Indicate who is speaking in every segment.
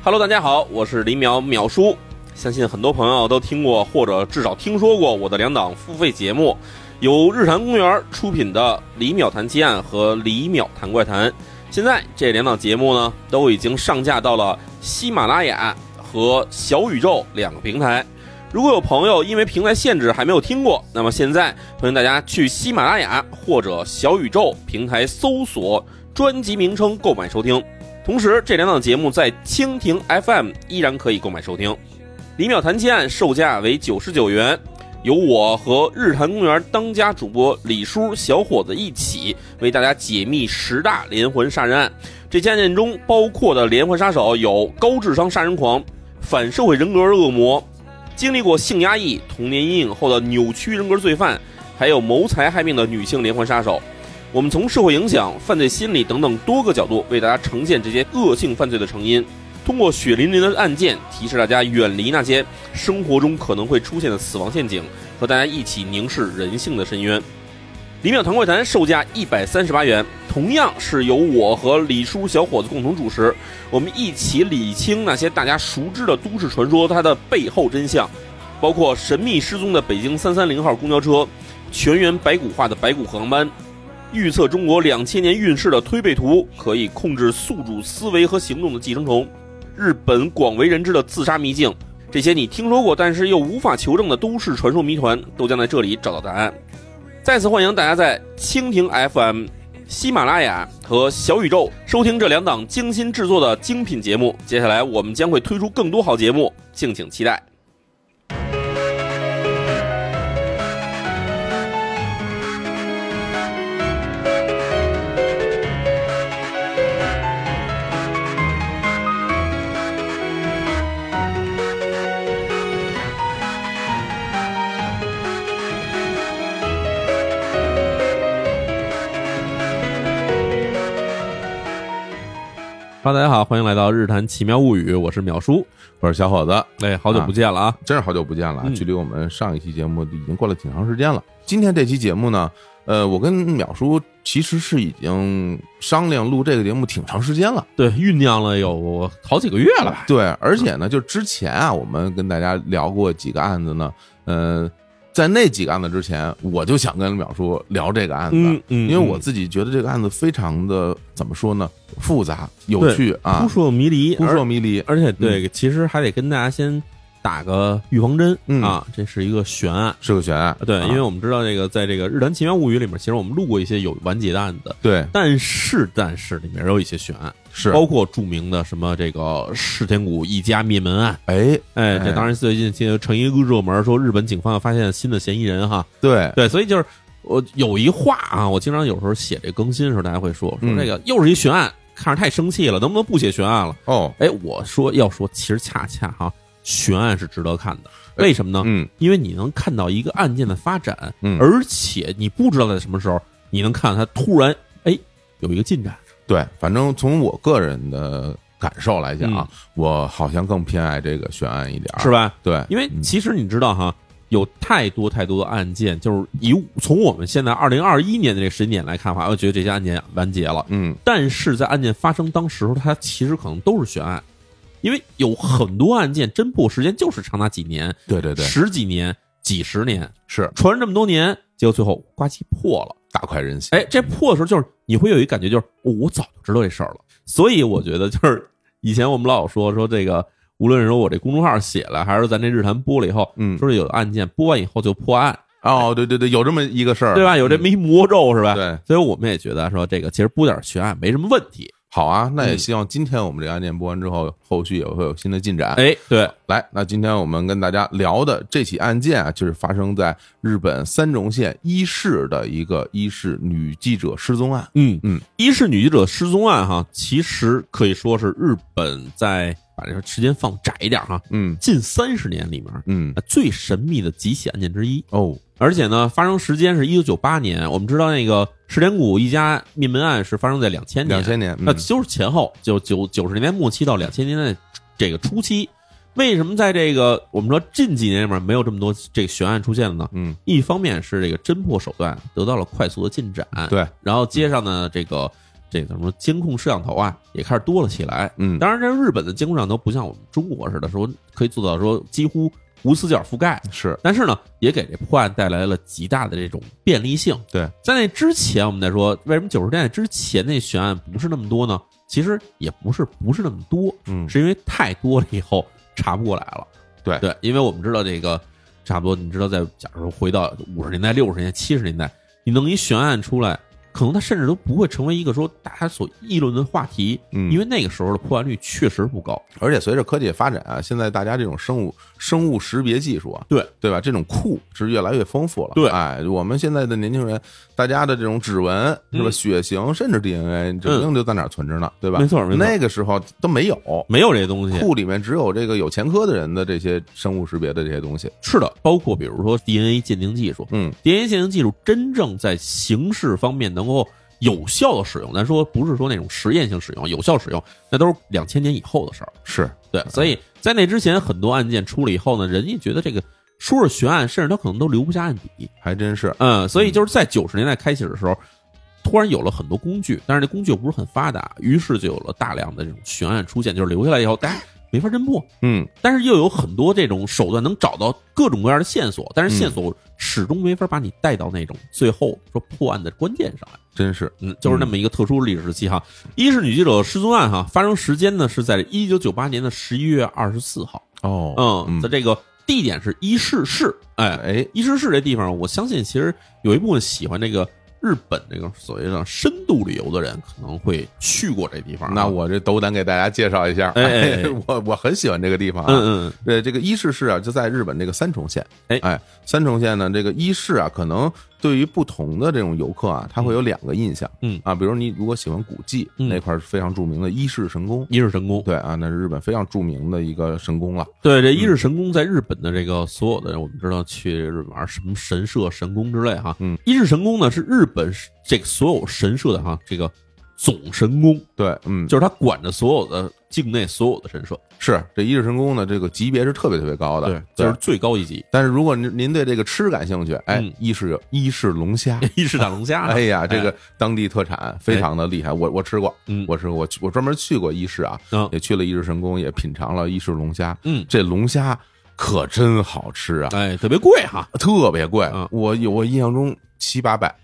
Speaker 1: Hello，大家好，我是李淼淼叔。相信很多朋友都听过或者至少听说过我的两档付费节目，由日坛公园出品的《李淼谈奇案》和《李淼谈怪谈》。现在这两档节目呢，都已经上架到了喜马拉雅和小宇宙两个平台。如果有朋友因为平台限制还没有听过，那么现在欢迎大家去喜马拉雅或者小宇宙平台搜索专辑名称购买收听。同时，这两档节目在蜻蜓 FM 依然可以购买收听。《李淼谈奇案》售价为九十九元，由我和日坛公园当家主播李叔小伙子一起为大家解密十大连环杀人案。这件案件中包括的连环杀手有高智商杀人狂、反社会人格恶魔、经历过性压抑、童年阴影后的扭曲人格罪犯，还有谋财害命的女性连环杀手。我们从社会影响、犯罪心理等等多个角度为大家呈现这些恶性犯罪的成因，通过血淋淋的案件提示大家远离那些生活中可能会出现的死亡陷阱，和大家一起凝视人性的深渊。《李淼谈怪谈》售价一百三十八元，同样是由我和李叔小伙子共同主持，我们一起理清那些大家熟知的都市传说它的背后真相，包括神秘失踪的北京三三零号公交车，全员白骨化的白骨航班。预测中国两千年运势的推背图，可以控制宿主思维和行动的寄生虫，日本广为人知的自杀秘境，这些你听说过但是又无法求证的都市传说谜团，都将在这里找到答案。再次欢迎大家在蜻蜓 FM、喜马拉雅和小宇宙收听这两档精心制作的精品节目。接下来我们将会推出更多好节目，敬请期待。哈，大家好，欢迎来到《日谈奇妙物语》，我是淼叔，
Speaker 2: 我是小伙子，
Speaker 1: 哎，好久不见了啊！
Speaker 2: 真是好久不见了啊，
Speaker 1: 嗯
Speaker 2: 距离我们上一期节目已经过了挺长时间了。今天这期节目呢，呃，我跟淼叔其实是已经商量录这个节目挺长时间了，
Speaker 1: 对，酝酿了有好几个月了吧？
Speaker 2: 对，而且呢，就之前啊，我们跟大家聊过几个案子呢，呃，在那几个案子之前，我就想跟淼叔聊这个案子，啊
Speaker 1: 嗯嗯，
Speaker 2: 因为我自己觉得这个案子非常的怎么说呢，复杂有
Speaker 1: 对
Speaker 2: 趣啊
Speaker 1: 扑，朔迷离，
Speaker 2: 扑朔迷离，
Speaker 1: 而而且嗯对，其实还得跟大家先打个预防针
Speaker 2: 嗯
Speaker 1: 啊，这是一个悬案。
Speaker 2: 是个悬案，
Speaker 1: 对，
Speaker 2: 啊
Speaker 1: 因为我们知道这个，在这个《日谈奇妙物语》里面，其实我们录过一些有完结的案子，
Speaker 2: 对
Speaker 1: 但是但是里面有一些悬案，
Speaker 2: 是，
Speaker 1: 包括著名的什么这个世田谷一家灭门案，
Speaker 2: 哎，
Speaker 1: 哎，这
Speaker 2: 哎
Speaker 1: 当然最近现在成一个热门，说日本警方发现新的嫌疑人哈，
Speaker 2: 对，
Speaker 1: 对，所以就是我有一话啊，我经常有时候写这更新的时候，大家会说说
Speaker 2: 嗯
Speaker 1: 这个又是一悬案，看着太生气了，能不能不写悬案了？
Speaker 2: 哦，
Speaker 1: 哎，我说要说，其实恰恰哈、悬案是值得看的，
Speaker 2: 哎
Speaker 1: 为什么呢？
Speaker 2: 嗯
Speaker 1: 因为你能看到一个案件的发展，
Speaker 2: 嗯，
Speaker 1: 而且你不知道在什么时候，你能看到它突然哎有一个进展。
Speaker 2: 对，反正从我个人的感受来讲啊，我好像更偏爱这个悬案一点儿，
Speaker 1: 嗯是？吧？
Speaker 2: 对，
Speaker 1: 因为
Speaker 2: 啊嗯
Speaker 1: 其实你知道哈，有太多太多的案件，就是以从我们现在二零二一年的这个时间点来看的话，我觉得这些案件完结了。
Speaker 2: 嗯，
Speaker 1: 但是在案件发生当时，它其实可能都是悬案，因为有很多案件侦破时间就是长达几年、
Speaker 2: 对对对，
Speaker 1: 十几年、几十年，
Speaker 2: 是
Speaker 1: 传了这么多年，结果最后呱唧破了。
Speaker 2: 大快人心。
Speaker 1: 哎，这破的时候就是你会有一感觉，就是、哦我早就知道这事儿了。所以我觉得就是以前我们老有说说这个，无论是说我这公众号写了，还是咱这日坛播了以后，
Speaker 2: 嗯
Speaker 1: 说是有的案件播完以后就破案，
Speaker 2: 哦，对对对，有这么一个事儿，
Speaker 1: 对吧？有这么一魔咒是吧？
Speaker 2: 嗯对，
Speaker 1: 所以我们也觉得说这个其实播点悬案没什么问题。
Speaker 2: 好啊，那也
Speaker 1: 嗯
Speaker 2: 希望今天我们这个案件播完之后，后续也会有新的进展。
Speaker 1: 哎，对，
Speaker 2: 来，那今天我们跟大家聊的这起案件啊，就是发生在日本三重县伊势的一个伊势女记者失踪案。
Speaker 1: 嗯
Speaker 2: 嗯，
Speaker 1: 一是女记者失踪案哈，其实可以说是日本在把这个时间放窄一点哈，
Speaker 2: 嗯
Speaker 1: 近三十年里面
Speaker 2: 嗯，
Speaker 1: 呃最神秘的集体案件之一。
Speaker 2: 哦，
Speaker 1: 而且呢，发生时间是一九九八年。我们知道那个石田谷一家灭门案是发生在两千年，
Speaker 2: 两千年，嗯
Speaker 1: 那就是前后就九九十年代末期到两千年代这个初期。为什么在这个我们说近几年里面没有这么多这个悬案出现了呢？
Speaker 2: 嗯，
Speaker 1: 一方面是这个侦破手段得到了快速的进展，
Speaker 2: 对，
Speaker 1: 然后街上呢这个这个怎么说监控摄像头啊，也开始多了起来。
Speaker 2: 嗯，
Speaker 1: 当然，这日本的监控摄像头不像我们中国似的，说可以做到说几乎无死角覆盖，
Speaker 2: 是
Speaker 1: 但是呢，也给这破案带来了极大的这种便利性。
Speaker 2: 对，
Speaker 1: 在那之前，我们再说为什么九十年代之前那悬案不是那么多呢？其实也不是不是那么多，
Speaker 2: 嗯
Speaker 1: 是因为太多了以后查不过来了。
Speaker 2: 对
Speaker 1: 对，因为我们知道这个差不多，你知道在假如回到五十年代、六十年代、七十年代，你弄一悬案出来，可能它甚至都不会成为一个说大家所议论的话题，
Speaker 2: 嗯
Speaker 1: 因为那个时候的破案率确实不高。
Speaker 2: 而且随着科技的发展啊，现在大家这种生物生物识别技术啊，
Speaker 1: 对
Speaker 2: 对吧？这种库是越来越丰富了。
Speaker 1: 对
Speaker 2: 哎，我们现在的年轻人，大家的这种指纹是吧、
Speaker 1: 嗯
Speaker 2: 血型，甚至 DNA，指定就在哪儿存着呢，对吧？
Speaker 1: 没错没嗯错
Speaker 2: 那个时候都没有，
Speaker 1: 没有这东西，
Speaker 2: 库里面只有这个有前科的人的这些生物识别的这些东西。
Speaker 1: 是的，包括比如说 DNA 鉴定技术，
Speaker 2: 嗯，
Speaker 1: DNA 鉴定技术真正在刑事方面能够有效的使用，咱说不是说那种实验性使用，有效使用，那都是两千年以后的事儿。
Speaker 2: 是
Speaker 1: 对，所以在那之前，很多案件出了以后呢，人家觉得这个说是悬案，甚至他可能都留不下案底。
Speaker 2: 还真是，
Speaker 1: 嗯，所以就是在九十年代开始的时候，突然有了很多工具，但是这工具又不是很发达，于是就有了大量的这种悬案出现，就是留下来以后，大家没法侦破。
Speaker 2: 嗯，
Speaker 1: 但是又有很多这种手段能找到各种各样的线索，但是线索始终没法把你带到那种最后说破案的关键上来。
Speaker 2: 真是，
Speaker 1: 嗯，就是那么一个特殊历史时期哈。一是女记者失踪案哈，发生时间呢是在一九九八年的十一月二十四号。
Speaker 2: 哦，
Speaker 1: 嗯，在这个地点是伊势市，哎，
Speaker 2: 哎，
Speaker 1: 伊势市这地方，我相信其实有一部分喜欢这个日本这个所谓的深度旅游的人可能会去过这地方啊。
Speaker 2: 那我这斗胆给大家介绍一下，
Speaker 1: 哎哎哎
Speaker 2: 我我很喜欢这个地方啊，
Speaker 1: 嗯嗯
Speaker 2: 呃，这个伊势市啊，就在日本这个三重县。
Speaker 1: 哎
Speaker 2: 三重县呢，这个伊势啊，可能对于不同的这种游客啊，他会有两个印象。
Speaker 1: 嗯
Speaker 2: 啊，比如你如果喜欢古迹，
Speaker 1: 嗯
Speaker 2: 那块儿非常著名的伊势神宫，
Speaker 1: 伊势神宫，
Speaker 2: 对啊，那是日本非常著名的一个神宫了。
Speaker 1: 对，这一日神宫在日本的这个所有的人，我们知道去日本玩什么神社、神宫之类哈。
Speaker 2: 嗯，
Speaker 1: 一日神宫呢是日本这个所有神社的哈这个总神宫，
Speaker 2: 对，嗯，
Speaker 1: 就是它管着所有的境内所有的神社，
Speaker 2: 是这伊势神宫呢，这个级别是特别特别高的。
Speaker 1: 就
Speaker 2: 对。
Speaker 1: 是最高一级
Speaker 2: 但是如果您您对这个吃感兴趣，哎
Speaker 1: 嗯，
Speaker 2: 伊势伊势龙虾，
Speaker 1: 伊势大龙虾。
Speaker 2: 哎呀，这个当地特产非常的厉害，我我吃过，
Speaker 1: 嗯
Speaker 2: 我吃过，我去我专门去过伊势啊，
Speaker 1: 嗯
Speaker 2: 也去了伊势神宫，也品尝了伊势龙虾，
Speaker 1: 嗯，
Speaker 2: 这龙虾可真好吃啊，
Speaker 1: 哎，特别贵哈，
Speaker 2: 特别贵
Speaker 1: 嗯，
Speaker 2: 我有我印象中七八百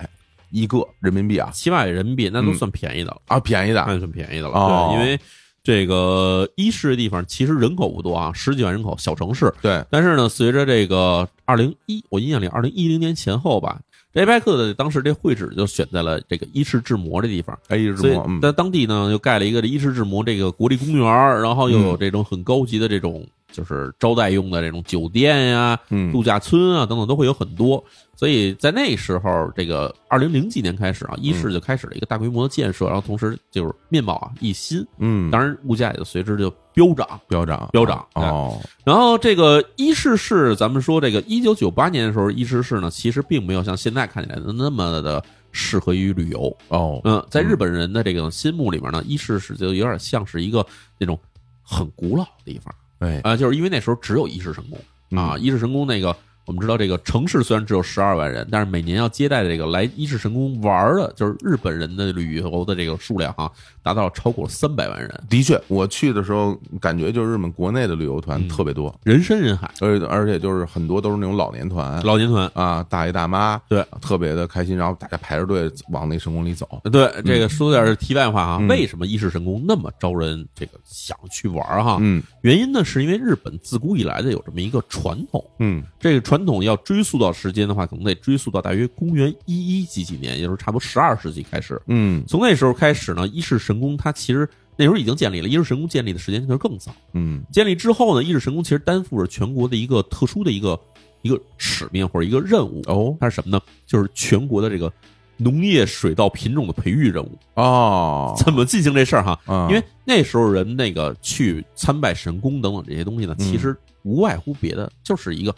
Speaker 2: 一个人民币啊
Speaker 1: 七百人民币那都算便宜的了，
Speaker 2: 啊，便宜的，
Speaker 1: 那算便宜的了。
Speaker 2: 哦
Speaker 1: 对，因为这个伊势的地方其实人口不多啊，十几万人口小城市，
Speaker 2: 对，
Speaker 1: 但是呢，随着这个二零一，我印象里二零一零年前后吧，这拜克的当时这会址就选在了这个伊势志摩这地方，
Speaker 2: 哎，日
Speaker 1: 所以
Speaker 2: 魔，嗯，
Speaker 1: 在当地呢又盖了一个这伊势志摩这个国立公园儿，然后又有这种很高级的这种就是招待用的这种酒店呀、
Speaker 2: 嗯，
Speaker 1: 度假村啊等等都会有很多，所以在那时候，这个二零零几年开始啊，
Speaker 2: 嗯
Speaker 1: 伊势就开始了一个大规模的建设，然后同时就是面貌啊一新，
Speaker 2: 嗯，
Speaker 1: 当然物价也就随之就飙涨。
Speaker 2: 标长，
Speaker 1: 标长哎
Speaker 2: 哦，
Speaker 1: 然后这个伊势市，咱们说这个一九九八年的时候，伊势市呢，其实并没有像现在看起来的那么的适合于旅游。
Speaker 2: 哦，
Speaker 1: 嗯，在日本人的这个心目里面呢，伊势市就有点像是一个那种很古老的地方
Speaker 2: 哎，
Speaker 1: 啊、就是因为那时候只有伊势神
Speaker 2: 嗯
Speaker 1: 宫啊，伊势神宫那个。我们知道这个城市虽然只有十二万人，但是每年要接待这个来伊势神宫玩儿的，就是日本人的旅游的这个数量啊，达到了超过三百万人，
Speaker 2: 的确，我去的时候感觉就是日本国内的旅游
Speaker 1: 嗯
Speaker 2: 团特别多，
Speaker 1: 人山人海，
Speaker 2: 而而且就是很多都是那种老年团，
Speaker 1: 老年团
Speaker 2: 啊，大爷大妈
Speaker 1: 对
Speaker 2: 特别的开心，然后大家排着队往那神宫里走。
Speaker 1: 对，这个说点儿题外话啊，
Speaker 2: 嗯
Speaker 1: 为什么伊势神宫那么招人这个想去玩儿哈？
Speaker 2: 嗯
Speaker 1: 原因呢，是因为日本自古以来的有这么一个传统，
Speaker 2: 嗯，
Speaker 1: 这个传统要追溯到时间的话，可能得追溯到大约公元一一几几年，也就是差不多十二世纪开始。
Speaker 2: 嗯
Speaker 1: 从那时候开始呢，伊势神宫它其实那时候已经建立了，伊势神宫建立的时间其实更早。
Speaker 2: 嗯
Speaker 1: 建立之后呢，伊势神宫其实担负着全国的一个特殊的一个一个使命或者一个任务，
Speaker 2: 哦
Speaker 1: 它是什么呢？就是全国的这个农业水稻品种的培育任务。
Speaker 2: 哦，
Speaker 1: 怎么进行这事儿哈？
Speaker 2: 啊
Speaker 1: 因为那时候人那个去参拜神功等等这些东西呢，
Speaker 2: 嗯
Speaker 1: 其实无外乎别的，就是一个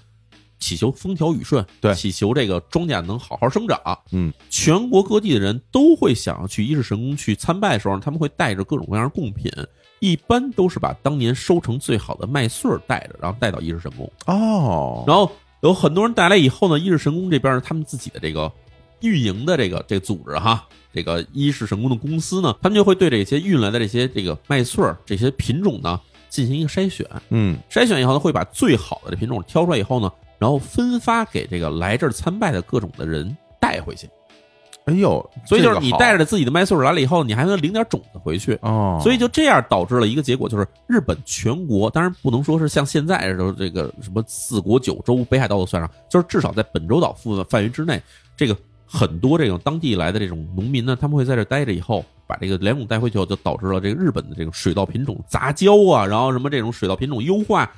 Speaker 1: 祈求风调雨顺，
Speaker 2: 对
Speaker 1: 祈求这个庄稼能好好生长。
Speaker 2: 嗯，
Speaker 1: 全国各地的人都会想要去一世神宫去参拜的时候，他们会带着各种各样的贡品，一般都是把当年收成最好的麦穗儿带着，然后带到一世神宫。
Speaker 2: 哦，
Speaker 1: 然后有很多人带来以后呢，一世神宫这边呢，他们自己的这个运营的这个这个组织哈，这个伊势神功的公司呢，他们就会对这些运来的这些这个麦穗儿这些品种呢进行一个筛选，
Speaker 2: 嗯
Speaker 1: 筛选以后呢，会把最好的这品种挑出来以后呢，然后分发给这个来这儿参拜的各种的人带回去。
Speaker 2: 哎呦，
Speaker 1: 所以就
Speaker 2: 这
Speaker 1: 是
Speaker 2: 个
Speaker 1: 你
Speaker 2: 好
Speaker 1: 带着自己的麦穗儿来了以后，你还能领点种子回去。
Speaker 2: 哦，
Speaker 1: 所以就这样导致了一个结果，就是日本全国，当然不能说是像现在这种这个什么四国九州、北海道都算上，就是至少在本州岛附范围之内，这个很多这种当地来的这种农民呢，他们会在这待着以后，把这个莲藕带回去后，就导致了这个日本的这个水稻品种杂交啊，然后什么这种水稻品种优化，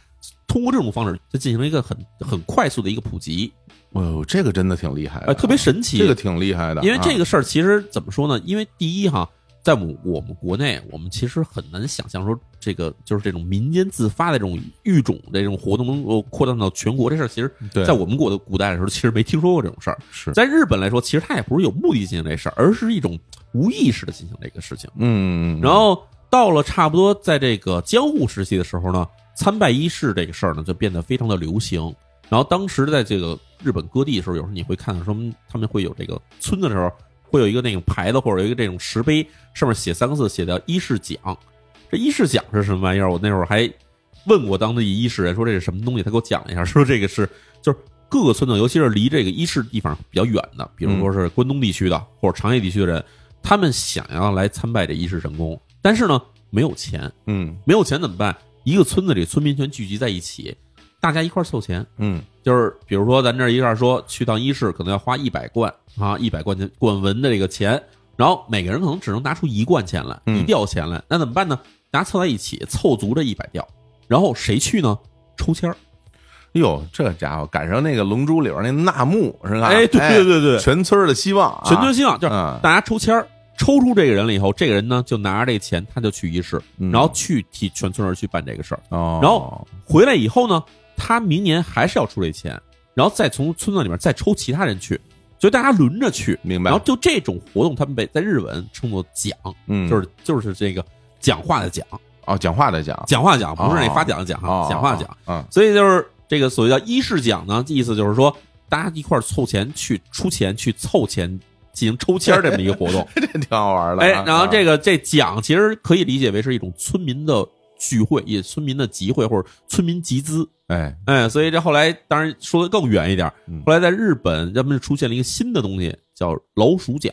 Speaker 1: 通过这种方式就进行了一个很很快速的一个普及，
Speaker 2: 哎呦，这个真的挺厉害的，
Speaker 1: 呃，特别神奇。
Speaker 2: 这个挺厉害的，
Speaker 1: 因为这
Speaker 2: 啊
Speaker 1: 个事儿其实怎么说呢？因为第一哈，在我们我们国内，我们其实很难想象说这个就是这种民间自发的这种育种的这种活动能够扩大到全国这事儿，其实
Speaker 2: 对
Speaker 1: 在我们国的古代的时候，其实没听说过这种事儿。
Speaker 2: 是
Speaker 1: 在日本来说，其实它也不是有目的进行这事儿，而是一种无意识的进行这个事情。
Speaker 2: 嗯，
Speaker 1: 然后到了差不多在这个江户时期的时候呢，参拜仪式这个事儿呢就变得非常的流行。然后当时在这个日本各地的时候，有时候你会看到说他们会有这个村子的时候，会有一个那种牌子或者有一个这种石碑，上面写三个字，写的“一式奖”。这一式奖是什么玩意儿？我那会儿还问过当地一式人说这是什么东西，他给我讲一下， 说这个是就是各个村子，尤其是离这个一市地方比较远的，比如说是关东地区的或者长野地区的人，他们想要来参拜这一世神功，但是呢没有钱，
Speaker 2: 嗯
Speaker 1: 没有钱怎么办？一个村子里村民全聚集在一起，大家一块儿凑钱，
Speaker 2: 嗯
Speaker 1: 就是比如说咱这一下说去趟一市可能要花一百贯啊，一百贯钱贯文的这个钱，然后每个人可能只能拿出一贯钱来，
Speaker 2: 嗯
Speaker 1: 一吊钱来，那怎么办呢？大家凑在一起凑足这一百吊，然后谁去呢？抽签儿，
Speaker 2: 哟，哎这家伙赶上那个《龙珠》里边那纳木是吧？
Speaker 1: 哎，对对对对，
Speaker 2: 啊全村儿的希望啊，
Speaker 1: 全村希望，就是
Speaker 2: 啊，
Speaker 1: 大家抽签儿，抽出这个人了以后，这个人呢就拿着这钱，他就去仪式，
Speaker 2: 嗯
Speaker 1: 然后去替全村人去办这个事儿。
Speaker 2: 哦，
Speaker 1: 然后回来以后呢，他明年还是要出这钱，然后再从村子里面再抽其他人去，所以大家轮着去。
Speaker 2: 明白，
Speaker 1: 然后就这种活动，他们被在日文称作“讲”，
Speaker 2: 嗯，
Speaker 1: 就是就是这个讲话的讲，
Speaker 2: 哦，讲话的讲，
Speaker 1: 讲话讲，不是那
Speaker 2: 哦
Speaker 1: 发奖的讲
Speaker 2: 哦
Speaker 1: 哈，讲话讲。，
Speaker 2: 哦
Speaker 1: 所以就是这个所谓叫一式奖呢，意思就是说大家一块儿凑钱去出钱去凑钱进行抽签儿这么一个活 动。
Speaker 2: 嗯， 这挺好玩的啊。
Speaker 1: 哎，然后这
Speaker 2: 个
Speaker 1: 个这奖其实可以理解为是一种村民的聚会，也村民的集会或者村民集资。
Speaker 2: 哎，
Speaker 1: 哎，所以这后来当然说的更远一点
Speaker 2: 嗯，
Speaker 1: 后来在日本他们出现了一个新的东西叫老鼠奖。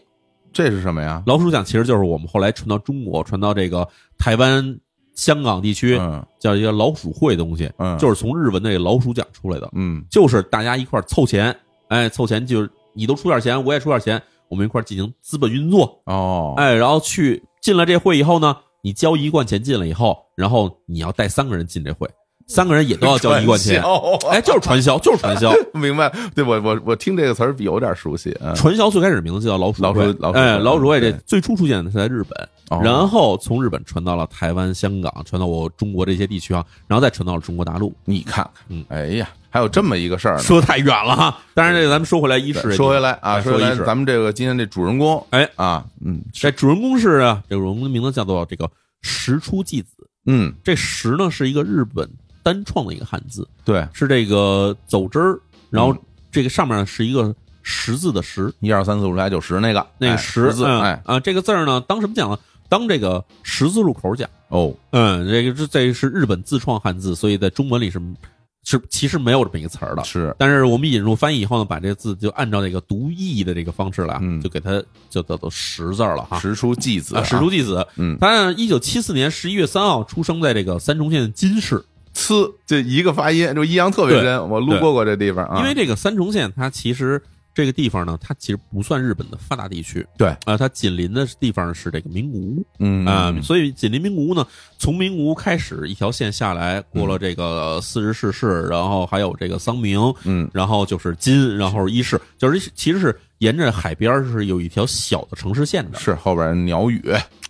Speaker 2: 这是什么呀？
Speaker 1: 老鼠奖其实就是我们后来传到中国，传到这个台湾、香港地区，
Speaker 2: 嗯
Speaker 1: 叫一个老鼠会的东西，
Speaker 2: 嗯，
Speaker 1: 就是是从日文的这个老鼠奖出来的。
Speaker 2: 嗯
Speaker 1: 就是大家一块儿凑钱，哎，凑钱就是你都出点钱，我也出点钱，我们一块儿进行资本运作，
Speaker 2: 哦，
Speaker 1: 哎，然后去进了这会以后呢，你交一贯钱进了以后，然后你要带三个人进这会，三个人也都要交一贯哎钱
Speaker 2: 传，销啊嗯
Speaker 1: 哎，就是传销，就是传 销。
Speaker 2: 明白？对我我我听这个词儿有点熟悉，嗯，
Speaker 1: 传销最开始名字就叫老鼠
Speaker 2: 老鼠
Speaker 1: 会
Speaker 2: 老鼠
Speaker 1: 哎，
Speaker 2: 会
Speaker 1: 老鼠会这
Speaker 2: 对
Speaker 1: 最初出现的是在日本，
Speaker 2: 哦
Speaker 1: 然后从日本传到了台湾、香港，传到我中国这些地区啊，然后再传到了中国大陆。
Speaker 2: 你看
Speaker 1: 嗯，
Speaker 2: 哎呀，还有这么一个事儿呢。
Speaker 1: 说得太远了哈，当然这个咱们说回来，一
Speaker 2: 对
Speaker 1: 是
Speaker 2: 说回来啊，
Speaker 1: 哎
Speaker 2: 说回
Speaker 1: 说
Speaker 2: 来
Speaker 1: 一，世
Speaker 2: 咱们这个今天这主人公，
Speaker 1: 哎
Speaker 2: 啊，嗯
Speaker 1: 这主人公是啊，这个主人公的名字叫做这个石出纪子。
Speaker 2: 嗯，
Speaker 1: 这石呢是一个日本单创的一个汉字，
Speaker 2: 对，
Speaker 1: 是这个走之儿，然后
Speaker 2: 嗯
Speaker 1: 这个上面是一个十字的十，
Speaker 2: 一二三四五六七八九十那个
Speaker 1: 那
Speaker 2: 哎
Speaker 1: 个十
Speaker 2: 字，
Speaker 1: 嗯
Speaker 2: 哎
Speaker 1: 啊，这个字儿呢，当什么讲呢？当这个十字路口讲。
Speaker 2: 哦，
Speaker 1: 嗯，这个这这是日本自创汉字，所以在中文里是是其实没有这么一个词儿的。
Speaker 2: 是
Speaker 1: 但是我们引入翻译以后呢，把这个字就按照这个读义的这个方式来，
Speaker 2: 嗯
Speaker 1: 就给它就叫做十字儿了哈。
Speaker 2: 石出继子
Speaker 1: 啊，史书纪子，
Speaker 2: 嗯
Speaker 1: 他一九七四年十一月三号出生在这个三重县金市，
Speaker 2: 呲，这一个发音就阴阳特别
Speaker 1: 对
Speaker 2: 深，我路过过这地方啊，
Speaker 1: 因为这个三重县它其实这个地方呢，它其实不算日本的发达地区，
Speaker 2: 对
Speaker 1: 啊、它紧邻的地方是这个名古屋
Speaker 2: 嗯
Speaker 1: 啊、所以紧邻名古屋呢，从名古屋开始一条线下来，过了这个四日市市，然后还有这个桑明，
Speaker 2: 嗯
Speaker 1: 然后就是金，然后伊势，就是其实是沿着海边儿是有一条小的城市线的，
Speaker 2: 是后边鸟语，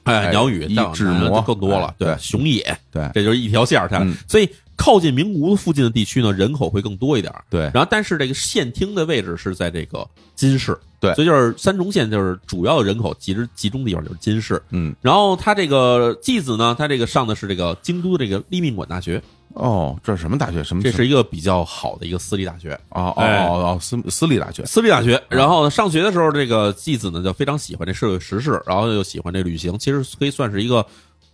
Speaker 1: 哎，
Speaker 2: 哎
Speaker 1: 鸟语
Speaker 2: 一
Speaker 1: 再往
Speaker 2: 指
Speaker 1: 南
Speaker 2: 磨
Speaker 1: 就更多了
Speaker 2: 哎，
Speaker 1: 对
Speaker 2: 对，
Speaker 1: 熊野，
Speaker 2: 对
Speaker 1: 这就是一条线儿，它
Speaker 2: 嗯
Speaker 1: 所以靠近名古屋附近的地区呢，人口会更多一点儿。
Speaker 2: 对，
Speaker 1: 然后，但是这个县厅的位置是在这个金市，
Speaker 2: 对
Speaker 1: 所以就是三重县就是主要的人口集之集中地方就是金市。
Speaker 2: 嗯，
Speaker 1: 然后他这个继子呢，他这个上的是这个京都的这个立命馆大学，
Speaker 2: 哦，这是什么大学？什么
Speaker 1: 这是一个比较好的一个私立大学，
Speaker 2: 哦哦
Speaker 1: 哎
Speaker 2: 哦哦，私私立大学，
Speaker 1: 私立大学。然后上学的时候，这个继子呢就非常喜欢这社会时事，然后又喜欢这旅行，其实可以算是一个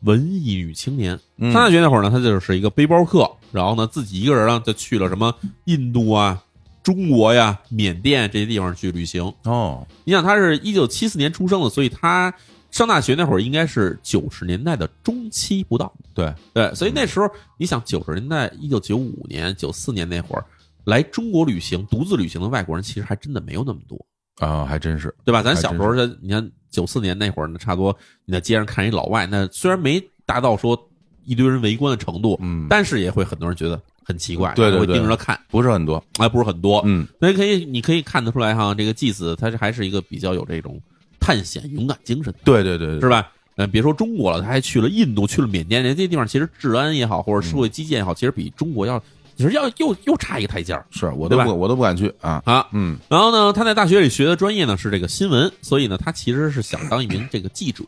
Speaker 1: 文艺女青年。
Speaker 2: 嗯
Speaker 1: 上大学那会儿呢，他就是一个背包客，然后呢自己一个人呢就去了什么印度啊、中国呀、缅甸这些地方去旅行。
Speaker 2: 哦，
Speaker 1: 你想，他是一九七四年出生的，所以他上大学那会儿应该是九十年代的中期不到。
Speaker 2: 对，
Speaker 1: 对，所以那时候你想，九十年代一九九五年、九四年那会儿来中国旅行、独自旅行的外国人，其实还真的没有那么多，
Speaker 2: 啊，还真是，
Speaker 1: 对吧？咱
Speaker 2: 还
Speaker 1: 小时候，你看九四年那会儿呢，差不多你在街上看一老外，那虽然没达到说一堆人围观的程度，
Speaker 2: 嗯，
Speaker 1: 但是也会很多人觉得很奇怪，
Speaker 2: 对对
Speaker 1: 会
Speaker 2: 对
Speaker 1: 盯着他看，
Speaker 2: 不是很多，
Speaker 1: 还不是很多。
Speaker 2: 嗯，
Speaker 1: 所以可以，你可以看得出来哈，这个继子他是还是一个比较有这种探险、勇敢精神的，
Speaker 2: 对对对对，
Speaker 1: 是吧？嗯，别说中国了，他还去了印度，去了缅甸，人家这些地方其实治安也好，或者
Speaker 2: 嗯
Speaker 1: 社会基建也好，其实比中国要，你说要又又差一个台阶儿
Speaker 2: 是我都
Speaker 1: 对吧
Speaker 2: 不我都不敢去啊，
Speaker 1: 啊。
Speaker 2: 嗯，
Speaker 1: 然后呢，他在大学里学的专业呢是这个新闻，所以呢，他其实是想当一名这个记者。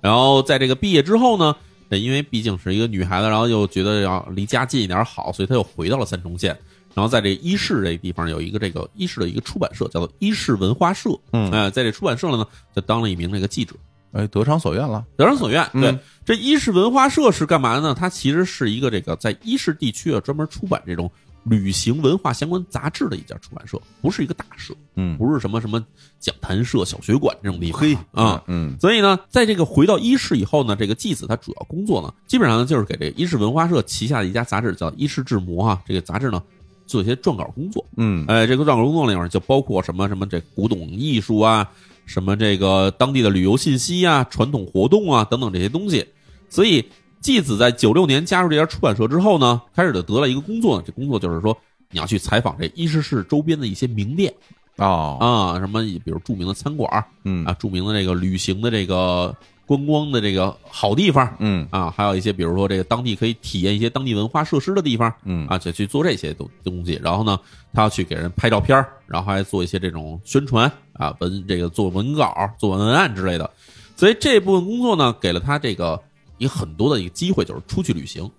Speaker 1: 然后在这个毕业之后呢，呃因为毕竟是一个女孩子，然后又觉得要离家近一点好，所以她又回到了三重县。然后在这伊势这个地方有一个这个伊势的一个出版社，叫做伊势文化社。
Speaker 2: 嗯
Speaker 1: 呃在这出版社呢，就当了一名这个记者。
Speaker 2: 哎，得偿所愿了，
Speaker 1: 得偿所愿。
Speaker 2: 嗯
Speaker 1: 对，这伊势文化社是干嘛呢？它其实是一个这个在伊势地区啊，专门出版这种旅行文化相关杂志的一家出版社，不是一个大社，
Speaker 2: 嗯，
Speaker 1: 不是什么什么讲坛社、小学馆这种地方
Speaker 2: 嘿
Speaker 1: 啊。
Speaker 2: 嗯，
Speaker 1: 所以呢，在这个回到伊势以后呢，这个继子他主要工作呢，基本上呢就是给这个伊势文化社旗下的一家杂志叫《伊势志摩》啊，这个杂志呢做一些撰稿工作。
Speaker 2: 嗯，
Speaker 1: 哎，这个撰稿工作里面就包括什么什么这古董艺术啊，什么这个当地的旅游信息啊、传统活动啊等等这些东西。所以继子在九六年加入这家出版社之后呢，开始就得了一个工作呢，这工作就是说你要去采访这伊势市周边的一些名店
Speaker 2: 哦，
Speaker 1: 啊，什么比如著名的餐馆儿
Speaker 2: 嗯
Speaker 1: 啊，著名的这个旅行的这个观光的这个好地方
Speaker 2: 嗯
Speaker 1: 啊，还有一些比如说这个当地可以体验一些当地文化设施的地方。
Speaker 2: 嗯，
Speaker 1: 啊，就去做这些东东西。然后呢，他要去给人拍照片儿，然后还做一些这种宣传啊，文这个做文稿、做文案之类的。所以这部分工作呢，给了他这个也很多的一个机会，就是出去旅行，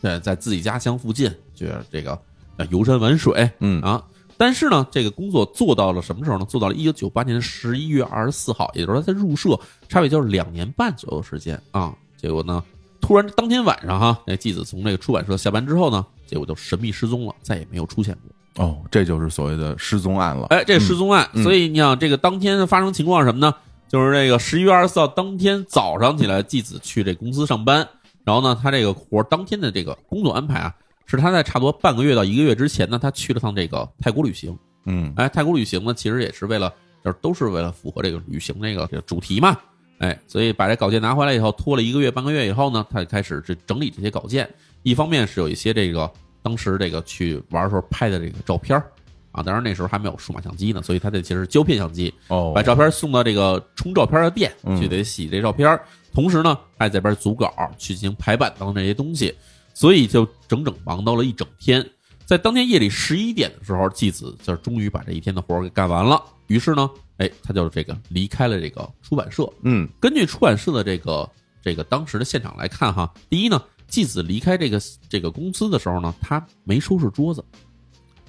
Speaker 1: 在在自己家乡附近，就是这个呃游山玩水
Speaker 2: 嗯
Speaker 1: 啊。但是呢，这个工作做到了什么时候呢？做到了一九九八年十一月二十四号，也就是说他入社差不多也就是两年半左右的时间啊。结果呢，突然当天晚上哈，那继子从这个出版社下班之后呢，结果就神秘失踪了，再也没有出现过。
Speaker 2: 哦，这就是所谓的失踪案了，
Speaker 1: 哎，这失踪案，
Speaker 2: 嗯
Speaker 1: 所以你想这个当天发生情况是什么呢？就是这个十一月二十四号当天早上起来，继子去这公司上班，然后呢，他这个活儿当天的这个工作安排啊，是他在差不多半个月到一个月之前呢，他去了趟这个泰国旅行。
Speaker 2: 嗯
Speaker 1: 哎，泰国旅行呢，其实也是为了，就是都是为了符合这个旅行这个这个主题嘛。哎，所以把这稿件拿回来以后，拖了一个月、半个月以后呢，他就开始这整理这些稿件。一方面是有一些这个当时这个去玩的时候拍的这个照片儿啊，当然那时候还没有数码相机呢，所以他这其实是胶片相机，
Speaker 2: 哦
Speaker 1: 把照片送到这个冲照片的店
Speaker 2: 嗯
Speaker 1: 去得洗这照片儿，同时呢还在这边组稿去进行排版等等这些东西，所以就整整忙到了一整天。在当天夜里十一点的时候，继子就终于把这一天的活儿给干完了。于是呢，哎，他就这个离开了这个出版社。
Speaker 2: 嗯
Speaker 1: 根据出版社的这个这个当时的现场来看哈，第一呢，继子离开这个这个公司的时候呢，他没收拾桌子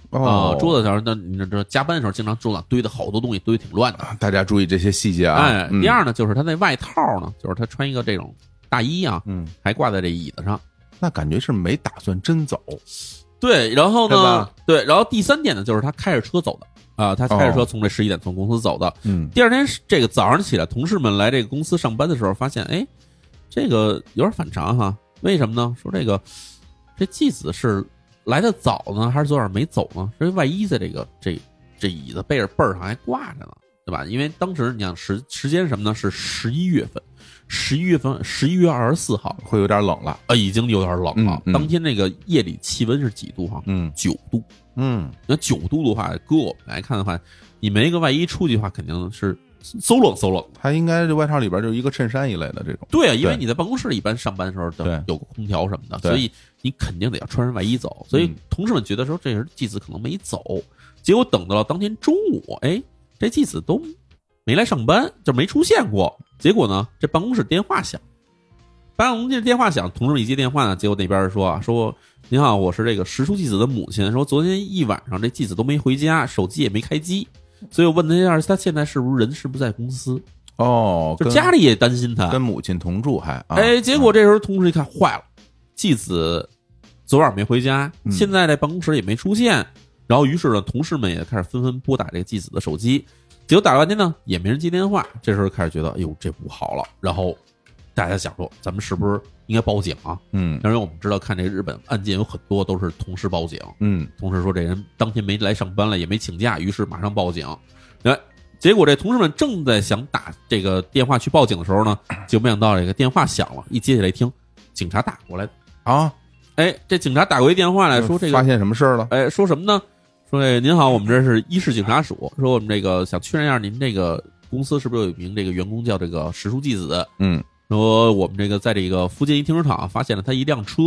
Speaker 1: 啊、
Speaker 2: 哦，
Speaker 1: 桌子上那你知道加班的时候经常桌子上堆的好多东西，堆的挺乱的。
Speaker 2: 啊大家注意这些细节啊。
Speaker 1: 哎，
Speaker 2: 嗯
Speaker 1: 第，二呢，就是他那外套呢，就是他穿一个这种大衣啊，
Speaker 2: 嗯，
Speaker 1: 还挂在这椅子上。
Speaker 2: 那感觉是没打算真走。
Speaker 1: 对，然后
Speaker 2: 对
Speaker 1: 呢
Speaker 2: 吧，
Speaker 1: 对，然后第三点呢，就是他开着车走的啊、他开着车从这十一点从公司走的。
Speaker 2: 嗯，
Speaker 1: 第二天这个早上起来，同事们来这个公司上班的时候，发现哎，这个有点反常哈。为什么呢？说这个这继子是来的早呢，还是昨晚没走呢？因为外衣在这个这这椅子背着背儿上还挂着呢，对吧？因为当时你想时时间是什么呢？是十一月份，十一月份十一月二十四号，
Speaker 2: 会有点冷了。
Speaker 1: 呃，已经有点冷了。
Speaker 2: 嗯嗯
Speaker 1: 当天那个夜里气温是几度哈、
Speaker 2: 嗯
Speaker 1: 九度。
Speaker 2: 嗯，
Speaker 1: 那九度的话，搁我们来看的话，你没个外衣出去的话，肯定是搜拢搜拢。
Speaker 2: 他应该这外套里边就是一个衬衫一类的这种。
Speaker 1: 对啊，因为
Speaker 2: 对
Speaker 1: 你在办公室一般上班的时候
Speaker 2: 对
Speaker 1: 的有个空调什么的，
Speaker 2: 对
Speaker 1: 所以你肯定得要穿上外衣走。所以
Speaker 2: 嗯
Speaker 1: 同事们觉得说这人继子可能没走，结果等到了当天中午，哎，这继子都没来上班，就没出现过。结果呢，这办公室电话响，办公室电话响，同事们一接电话呢，结果那边说啊，说您好，我是这个石出继子的母亲，说昨天一晚上这继子都没回家，手机也没开机。所以我问他一下，他现在是不是人是不是在公司？
Speaker 2: 哦，
Speaker 1: 就
Speaker 2: 跟
Speaker 1: 家里也担心他，
Speaker 2: 跟母亲同住还啊
Speaker 1: 哎，结果这时候同事一看，坏了，继子昨晚没回家，
Speaker 2: 嗯
Speaker 1: 现在在办公室也没出现。然后，于是呢，同事们也开始纷纷拨打这个继子的手机，结果打了半天呢，也没人接电话。这时候开始觉得，哎呦，这不好了。然后大家想说，咱们是不是应该报警啊？
Speaker 2: 嗯
Speaker 1: 因为我们知道，看这日本案件有很多都是同事报警，
Speaker 2: 嗯
Speaker 1: 同事说这人当天没来上班了，也没请假，于是马上报警。哎，结果这同事们正在想打这个电话去报警的时候呢，就没想到这个电话响了，一接起来一听，警察打过来的。
Speaker 2: 啊，
Speaker 1: 哎，这警察打过一电话哎来说这
Speaker 2: 嗯发
Speaker 1: 个，
Speaker 2: 现什么事儿了？
Speaker 1: 哎，说什么呢？说这您好，我们这是一市警察署，说我们这个想确认一下您这个公司是不是有一名这个员工叫这个石书纪子，
Speaker 2: 嗯
Speaker 1: 说我们这个在这个附近一停车场发现了他一辆车，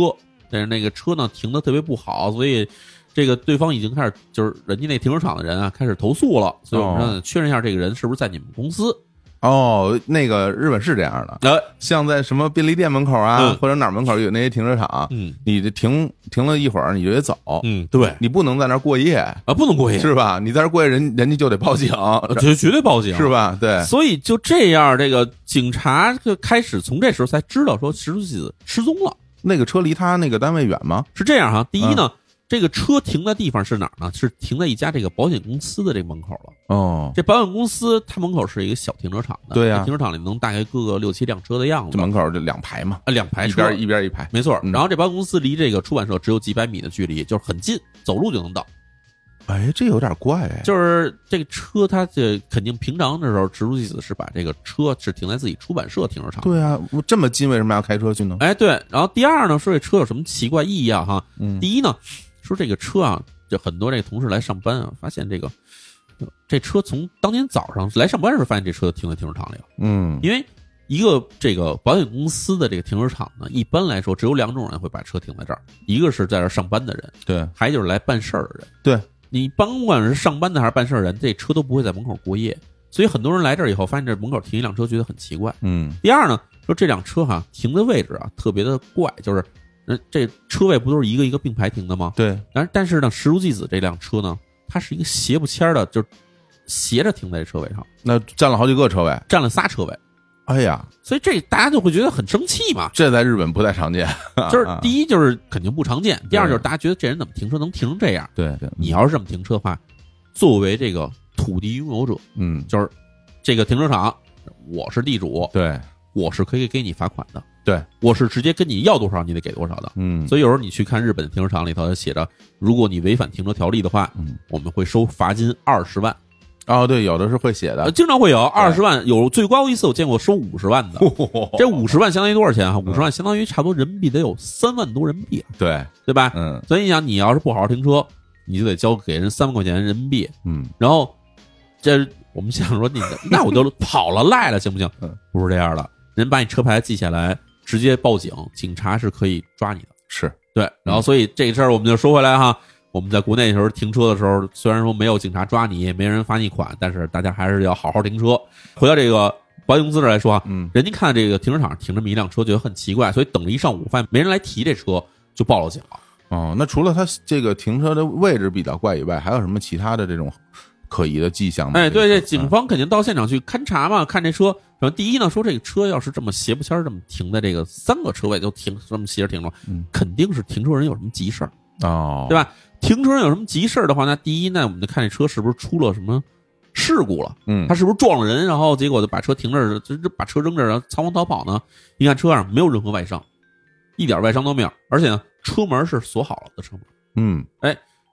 Speaker 1: 但是那个车呢停的特别不好，所以这个对方已经开始就是人家那停车场的人啊开始投诉了，所以我们呢确认一下这个人是不是在你们公司。
Speaker 2: 哦，那个日本是这样的，
Speaker 1: 呃，
Speaker 2: 像在什么便利店门口啊，
Speaker 1: 嗯
Speaker 2: 或者哪儿门口有那些停车场，
Speaker 1: 嗯
Speaker 2: 你这停停了一会儿你就得走，
Speaker 1: 嗯，对
Speaker 2: 你不能在那儿过夜，
Speaker 1: 啊，不能过夜，
Speaker 2: 是吧？你在这儿过夜，人人家就得报警，
Speaker 1: 呃绝 绝对报警，哎
Speaker 2: 是？吧？对，
Speaker 1: 所以就这样，这个警察就开始从这时候才知道说石书记失踪了。
Speaker 2: 那个车离他那个单位远吗？
Speaker 1: 是这样哈，第一呢，这个车停的地方是哪儿呢？是停在一家这个保险公司的这个门口了。
Speaker 2: 哦，
Speaker 1: 这保险公司它门口是一个小停车场的，
Speaker 2: 对呀啊
Speaker 1: 这停车场里能大概各个六七辆车的样
Speaker 2: 这
Speaker 1: 子，
Speaker 2: 门口就两排嘛，
Speaker 1: 啊，两排
Speaker 2: 一
Speaker 1: 车，
Speaker 2: 边一边一排。
Speaker 1: 没错。
Speaker 2: 嗯
Speaker 1: 然后这保险公司离这个出版社只有几百米的距离，就是很近，走路就能到。
Speaker 2: 哎，这有点怪哎。
Speaker 1: 就是这个车，它这肯定平常的时候，直入弟子是把这个车是停在自己出版社停车场。
Speaker 2: 对啊，我这么近为什么要开车去呢？
Speaker 1: 哎，对。然后第二呢，说这车有什么奇怪异样哈？
Speaker 2: 嗯
Speaker 1: 第一呢，说这个车啊，就很多这同事来上班啊，发现这个呃这车从当天早上来上班的时候，发现这车停在停车场里了。
Speaker 2: 嗯
Speaker 1: 因为一个这个保险公司的这个停车场呢，一般来说只有两种人会把车停在这儿，一个是在这儿上班的人，
Speaker 2: 对
Speaker 1: 还有就是来办事儿的人。
Speaker 2: 对，
Speaker 1: 你甭管是上班的还是办事儿的人，这车都不会在门口过夜，所以很多人来这儿以后，发现这门口停一辆车，觉得很奇怪。
Speaker 2: 嗯
Speaker 1: 第二呢，说这辆车哈停的位置啊特别的怪，就是。呃，这车位不都是一个一个并排停的吗？
Speaker 2: 对
Speaker 1: 但但是呢，石如纪子这辆车呢，它是一个斜不签儿的，就是斜着停在这车位上，
Speaker 2: 那占了好几个车位。
Speaker 1: 占了仨车位。
Speaker 2: 哎呀，
Speaker 1: 所以这大家就会觉得很生气嘛。
Speaker 2: 这在日本不太常见。
Speaker 1: 就是
Speaker 2: 啊
Speaker 1: 第一就是肯定不常见，第二
Speaker 2: 对
Speaker 1: 就是大家觉得这人怎么停车能停成这样？
Speaker 2: 对嗯对，
Speaker 1: 你要是这么停车的话，作为这个土地拥有者，
Speaker 2: 嗯
Speaker 1: 就是这个停车场，我是地主，
Speaker 2: 对
Speaker 1: 我是可以给你罚款的。
Speaker 2: 对，
Speaker 1: 我是直接跟你要多少，你得给多少的。
Speaker 2: 嗯
Speaker 1: 所以有时候你去看日本的停车场里头，它写着，如果你违反停车条例的话，
Speaker 2: 嗯
Speaker 1: 我们会收罚金二十万，
Speaker 2: 哦对，有的是会写
Speaker 1: 呃，
Speaker 2: 的。
Speaker 1: 经常会有二十万，有最高一次我见过收五十万的。
Speaker 2: 哦
Speaker 1: 这五十万相当于多少钱
Speaker 2: 嗯
Speaker 1: 啊？五十万相当于差不多人民币得有三万多人民币，啊
Speaker 2: 对，
Speaker 1: 对吧？
Speaker 2: 嗯
Speaker 1: 所以你想，你要是不好好停车，你就得交给人三万块钱人民币。
Speaker 2: 嗯
Speaker 1: 然后这我们想说你，那我 就跑了赖了，行不行
Speaker 2: 嗯？
Speaker 1: 不是这样的，人把你车牌记下来，直接报警，警察是可以抓你的。
Speaker 2: 是
Speaker 1: 对，
Speaker 2: 嗯
Speaker 1: 然后所以这事儿我们就说回来哈，我们在国内的时候停车的时候，虽然说没有警察抓你，也没人罚你款，但是大家还是要好好停车。回到这个保险公司这儿来说啊，
Speaker 2: 嗯
Speaker 1: 人家看这个停车场停这么一辆车，觉得很奇怪，所以等了一上午，发现没人来提这车，就报了警了。
Speaker 2: 哦，那除了他这个停车的位置比较怪以外，还有什么其他的这种可疑的迹象吗？
Speaker 1: 哎，对，这
Speaker 2: 对，
Speaker 1: 警方肯定到现场去勘查嘛，看这车。然后第一呢，说这个车要是这么斜不签儿这么停在这个三个车位就停这么斜着停了
Speaker 2: 嗯，
Speaker 1: 肯定是停车人有什么急事儿。
Speaker 2: 哦，
Speaker 1: 对吧停车人有什么急事儿的话，那第一，那我们就看这车是不是出了什么事故了，
Speaker 2: 嗯，
Speaker 1: 他是不是撞了人，然后结果就把车停这儿，就就把车扔这儿，然后仓皇逃跑呢？你看车上没有任何外伤，一点外伤都没有，而且呢，车门是锁好了的车门。
Speaker 2: 嗯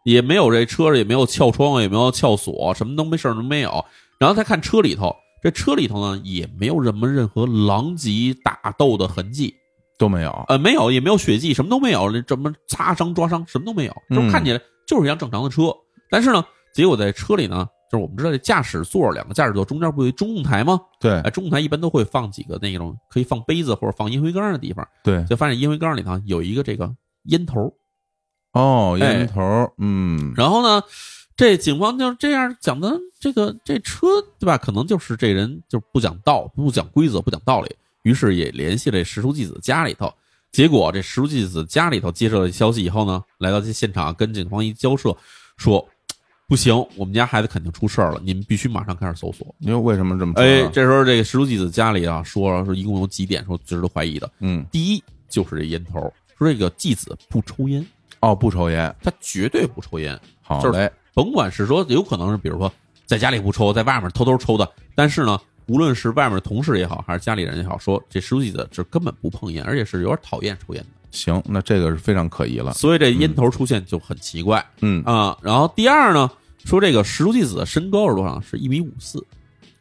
Speaker 1: 也没有这车也没有撬窗，也没有撬锁，什么都没事儿都没有。然后再看车里头，这车里头呢也没有什么任何狼藉打斗的痕迹，
Speaker 2: 都没有，
Speaker 1: 呃，没有，也没有血迹，什么都没有，这什么擦伤、抓伤什么都没有，就
Speaker 2: 嗯
Speaker 1: 看起来就是一辆正常的车。但是呢，结果在车里呢，就是我们知道这驾驶座两个驾驶座中间不有一中控台吗？
Speaker 2: 对
Speaker 1: 哎，中控台一般都会放几个那种可以放杯子或者放烟灰缸的地方，
Speaker 2: 对，
Speaker 1: 就发现烟灰缸里头有一个这个烟头。
Speaker 2: 哦，
Speaker 1: 哎
Speaker 2: 烟头儿，嗯，
Speaker 1: 然后呢，这警方就是这样讲的，这个这车对吧？可能就是这人就是不讲道、不讲规则、不讲道理，于是也联系了石书纪子家里头。结果这石书纪子家里头接受了消息以后呢，来到这现场啊跟警方一交涉，说不行，我们家孩子肯定出事儿了，你们必须马上开始搜索。
Speaker 2: 因为为什么这啊么说
Speaker 1: 哎
Speaker 2: 呢？，
Speaker 1: 这时候这个石书纪子家里啊说了，说一共有几点说值得怀疑的。
Speaker 2: 嗯，
Speaker 1: 第一就是这烟头，说这个纪子不抽烟，
Speaker 2: 哦，不抽烟，
Speaker 1: 他绝对不抽烟。
Speaker 2: 好
Speaker 1: 就是
Speaker 2: 嘞，
Speaker 1: 甭管是说有可能是比如说在家里不抽，在外面偷偷抽的，但是呢，无论是外面同事也好，还是家里人也好，说这书记的是根本不碰烟，而且是有点讨厌抽烟的，啊
Speaker 2: 行，那这个是非常可疑了，
Speaker 1: 所以这烟头出现就很奇怪
Speaker 2: 嗯，
Speaker 1: 啊、然后第二呢，说这个石书记子的身高是多少？是一米五四。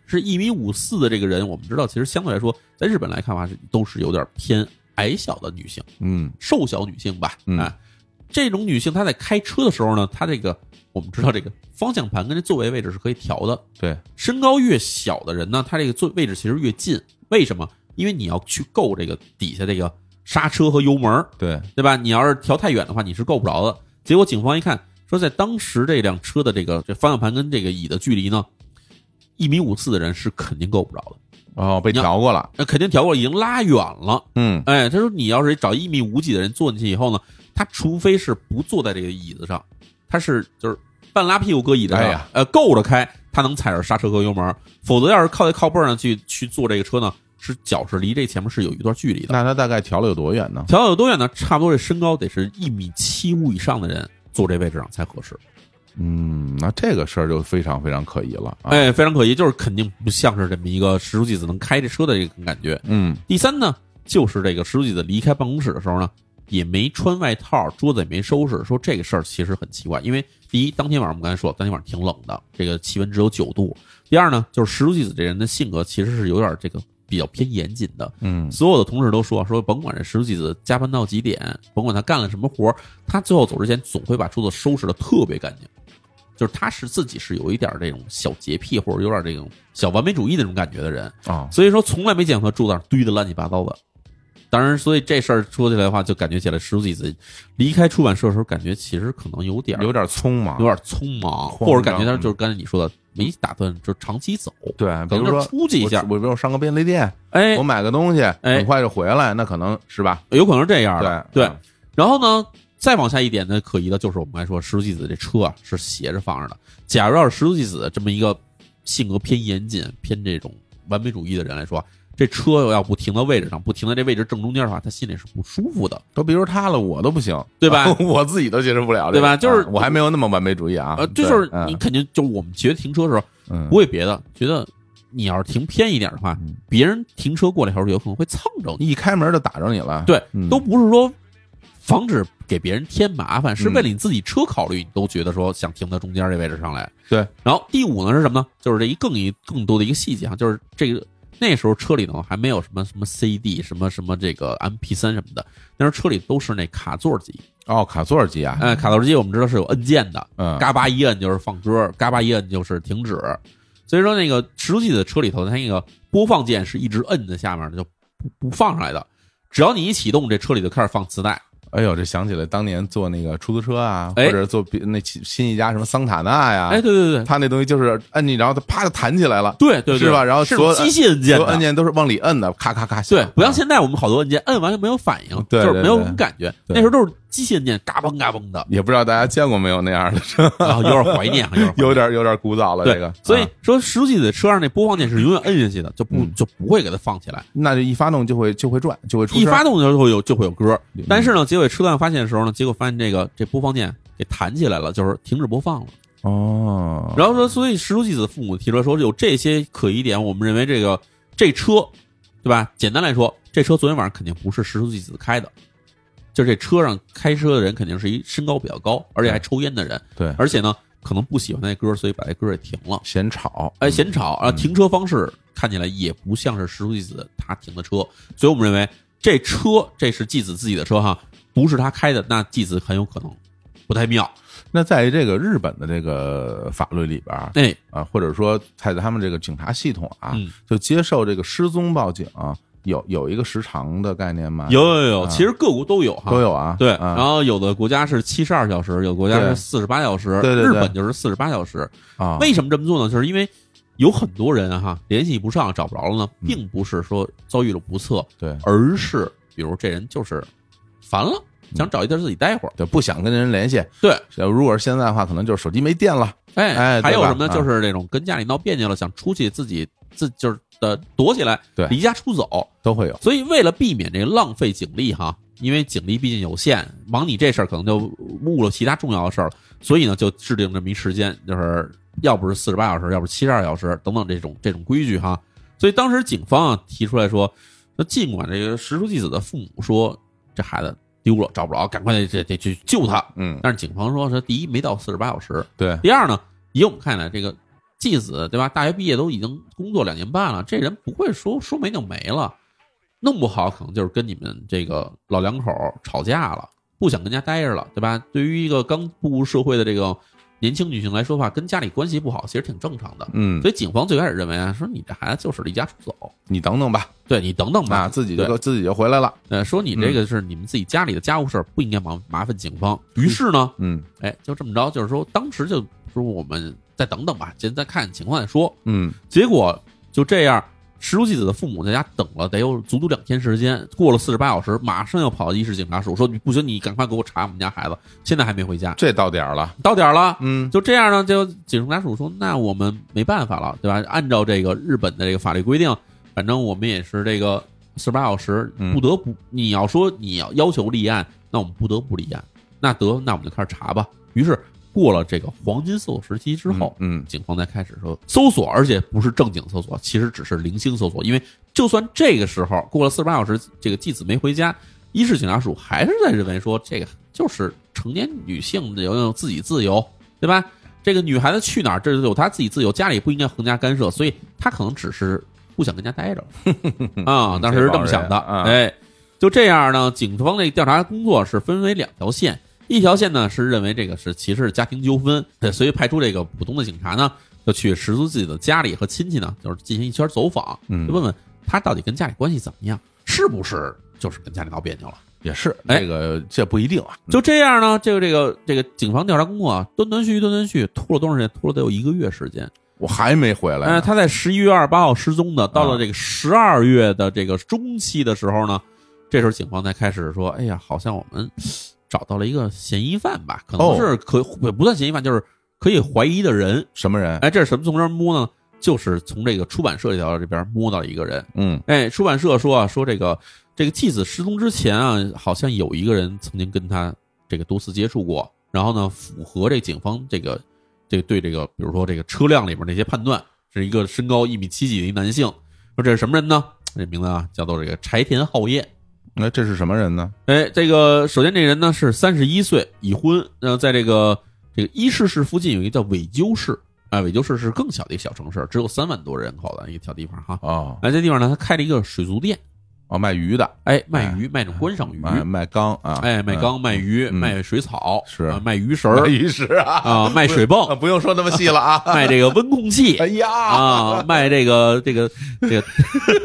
Speaker 1: 是一米五四的这个人，我们知道，其实相对来说，在日本来看的话，是都是有点偏矮小的女性。
Speaker 2: 嗯，
Speaker 1: 瘦小女性吧，
Speaker 2: 嗯
Speaker 1: 哎，这种女性她在开车的时候呢，她这个我们知道这个方向盘跟这座位位置是可以调的，
Speaker 2: 对，
Speaker 1: 身高越小的人呢，他这个座位置其实越近，为什么？因为你要去够这个底下这个刹车和油门儿，
Speaker 2: 对，
Speaker 1: 对吧？你要是调太远的话，你是够不着的。结果警方一看，说在当时这辆车的这个这方向盘跟这个椅的距离呢，一米五四的人是肯定够不着的，
Speaker 2: 哦，被调过了，
Speaker 1: 那肯定调过已经拉远了。
Speaker 2: 嗯，
Speaker 1: 哎，他说你要是找一米五几的人坐进去以后呢，他除非是不坐在这个椅子上，他是就是半拉屁股搁椅子上，
Speaker 2: 哎呀
Speaker 1: 呃，够着开，他能踩着刹车和油门，否则要是靠在靠背儿上去去坐这个车呢，是脚是离这前面是有一段距离的。
Speaker 2: 那他大概调了有多远呢？
Speaker 1: 调到有多远呢？差不多这身高得是一米七五以上的人坐这位置上才合适。
Speaker 2: 嗯，那这个事儿就非常非常可疑了，啊，
Speaker 1: 哎，非常可疑，就是肯定不像是这么一个石书记子能开这车的这个感觉。
Speaker 2: 嗯，
Speaker 1: 第三呢，就是这个石书记的离开办公室的时候呢，也没穿外套，桌子也没收拾。说这个事儿其实很奇怪，因为第一，当天晚上我们刚才说，当天晚上挺冷的，这个气温只有九度。第二呢，就是石书记子这人的性格其实是有点这个比较偏严谨的。
Speaker 2: 嗯，
Speaker 1: 所有的同事都说说，甭管这石书记子加班到几点，甭管他干了什么活儿，他最后走之前总会把桌子收拾的特别干净。就是他是自己是有一点这种小洁癖，或者有点这种小完美主义那种感觉的人，
Speaker 2: 哦，
Speaker 1: 所以说从来没见过他住那儿堆的乱七八糟的。当然，所以这事儿说起来的话，就感觉起来石书记子离开出版社的时候，感觉其实可能有点儿
Speaker 2: 有点匆忙
Speaker 1: 有，点匆忙，
Speaker 2: 慌张
Speaker 1: 或者感觉他就是刚才你说的，没打算就长期走，
Speaker 2: 对，比
Speaker 1: 可能
Speaker 2: 如
Speaker 1: 就
Speaker 2: 说
Speaker 1: 出去一下
Speaker 2: 我，我比如我上个便利店，
Speaker 1: 哎
Speaker 2: 我，买个东西，
Speaker 1: 哎
Speaker 2: 很快就回来，那可能是吧？
Speaker 1: 有可能是这样的
Speaker 2: 对。
Speaker 1: 对，
Speaker 2: 嗯
Speaker 1: 然后呢，再往下一点呢，可疑的就是我们来说，石书记子这车啊是斜着放着的。假如要是石书记子这么一个性格偏严谨、偏这种完美主义的人来说，这车要不停到位置上，不停在这位置正中间的话，他心里是不舒服的。
Speaker 2: 都别说他了，我都不行，
Speaker 1: 对吧
Speaker 2: 我自己都接受不了这个，
Speaker 1: 对吧就是
Speaker 2: 啊我还没有那么完美主义啊。
Speaker 1: 呃，这就是
Speaker 2: 对
Speaker 1: 你，肯定就我们觉得停车的时候
Speaker 2: 嗯
Speaker 1: 不，为别的，觉得你要是停偏一点的话
Speaker 2: 嗯，
Speaker 1: 别人停车过来的时候有可能会蹭着你。
Speaker 2: 一开门就打着你了，
Speaker 1: 对
Speaker 2: 嗯，
Speaker 1: 都不是说防止给别人添麻烦，是
Speaker 2: 嗯
Speaker 1: 为了你自己车考虑，你都觉得说想停到中间这位置上来。
Speaker 2: 对，
Speaker 1: 然后第五呢是什么呢？就是这一更一更多的一个细节啊，就是这个那时候车里头还没有什么什么 CD 什么什么这个 MP 三什么的，那时候车里都是那卡座机，
Speaker 2: 哦，卡座机啊，
Speaker 1: 哎，卡座机我们知道是有按键的，
Speaker 2: 嗯，
Speaker 1: 嘎巴一摁就是放歌，嘎巴一摁就是停止。所以说那个石书记的车里头，它那个播放键是一直摁在下面的，就不不放上来的。只要你一启动，这车里就开始放磁带。
Speaker 2: 哎呦，这想起来当年坐那个出租车啊，
Speaker 1: 哎
Speaker 2: 或者坐别那亲亲戚家什么桑塔纳呀，
Speaker 1: 哎，对对对
Speaker 2: 他那东西就是摁你，然后它啪就弹起来了，
Speaker 1: 对对对，
Speaker 2: 是吧然后
Speaker 1: 是
Speaker 2: 所有的
Speaker 1: 机械按
Speaker 2: 所
Speaker 1: 键
Speaker 2: 有
Speaker 1: 的，
Speaker 2: 按键都是往里摁的，咔咔咔响。
Speaker 1: 对，不像
Speaker 2: 啊
Speaker 1: 现在我们好多按键摁完就没有反应，
Speaker 2: 对对
Speaker 1: 就是没有什么感觉。
Speaker 2: 对，
Speaker 1: 那时候都是机械按键，嘎嘣嘎嘣的
Speaker 2: 也不知道大家见过没有那 样的，
Speaker 1: 然后有点怀念，啊有点怀念
Speaker 2: 有点有点古早了。
Speaker 1: 对
Speaker 2: 这个，
Speaker 1: 所以
Speaker 2: 啊
Speaker 1: 说石书记的车上那播放键是永远摁下去的，就不
Speaker 2: 嗯
Speaker 1: 就不会给它放起来。
Speaker 2: 那就一发动就会就会转，就会出
Speaker 1: 一
Speaker 2: 声
Speaker 1: 发动的时候有就会有歌
Speaker 2: 嗯，
Speaker 1: 但是呢，结果车段发现的时候呢，结果发现这个这播放键给弹起来了，就是停止播放了。
Speaker 2: 哦，
Speaker 1: 然后说，所以石书记子父母提出来说，有这些可疑点，我们认为这个这车，对吧？简单来说，这车昨天晚上肯定不是石书记子开的，就是这车上开车的人肯定是一身高比较高，而且还抽烟的人，
Speaker 2: 对
Speaker 1: 而且呢，可能不喜欢那歌，所以把那歌给停了。
Speaker 2: 嫌吵，
Speaker 1: 哎，嫌吵啊！
Speaker 2: 嗯
Speaker 1: 停车方式看起来也不像是石书纪子他停的车，所以我们认为这车这是纪子自己的车哈，不是他开的，那纪子很有可能不太妙。
Speaker 2: 那在这个日本的这个法律里边儿
Speaker 1: 哎，
Speaker 2: 啊，或者说在他们这个警察系统啊
Speaker 1: 嗯，
Speaker 2: 就接受这个失踪报警啊有有一个时长的概念吗？
Speaker 1: 有有有，
Speaker 2: 啊
Speaker 1: 其实各国都有哈，
Speaker 2: 都有啊，
Speaker 1: 对，
Speaker 2: 啊
Speaker 1: 然后有的国家是七十二小时，有的国家是
Speaker 2: 对
Speaker 1: 四十八小时，
Speaker 2: 对对对
Speaker 1: 日本就是四十八小时。
Speaker 2: 啊，
Speaker 1: 为什么这么做呢？就是因为有很多人啊哈联系不上、找不着了呢，
Speaker 2: 嗯
Speaker 1: 并不是说遭遇了不测，
Speaker 2: 对，
Speaker 1: 而是比如这人就是烦了，
Speaker 2: 嗯
Speaker 1: 想找一地儿自己待会儿。
Speaker 2: 就不想跟人联系。
Speaker 1: 对，
Speaker 2: 如果是现在的话，可能就是手机没电了，
Speaker 1: 哎，
Speaker 2: 哎
Speaker 1: 还有
Speaker 2: 对吧
Speaker 1: 什么呢？
Speaker 2: 啊
Speaker 1: 就是这种跟家里闹别扭了，想出去自己自就是呃躲起来，
Speaker 2: 对
Speaker 1: 离家出走。
Speaker 2: 都会有。
Speaker 1: 所以为了避免这个浪费警力哈，因为警力毕竟有限，忙你这事儿可能就误了其他重要的事儿了，所以呢就制定这么一时间，就是要不是四十八小时，要不是七十二小时等等这种这种规矩哈。所以当时警方啊提出来说，说尽管这个石出纪子的父母说这孩子丢了找不着，赶快得得得去救他，
Speaker 2: 嗯，
Speaker 1: 但是警方说说第一没到四十八小时，
Speaker 2: 对，
Speaker 1: 第二呢，以我们看来，这个继子对吧？大学毕业都已经工作两年半了，这人不会说说没就没了，弄不好可能就是跟你们这个老两口吵架了，不想跟家待着了，对吧？对于一个刚步入社会的这个年轻女性来说的话，跟家里关系不好，其实挺正常的。
Speaker 2: 嗯
Speaker 1: 所，以警方最开始认为啊，说你这孩子就是离家出走，
Speaker 2: 你等等吧，
Speaker 1: 对你等等吧
Speaker 2: 啊，，自己就
Speaker 1: 对
Speaker 2: 自己就回来了。
Speaker 1: 呃，说你这个是你们自己家里的家务事儿，不应该麻麻烦警方。于是呢，
Speaker 2: 嗯
Speaker 1: 哎，就这么着，就是说当时就说我们再等等吧，先再看情况再说。
Speaker 2: 嗯，
Speaker 1: 结果就这样，石柱纪子的父母在家等了得有足足两天时间，过了四十八小时，马上要跑到一市警察署说你不行，你赶快给我查我们家孩子，现在还没回家，
Speaker 2: 这到点儿了。
Speaker 1: 到点儿了。
Speaker 2: 嗯，
Speaker 1: 就这样呢，就警察署说，那我们没办法了，对吧？按照这个日本的这个法律规定，反正我们也是这个四十八小时，
Speaker 2: 嗯
Speaker 1: 不得不你要说你要要求立案，那我们不得不立案。那得，那我们就开始查吧。于是过了这个黄金搜索时期之后，
Speaker 2: 嗯，
Speaker 1: 警方才开始说搜索，而且不是正经搜索，其实只是零星搜索，因为就算这个时候过了四十八小时，这个继子没回家，一是警察署还是在认为说这个就是成年女性有有自己自由，对吧？这个女孩子去哪儿，这是有她自己自由，家里不应该横加干涉，所以她可能只是不想跟家待着 了啊。当时是这么想的，
Speaker 2: 这帮人啊
Speaker 1: 哎，就这样呢，警方这个调查工作是分为两条线，一条线呢是认为这个是歧视家庭纠纷， 对所以派出这个普通的警察呢，就去十足自己的家里和亲戚呢，就是进行一圈走访，
Speaker 2: 嗯
Speaker 1: 就问问他到底跟家里关系怎么样，是不是就是跟家里闹别扭了。
Speaker 2: 也是，
Speaker 1: 哎
Speaker 2: 这个这不一定啊。
Speaker 1: 就这样呢，这个这个这个警方调查工作啊，断断续续断断续续拖了多长时间？拖了得有一个月时间。
Speaker 2: 我还没回来
Speaker 1: 呃，
Speaker 2: 呢。
Speaker 1: 他在十一月二十八号失踪的，到了这个十二月的这个中期的时候呢，这时候警方才开始说：“哎呀，好像我们找到了一个嫌疑犯吧？可能
Speaker 2: 哦
Speaker 1: 是可不不算嫌疑犯，就是可以怀疑的人。
Speaker 2: 什么人？
Speaker 1: 哎，这是什么？从这儿摸呢？就是从这个出版社这条这边摸到一个人。
Speaker 2: 嗯
Speaker 1: 哎，出版社说啊，说这个这个继子失踪之前啊，好像有一个人曾经跟他这个多次接触过，然后呢，符合这警方这个这个对这个，比如说这个车辆里面这些判断，是一个身高一米七几的一男性。说这是什么人呢？这名字啊，叫做这个柴田浩彦。
Speaker 2: 那这是什么人呢？
Speaker 1: 哎，这个首先这人呢是三十一岁，已婚。那在这个这个伊势市附近有一个叫尾鸠市，哎，尾鸠市是更小的一个小城市，只有三万多人口的一个小地方哈。
Speaker 2: 哦
Speaker 1: 哎，这地方呢，他开了一个水族店，
Speaker 2: 哦，卖鱼的，
Speaker 1: 哎，卖鱼，卖那种观赏鱼，
Speaker 2: 卖卖缸啊，
Speaker 1: 哎，卖缸、
Speaker 2: 嗯
Speaker 1: 卖鱼、
Speaker 2: 嗯
Speaker 1: 卖水草，
Speaker 2: 是
Speaker 1: 啊卖鱼食
Speaker 2: 卖
Speaker 1: 儿
Speaker 2: 鱼食啊，
Speaker 1: 啊，卖水
Speaker 2: 啊
Speaker 1: 泵，
Speaker 2: 不用说那么细了啊。
Speaker 1: 卖这个温控器
Speaker 2: 哎呀，
Speaker 1: 啊，卖这个这个这个，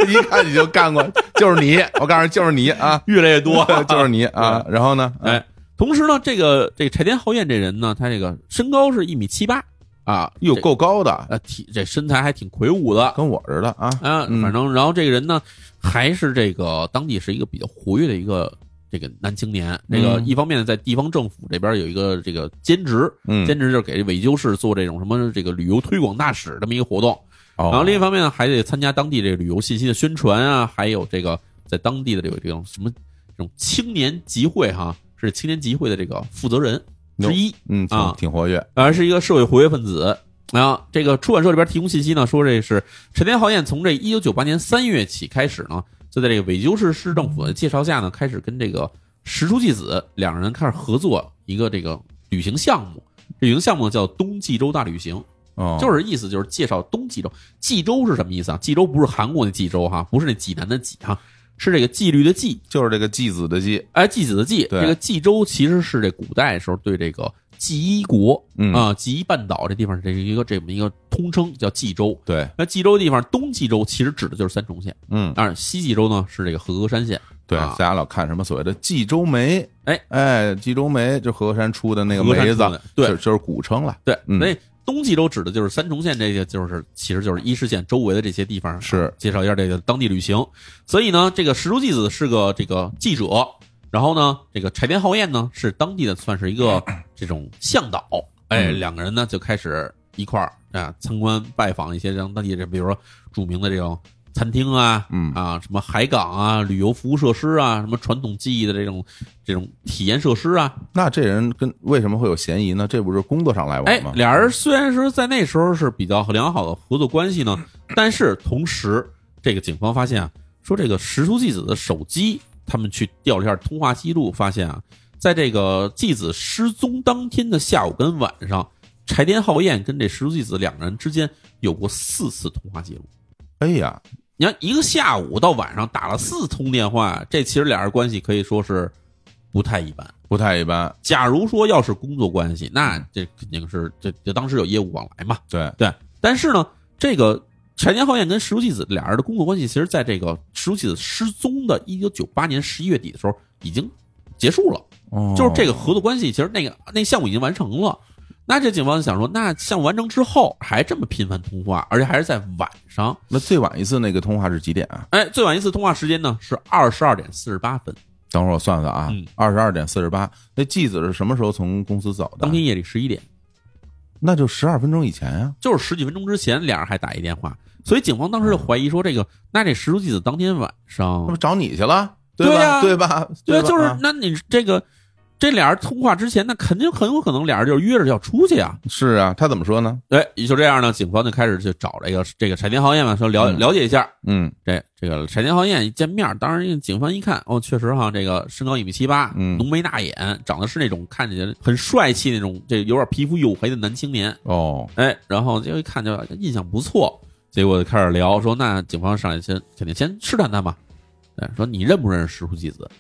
Speaker 2: 一看你就干过，就是你，我告诉你，就是你啊
Speaker 1: 越来越多
Speaker 2: 就是你啊。然后呢，
Speaker 1: 哎，同时呢，这个这个柴田浩彦这人呢，他这个身高是一米七八啊，
Speaker 2: 哟，
Speaker 1: 这
Speaker 2: 够高的，
Speaker 1: 呃体这身材还挺魁梧的
Speaker 2: 跟我似的啊。
Speaker 1: 啊，
Speaker 2: 嗯
Speaker 1: 反正然后这个人呢，还是这个当地是一个比较活跃的一个这个男青年，这个
Speaker 2: 嗯
Speaker 1: 一方面在地方政府这边有一个这个兼职，
Speaker 2: 嗯，
Speaker 1: 兼职就是给尾鸠市做这种什么这个旅游推广大使这么一个活动。
Speaker 2: 然
Speaker 1: 然后另
Speaker 2: 哦
Speaker 1: 一方面呢，还得参加当地这个旅游信息的宣传啊，还有这个在当地的这个这种什么这种青年集会哈、是青年集会的这个负责人之一，
Speaker 2: 嗯，
Speaker 1: 啊
Speaker 2: 挺挺活跃，
Speaker 1: 而是一个社会活跃分子。然后这个出版社这边提供信息呢，说这是陈天浩彦从这一九九八年三月起开始呢，就在这个尾鸠市市政府的介绍下呢，开始跟这个石出纪子两人开始合作一个这个旅行项目。这旅行项目叫东济州大旅行，
Speaker 2: 哦，
Speaker 1: 就是意思就是介绍东济州。济州是什么意思啊？济州不是韩国那济州哈，不是那济南的济哈，是这个纪律的纪，
Speaker 2: 就是这个继子的继，
Speaker 1: 哎，祭子的祭，
Speaker 2: 对
Speaker 1: 这个冀州其实是这古代时候对这个冀一国
Speaker 2: 嗯
Speaker 1: 啊、冀一半岛这地方这一个这么一个通称叫冀州。
Speaker 2: 对，
Speaker 1: 那冀州地方，东冀州其实指的就是三重县，
Speaker 2: 嗯，
Speaker 1: 而西冀州呢是这个合歌山县。
Speaker 2: 对，
Speaker 1: 啊
Speaker 2: 大家老看什么所谓的冀州梅，
Speaker 1: 哎
Speaker 2: 哎，冀州梅，就河山出的那个
Speaker 1: 河山
Speaker 2: 梅
Speaker 1: 出的
Speaker 2: 子，
Speaker 1: 对
Speaker 2: 就就是古称了，
Speaker 1: 对，
Speaker 2: 嗯
Speaker 1: 所以东冀州指的就是三重县，这个就是其实就是一市县周围的这些地方。
Speaker 2: 是
Speaker 1: 介绍一下这个当地旅行。所以呢，这个石竹纪子是个这个记者，然后呢，这个柴田浩彦呢是当地的算是一 个这种向导。哎，
Speaker 2: 嗯
Speaker 1: 两个人呢就开始一块儿啊参观拜访一些让当地人，比如说著名的这种餐厅啊，
Speaker 2: 嗯
Speaker 1: 啊什么海港啊、旅游服务设施啊、什么传统技艺的这种这种体验设施啊，
Speaker 2: 那这人跟为什么会有嫌疑呢？这不是工作上来
Speaker 1: 哎
Speaker 2: 往吗，？
Speaker 1: 俩人虽然说在那时候是比较良好的合作关系呢，但是同时，这个警方发现啊，说这个石书纪子的手机，他们去调了一下通话记录，发现啊，在这个纪子失踪当天的下午跟晚上，柴田浩彦跟这石书纪子两个人之间有过四次通话记录。
Speaker 2: 哎呀，
Speaker 1: 你看，一个下午到晚上打了四通电话，这其实俩人关系可以说是不太一般。
Speaker 2: 不太一般，
Speaker 1: 假如说要是工作关系，那这肯定是这这当时有业务往来嘛，
Speaker 2: 对，
Speaker 1: 对，但是呢，这个柴田浩彦跟石竹纪子俩人的工作关系，其实在这个石竹纪子失踪的一九九八年十一月底的时候已经结束了，
Speaker 2: 哦
Speaker 1: 就是这个合作关系，其实那个那项目已经完成了。那这警方想说，那项目完成之后还这么频繁通话，而且还是在晚上。
Speaker 2: 那最晚一次那个通话是几点啊？
Speaker 1: 哎，最晚一次通话时间呢是二十二点四十八分，
Speaker 2: 等会儿我算算啊
Speaker 1: 嗯，
Speaker 2: 二十二点四十八。那继子是什么时候从公司走的
Speaker 1: 当？天夜里十一点，
Speaker 2: 那就十二分钟以前啊。
Speaker 1: 就是十几分钟之前，俩人还打一电话，所以警方当时就怀疑说，这个那这石竹纪子当天晚上
Speaker 2: 那不找你去了，
Speaker 1: 对
Speaker 2: 吧？
Speaker 1: 呀
Speaker 2: 对吧？
Speaker 1: 对，
Speaker 2: 吧
Speaker 1: 就是
Speaker 2: 啊
Speaker 1: 那你这个这俩人通话之前，那肯定很有可能俩人就约着要出去啊。
Speaker 2: 是啊，他怎么说呢？
Speaker 1: 哎，就这样呢，警方就开始去找这个这个柴田浩彦嘛，说了
Speaker 2: 嗯
Speaker 1: 了解一下。
Speaker 2: 嗯
Speaker 1: 这这个柴田浩彦一见面，当然警方一看，哦，确实哈，这个身高一米七八，
Speaker 2: 嗯
Speaker 1: 浓眉大眼，长得是那种看起来很帅气那种，这有点皮肤黝黑的男青年。
Speaker 2: 哦，
Speaker 1: 哎，然后就一看就印象不错，结果就开始聊说，那警方上来先肯定先试探他嘛，哎，说你认不认识石书纪子？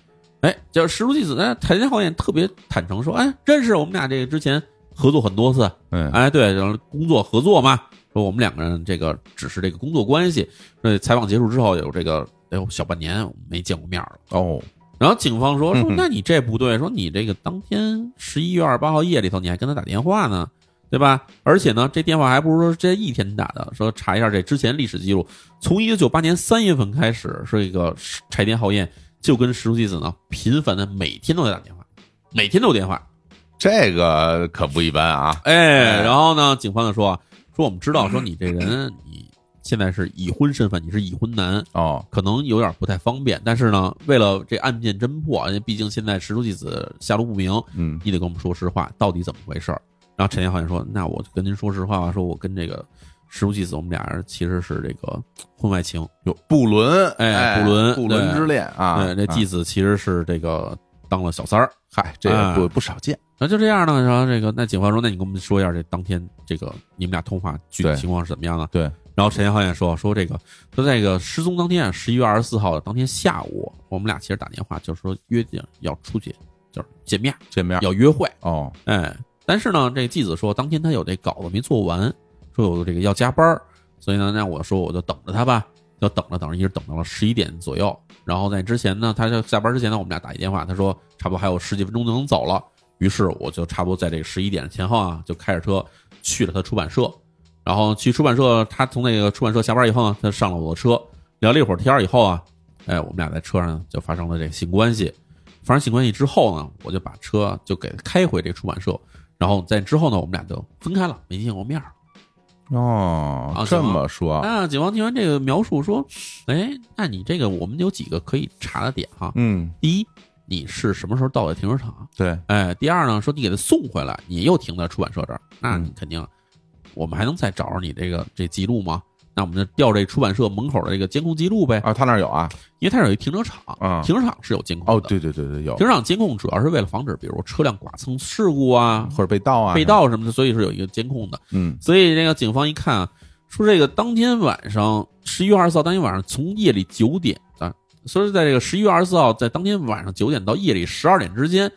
Speaker 1: 哎，就是石书纪子，哎，谭天浩彦特别坦诚说，哎，认识，我们俩这个之前合作很多次，
Speaker 2: 嗯，
Speaker 1: 哎，对，然后工作合作嘛，说我们两个人这个只是这个工作关系，所以采访结束之后有这个，哎呦，小半年没见过面了。
Speaker 2: 哦，
Speaker 1: 然后警方说
Speaker 2: 嗯
Speaker 1: 说
Speaker 2: 哼，
Speaker 1: 那你这不对，说你这个当天十一月二十八号夜里头你还跟他打电话呢，对吧？而且呢，这电话还不是说这一天打的，说查一下这之前历史记录，从一九九八年三月份开始，这个柴田浩彦就跟石书纪子呢频繁的每天都在打电话，每天都有电话，
Speaker 2: 这个可不一般啊。
Speaker 1: 哎，然后呢，警方就说啊，说我们知道，说你这人你现在是已婚身份，你是已婚男，
Speaker 2: 哦，
Speaker 1: 可能有点不太方便，但是呢，为了这案件侦破，因为毕竟现在石书纪子下落不明，
Speaker 2: 嗯，
Speaker 1: 你得跟我们说实话，到底怎么回事儿。然后陈天好像说：“那我就跟您说实话吧，说我跟这个石书纪子，我们俩人其实是这个婚外情。
Speaker 2: 有布伦，
Speaker 1: 哎
Speaker 2: 哎，
Speaker 1: 布伦
Speaker 2: 布伦
Speaker 1: 对
Speaker 2: 之恋啊，
Speaker 1: 对，这
Speaker 2: 啊
Speaker 1: 纪子其实是这个当了小三儿。
Speaker 2: 嗨，这个不
Speaker 1: 啊
Speaker 2: 不少见。
Speaker 1: 然后就这样呢，然后这个那警方说：那你跟我们说一下这当天这个你们俩通话具体
Speaker 2: 对
Speaker 1: 情况是怎么样的？
Speaker 2: 对，
Speaker 1: 然后陈天浩也说说这个说这个失踪当天啊，十一月二十四号的当天下午，我们俩其实打电话就是说约定要出去，就是见面
Speaker 2: 见面
Speaker 1: 要约会。
Speaker 2: 哦，
Speaker 1: 哎，但是呢，这个继子说当天他有这稿子没做完，说有这个要加班儿，所以呢，那我说我就等着他吧，就等着等着，一直等到了十一点左右。然后在之前呢，他就下班之前呢，我们俩打一电话，他说差不多还有十几分钟就能走了。于是我就差不多在这个十一点前后啊，就开着车去了他出版社。然后去出版社，他从那个出版社下班以后呢，啊他上了我的车，聊了一会儿天儿以后啊，哎，我们俩在车上就发生了这个性关系。发生性关系之后呢，我就把车就给开回这个出版社，然后在之后呢，我们俩就分开了，没见过面儿。
Speaker 2: 哦
Speaker 1: 啊，
Speaker 2: 这
Speaker 1: 行
Speaker 2: 么说，
Speaker 1: 那警方听完这个描述说，哎，那你这个我们有几个可以查的点哈。
Speaker 2: 嗯，
Speaker 1: 第一，你是什么时候到的停车场？
Speaker 2: 对，
Speaker 1: 哎，第二呢，说你给他送回来，你又停在出版社这儿，
Speaker 2: 嗯
Speaker 1: 那你肯定，我们还能再找着你这个这记录吗？那我们就调这出版社门口的这个监控记录呗，
Speaker 2: 啊，他那儿有啊，
Speaker 1: 因为它是有一停车场，
Speaker 2: 啊
Speaker 1: 停车场是有监控的。
Speaker 2: 哦，对对对对，有，
Speaker 1: 停车场监控主要是为了防止，比如车辆剐蹭事故啊、
Speaker 2: 或者被盗啊，
Speaker 1: 被，盗什么的，所以是有一个监控的。
Speaker 2: 嗯，
Speaker 1: 所以这个警方一看啊，说这个当天晚上十一月二十四号当天晚上，从夜里九点啊，说是在这个十一月二十四号，在当天晚上九点到夜里十二点之间，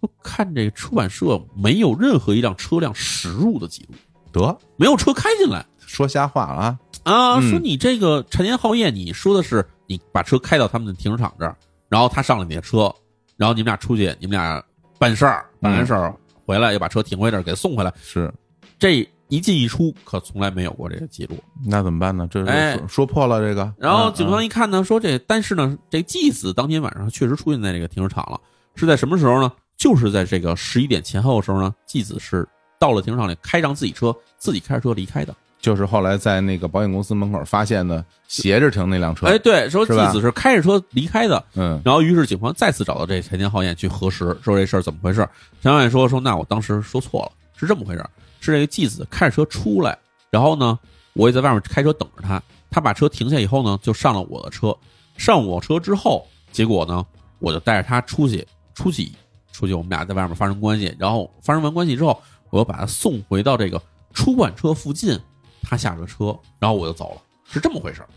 Speaker 1: 说看这个出版社没有任何一辆车辆驶入的记录，
Speaker 2: 得
Speaker 1: 没有车开进来
Speaker 2: 说瞎话了啊！
Speaker 1: 啊。
Speaker 2: 嗯
Speaker 1: 说你这个陈年浩业，你说的是你把车开到他们的停车场这儿，然后他上了你的车，然后你们俩出去，你们俩办事儿，办
Speaker 2: 嗯
Speaker 1: 完事儿回来又把车停回这儿给送回来，
Speaker 2: 是，
Speaker 1: 这一进一出可从来没有过这个记录。
Speaker 2: 那怎么办呢？这
Speaker 1: 哎
Speaker 2: 是说说破了这个。
Speaker 1: 然后
Speaker 2: 嗯
Speaker 1: 警方一看呢，说这但是呢，这继子当天晚上确实出现在这个停车场了，是在什么时候呢？就是在这个十一点前后的时候呢，继子是到了停车场里，开上自己车，自己开着车离开的。
Speaker 2: 就是后来在那个保险公司门口发现的斜着停那辆车。
Speaker 1: 哎，对，说继
Speaker 2: 是吧
Speaker 1: 子是开着车离开的。
Speaker 2: 嗯，
Speaker 1: 然后，于是警方再次找到这陈天浩彦去核实，说这事儿怎么回事儿。陈浩彦说：“说那我当时说错了，是这么回事儿，是这个继子开着车出来，然后呢，我也在外面开车等着他，他把车停下以后呢，就上了我的车，上我车之后，结果呢，我就带着他出去，出去，出去，我们俩在外面发生关系，然后发生完关系之后，我又把他送回到这个出版车附近，他下了车，然后我就走了，是这么回事儿。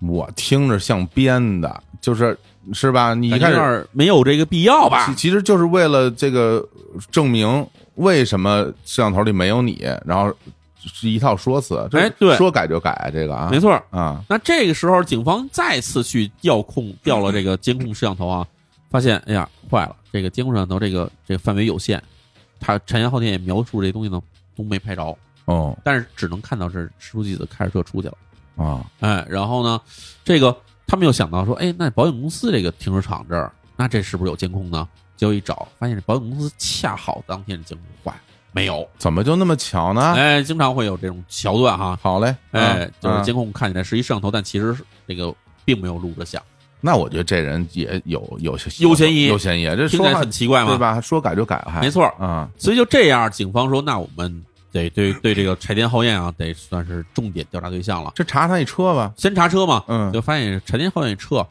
Speaker 2: 我听着像编的，就是是吧？你一开
Speaker 1: 感觉有
Speaker 2: 始
Speaker 1: 点没有这个必要吧
Speaker 2: 其？其实就是为了这个证明为什么摄像头里没有你，然后是一套说辞。这
Speaker 1: 哎对
Speaker 2: 说改就改这个啊，
Speaker 1: 没错儿。”
Speaker 2: 啊，
Speaker 1: 那这个时候，警方再次去调控调了这
Speaker 2: 嗯
Speaker 1: 个监控摄像头啊，发现哎呀坏了，这个监控摄像头这个这个范围有限，他产业浩天也描述这东西呢都没拍着，
Speaker 2: 哦
Speaker 1: 但是只能看到这石书记子开着车出去了。
Speaker 2: 啊，
Speaker 1: 哎，然后呢，这个他们又想到说，哎，那保险公司这个停车场这儿，那这是不是有监控呢？结果一找，发现这保险公司恰好当天的监控坏了，没有。
Speaker 2: 怎么就那么巧呢？
Speaker 1: 哎，经常会有这种桥段哈，
Speaker 2: 好嘞，
Speaker 1: 哎
Speaker 2: 啊，
Speaker 1: 就是
Speaker 2: 啊
Speaker 1: 监控看起来是一摄像头，但其实是这个并没有录着像。
Speaker 2: 那我觉得这人也有有
Speaker 1: 有嫌疑
Speaker 2: 有嫌疑。这
Speaker 1: 听起
Speaker 2: 说
Speaker 1: 来
Speaker 2: 话
Speaker 1: 很奇怪
Speaker 2: 对
Speaker 1: 嘛，
Speaker 2: 吧？说改就改，还
Speaker 1: 没错儿。
Speaker 2: 啊，
Speaker 1: 所以就这样，警方说，那我们得对对这个柴田浩彦啊，得算是重点调查对象了。
Speaker 2: 这查他一车吧，
Speaker 1: 先查车嘛，
Speaker 2: 嗯
Speaker 1: 就发现柴田浩彦车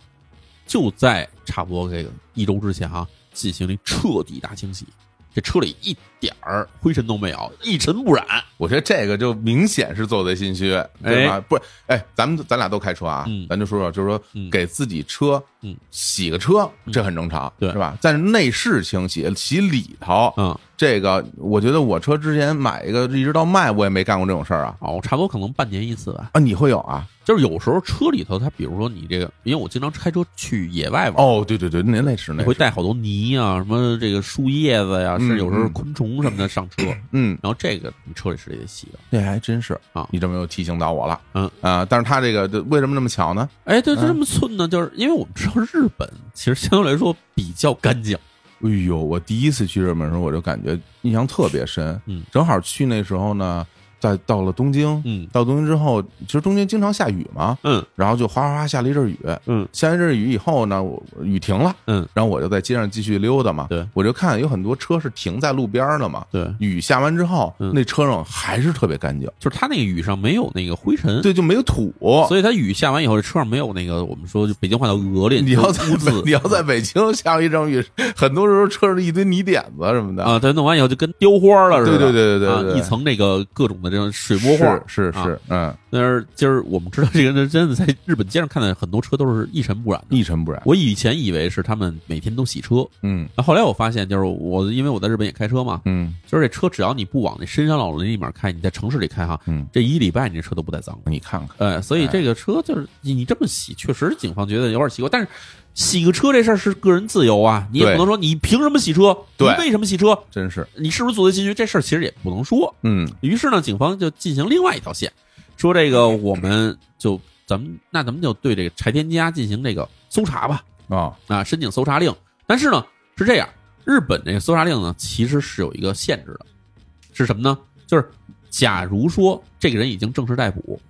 Speaker 1: 就在差不多这个一周之前啊，进行了彻底大清洗，这车里一点儿灰尘都没有，一尘不染。
Speaker 2: 我觉得这个就明显是做贼心虚，对吧？不是，哎，咱们咱俩都开车啊，
Speaker 1: 嗯
Speaker 2: 咱就说说，就是说
Speaker 1: 嗯
Speaker 2: 给自己车，
Speaker 1: 嗯
Speaker 2: 洗个车，这很正常，
Speaker 1: 对
Speaker 2: 是吧？但是内饰清洗，洗里头，
Speaker 1: 嗯，
Speaker 2: 这个我觉得我车之前买一个一直到卖，我也没干过这种事儿啊。
Speaker 1: 哦，差不多可能半年一次吧。
Speaker 2: 啊，你会有啊？
Speaker 1: 就是有时候车里头，它比如说你这个，因为我经常开车去野外玩，
Speaker 2: 哦，对对对，您内饰
Speaker 1: 你
Speaker 2: 那
Speaker 1: 会带好多泥啊，什么这个树叶子呀，甚
Speaker 2: 嗯
Speaker 1: 至有时候
Speaker 2: 嗯
Speaker 1: 昆虫什么的上车，
Speaker 2: 嗯，
Speaker 1: 然后这个你车里是得洗的。
Speaker 2: 那还真是
Speaker 1: 啊
Speaker 2: 你这么又提醒到我了，
Speaker 1: 嗯
Speaker 2: 啊，但是他这个这为什么那么巧呢？
Speaker 1: 哎，对，就
Speaker 2: 嗯
Speaker 1: 这么寸呢，就是因为我们知道日本其实相对来说比较干净，
Speaker 2: 哎呦，我第一次去日本的时候，我就感觉印象特别深。
Speaker 1: 嗯，
Speaker 2: 正好去那时候呢，在到了东京，
Speaker 1: 嗯
Speaker 2: 到东京之后，其实东京经常下雨嘛，
Speaker 1: 嗯
Speaker 2: 然后就哗哗哗下了一阵雨。
Speaker 1: 嗯，
Speaker 2: 下一阵雨以后呢，我雨停了，
Speaker 1: 嗯，
Speaker 2: 然后我就在街上继续溜达嘛。
Speaker 1: 对，
Speaker 2: 我就看有很多车是停在路边的嘛。
Speaker 1: 对，
Speaker 2: 雨下完之后，
Speaker 1: 嗯
Speaker 2: 那车上还是特别干净，
Speaker 1: 就是它那个雨上没有那个灰尘，
Speaker 2: 对，就哦没有土。
Speaker 1: 嗯所以它雨下完以后，这车上没有那个我们说就北京话叫鹅裂，
Speaker 2: 你要
Speaker 1: 就
Speaker 2: 在
Speaker 1: 是污渍
Speaker 2: 北你要在北京下一阵雨，很多时候车上一堆泥点子什么的。
Speaker 1: 啊，对，弄完以后就跟雕花了似
Speaker 2: 对
Speaker 1: 的，
Speaker 2: 对对对
Speaker 1: 啊
Speaker 2: 对对，
Speaker 1: 一层那个各种的这种水墨画，
Speaker 2: 是是
Speaker 1: 啊
Speaker 2: 是，嗯，
Speaker 1: 但是就是我们知道这个人真的在日本街上看到很多车都是一尘不染的。
Speaker 2: 一尘不染。
Speaker 1: 我以前以为是他们每天都洗车，
Speaker 2: 嗯
Speaker 1: 那后来我发现，就是我因为我在日本也开车嘛，
Speaker 2: 嗯
Speaker 1: 就是这车只要你不往那深山老林里面开，你在城市里开哈，
Speaker 2: 嗯，
Speaker 1: 这一礼拜你这车都不带脏的。
Speaker 2: 你看看，
Speaker 1: 哎，所以这个车就是你你这么洗，确实警方觉得有点奇怪。但是洗个车这事儿是个人自由啊，你也
Speaker 2: 对
Speaker 1: 不能说你凭什么洗车，你
Speaker 2: 对
Speaker 1: 为什么洗车，
Speaker 2: 真是，
Speaker 1: 你是不是做贼心虚，这事儿其实也不能说。
Speaker 2: 嗯
Speaker 1: 于是呢，警方就进行另外一条线，说这个我们就咱们那咱们就对这个柴田家进行这个搜查吧。
Speaker 2: 啊，
Speaker 1: 啊，申请搜查令。但是呢，是这样，日本这个搜查令呢，其实是有一个限制的，是什么呢？就是假如说这个人已经正式逮捕，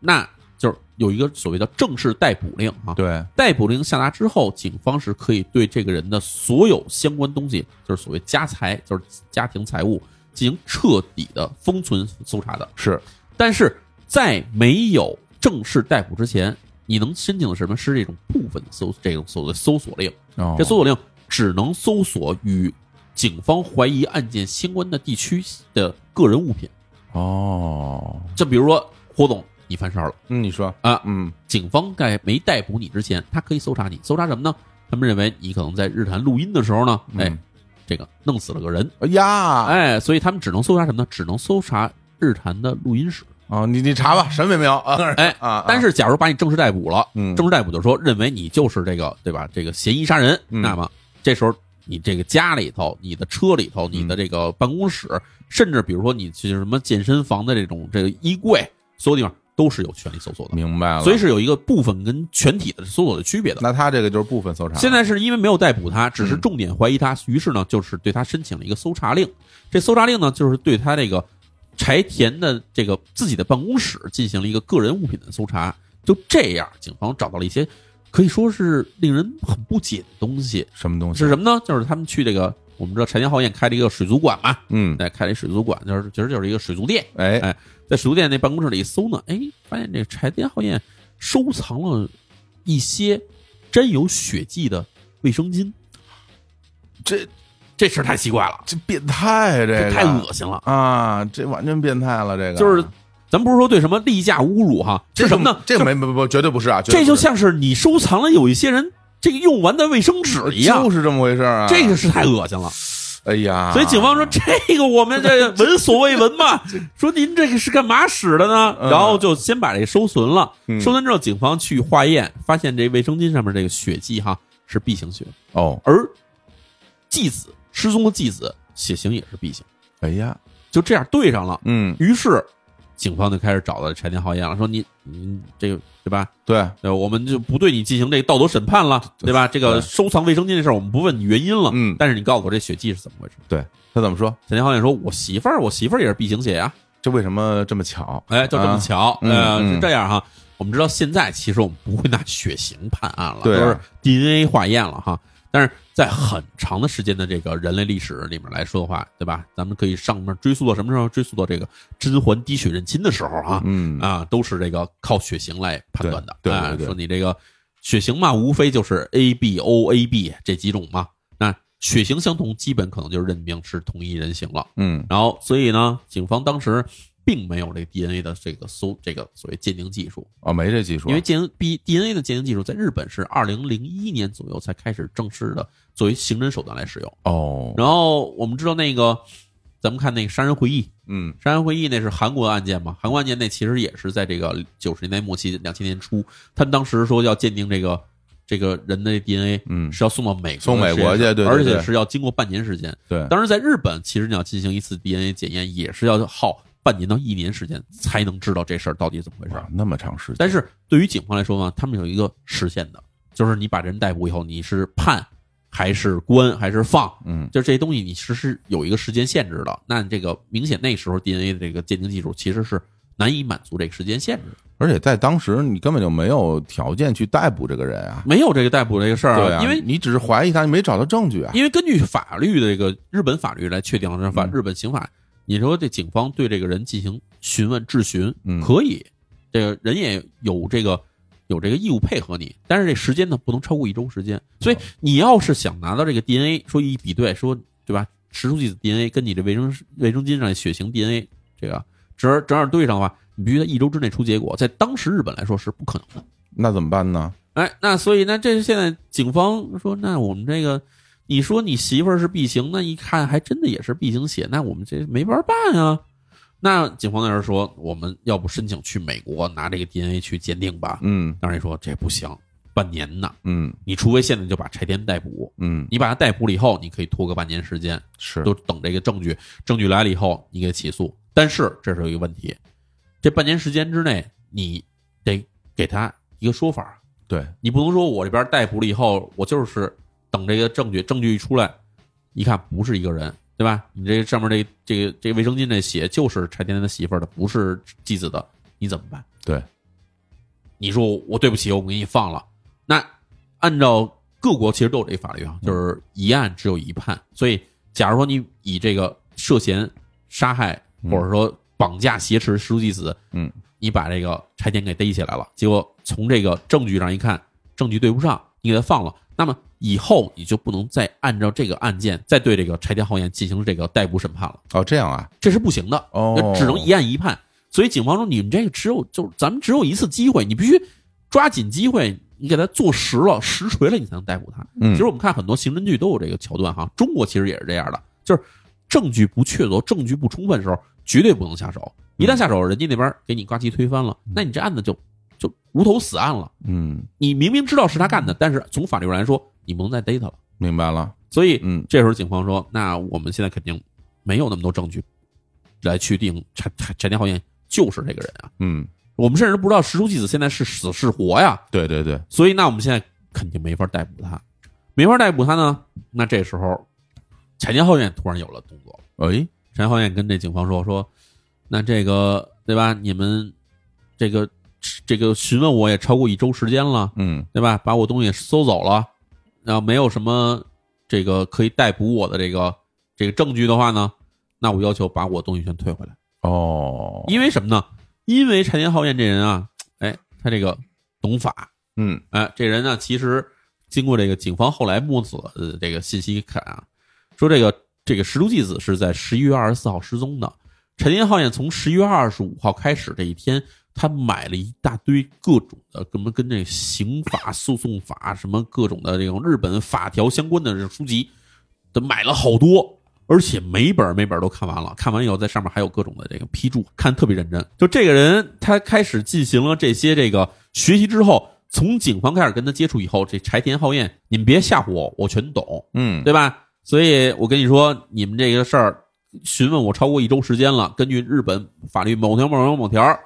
Speaker 1: 那就是有一个所谓的正式逮捕令啊。
Speaker 2: 对，
Speaker 1: 逮捕令下达之后，警方是可以对这个人的所有相关东西，就是所谓家财，就是家庭财物，进行彻底的封存搜查的。
Speaker 2: 是
Speaker 1: 但是在没有正式逮捕之前，你能申请的是什么是这种部分搜这种所谓搜索令。
Speaker 2: 哦
Speaker 1: 这搜索令只能搜索与警方怀疑案件相关的地区的个人物品，
Speaker 2: 哦，
Speaker 1: 就比如说火总，你犯事儿了。
Speaker 2: 嗯，你说
Speaker 1: 啊
Speaker 2: 嗯
Speaker 1: 警方在没逮捕你之前，他可以搜查你，搜查什么呢？他们认为你可能在日坛录音的时候呢，哎，
Speaker 2: 嗯
Speaker 1: 这个弄死了个人，
Speaker 2: 哎呀，
Speaker 1: 哎，所以他们只能搜查什么呢？只能搜查日坛的录音室。
Speaker 2: 啊，你你查吧，审美没有 啊？
Speaker 1: 哎
Speaker 2: 啊啊，
Speaker 1: 但是，假如把你正式逮捕了，
Speaker 2: 嗯
Speaker 1: 正式逮捕就是说认为你就是这个对吧？这个嫌疑杀人，
Speaker 2: 嗯
Speaker 1: 那么这时候你这个家里头、你的车里头、
Speaker 2: 嗯
Speaker 1: 你的这个办公室，甚至比如说你去什么健身房的这种这个衣柜，所有地方都是有权利搜索的，
Speaker 2: 明白了，
Speaker 1: 所以是有一个部分跟全体的搜索的区别的。
Speaker 2: 那他这个就是部分搜查，
Speaker 1: 现在是因为没有逮捕他，只是
Speaker 2: 嗯
Speaker 1: 重点怀疑他，于是呢，就是对他申请了一个搜查令。这搜查令呢，就是对他这个柴田的这个自己的办公室进行了一个个人物品的搜查。就这样，警方找到了一些可以说是令人很不解的东西，
Speaker 2: 什么东西？
Speaker 1: 是什么呢？就是他们去这个我们知道柴田浩彦开了一个水族馆嘛，
Speaker 2: 嗯，
Speaker 1: 哎，开了一水族馆，就是其实就是一个水族店，
Speaker 2: 哎
Speaker 1: 哎在水族店那办公室里一搜呢，哎，发现这个柴田浩彦收藏了一些沾有血迹的卫生巾，
Speaker 2: 这
Speaker 1: 这事儿太奇怪了，
Speaker 2: 这变态，啊这
Speaker 1: 这
Speaker 2: 个
Speaker 1: 太恶心了。
Speaker 2: 啊，这完全变态了，这个
Speaker 1: 就是咱不是说对什么例假侮辱哈，
Speaker 2: 这
Speaker 1: 是什么
Speaker 2: 个
Speaker 1: 呢？
Speaker 2: 这个没不不绝对不是啊，绝
Speaker 1: 这
Speaker 2: 对
Speaker 1: 就
Speaker 2: 不是
Speaker 1: 像是你收藏了有一些人这个用完的卫生纸一样
Speaker 2: 就，是这么回事儿啊，
Speaker 1: 这个是太恶心了。
Speaker 2: 哎呀，
Speaker 1: 所以警方说这个我们这闻所未闻嘛，说您这个是干嘛使的呢？
Speaker 2: 嗯
Speaker 1: 然后就先把这收存了
Speaker 2: 嗯，
Speaker 1: 收存之后警方去化验，发现这卫生巾上面这个血迹哈是 B 型血，
Speaker 2: 哦，
Speaker 1: 而继子失踪的继子血型也是 B 型，
Speaker 2: 哎呀，
Speaker 1: 就这样对上了。
Speaker 2: 嗯，
Speaker 1: 于是警方就开始找到柴田浩彦了，说你你这个对吧？
Speaker 2: 对，
Speaker 1: 对，我们就不对你进行这个道德审判了，对吧？这个收藏卫生巾这事儿我们不问你原因了，
Speaker 2: 嗯
Speaker 1: 但是你告诉我这血迹是怎么回事？
Speaker 2: 他怎么说？
Speaker 1: 陈天浩也说：“我媳妇儿，我媳妇儿也是 B 型血呀、
Speaker 2: 这为什么这么巧？
Speaker 1: 哎，就这么
Speaker 2: 啊
Speaker 1: 巧，
Speaker 2: 嗯
Speaker 1: 呃，
Speaker 2: 嗯
Speaker 1: 是这样哈。我们知道现在其实我们不会拿血型判案了，
Speaker 2: 对啊
Speaker 1: 都是 DNA 化验了哈。但是在很长的时间的这个人类历史里面来说的话，对吧？咱们可以上面追溯到什么时候？追溯到这个甄嬛滴血认亲的时候啊，
Speaker 2: 嗯
Speaker 1: 啊，都是这个靠血型来判断的。
Speaker 2: 对对
Speaker 1: 啊
Speaker 2: 对对
Speaker 1: 说你这个血型嘛，无非就是 A B O A B 这几种嘛。那血型相同，基本可能就是认定是同一人形了。
Speaker 2: 嗯
Speaker 1: 然后所以呢，警方当时并没有这个 DNA 的这个搜这个所谓鉴定技术，
Speaker 2: 哦，没这技术，
Speaker 1: 因为鉴 B DNA 的鉴定技术在日本是二零零一年左右才开始正式的作为刑侦手段来使用。
Speaker 2: 哦，
Speaker 1: 然后我们知道那个，咱们看那个《杀人回忆》，
Speaker 2: 嗯
Speaker 1: 《杀人回忆》那是韩国的案件嘛？韩国案件那其实也是在这个九十年代末期、两千年初，他们当时说要鉴定这个这个人的 DNA，
Speaker 2: 嗯
Speaker 1: 是要送到美国的
Speaker 2: 送美
Speaker 1: 实验
Speaker 2: 国去
Speaker 1: 室
Speaker 2: 对对
Speaker 1: 而
Speaker 2: 对
Speaker 1: 且是要经过半年时间。
Speaker 2: 对
Speaker 1: 当时在日本，其实你要进行一次 DNA 检验，也是要耗半年到一年时间才能知道这事儿到底怎么回事儿
Speaker 2: 哇。，那么长时间，
Speaker 1: 但是对于警方来说呢，他们有一个时限的，就是你把人逮捕以后，你是判还是关还是放，
Speaker 2: 嗯
Speaker 1: 就这些东西你是是有一个时间限制的。那这个明显那时候 DNA 的这个鉴定技术其实是难以满足这个时间限制的，
Speaker 2: 而且在当时你根本就没有条件去逮捕这个人啊，
Speaker 1: 没有这个逮捕这个事儿
Speaker 2: 对啊，
Speaker 1: 因为。
Speaker 2: 你只是怀疑他，你没找到证据啊，
Speaker 1: 因为根据法律的这个日本法律来确定的法，
Speaker 2: 嗯
Speaker 1: 日本刑法，你说这警方对这个人进行询问质询，
Speaker 2: 嗯
Speaker 1: 可以，这个人也有这个有这个义务配合你，但是这时间呢不能超过一周时间。所以你要是想拿到这个 DNA，说一比对，说对吧？石书记的 DNA 跟你这卫生卫生巾上的血型 DNA 这个正儿正好对上的话，你必须在一周之内出结果，在当时日本来说是不可能的。
Speaker 2: 那怎么办呢？
Speaker 1: 哎，那所以呢，这是现在警方说，那我们这个，你说你媳妇儿是 B 型，那一看还真的也是 B 型血，那我们这没法办啊。那警方在这儿说，我们要不申请去美国拿这个 DNA 去鉴定吧？
Speaker 2: 嗯
Speaker 1: 当然说这不行，半年呢，
Speaker 2: 嗯
Speaker 1: 你除非现在就把柴田逮捕，
Speaker 2: 嗯，
Speaker 1: 你把他逮捕了以后，你可以拖个半年时间，
Speaker 2: 是
Speaker 1: 都等这个证据，证据来了以后，你给起诉。但是这是有一个问题，这半年时间之内，你得给他一个说法，
Speaker 2: 对，
Speaker 1: 你不能说我这边逮捕了以后，我就是等这个证据，证据一出来，一看不是一个人，对吧？你这上面这这个这个卫生巾这血就是柴田的媳妇儿的，不是继子的，你怎么办？
Speaker 2: 对，
Speaker 1: 你说我对不起，我给你放了。那按照各国其实都有这法律啊，就是一案只有一判，所以假如说你以这个涉嫌杀害或者说绑架挟持失足继子，
Speaker 2: 嗯，
Speaker 1: 你把这个柴田给逮起来了，结果从这个证据上一看，证据对不上，你给他放了，那么以后你就不能再按照这个案件再对这个柴田浩彦进行这个逮捕审判了，
Speaker 2: 哦，这样啊，
Speaker 1: 这是不行的，
Speaker 2: 哦
Speaker 1: 只能一案一判。所以警方说，你们这个只有就是咱们只有一次机会，你必须抓紧机会，你给他坐实了、实锤了，你才能逮捕他。
Speaker 2: 嗯
Speaker 1: 其实我们看很多刑侦剧都有这个桥段哈，中国其实也是这样的，就是证据不确凿、证据不充分的时候，绝对不能下手。一
Speaker 2: 嗯
Speaker 1: 旦下手，人家那边给你呱唧推翻了，那你这案子就就无头死案了。
Speaker 2: 嗯，
Speaker 1: 你明明知道是他干的，但是从法律上来说，你不能再逮他了。
Speaker 2: 明白了，
Speaker 1: 所以
Speaker 2: 嗯
Speaker 1: 这时候警方说：“那我们现在肯定没有那么多证据来确定柴柴柴田浩彦就是这个人啊。
Speaker 2: 嗯，
Speaker 1: 我们甚至不知道石书纪子现在是死是活呀。
Speaker 2: 对对对，
Speaker 1: 所以那我们现在肯定没法逮捕他，没法逮捕他呢。那这时候柴田浩彦突然有了动作，
Speaker 2: 哎，
Speaker 1: 柴田浩彦跟这警方说说，那这个对吧？你们这个这个询问我也超过一周时间了。”
Speaker 2: 嗯
Speaker 1: 对吧？把我东西搜走了，然后没有什么这个可以逮捕我的这个这个证据的话呢，那我要求把我东西全退回来。
Speaker 2: 哦，
Speaker 1: 因为什么呢？因为柴田浩彦这人啊，哎，他这个懂法，
Speaker 2: 嗯
Speaker 1: 哎，这人呢，其实经过这个警方后来摸索的这个信息看啊，说这个这个石都纪子是在十一月二十四号失踪的。陈天浩彦从十一月二十五号开始这一天，他买了一大堆各种的什么跟这刑法、诉讼法什么各种的这种日本法条相关的这种书籍，他买了好多，而且每本儿每本儿都看完了，看完以后在上面还有各种的这个批注，看得特别认真。就这个人，他开始进行了这些这个学习之后，从警方开始跟他接触以后，这柴田浩彦，你们别吓唬我，我全懂，
Speaker 2: 嗯，
Speaker 1: 对吧？所以我跟你说，你们这个事儿询问我超过一周时间了，根据日本法律某条某条某条，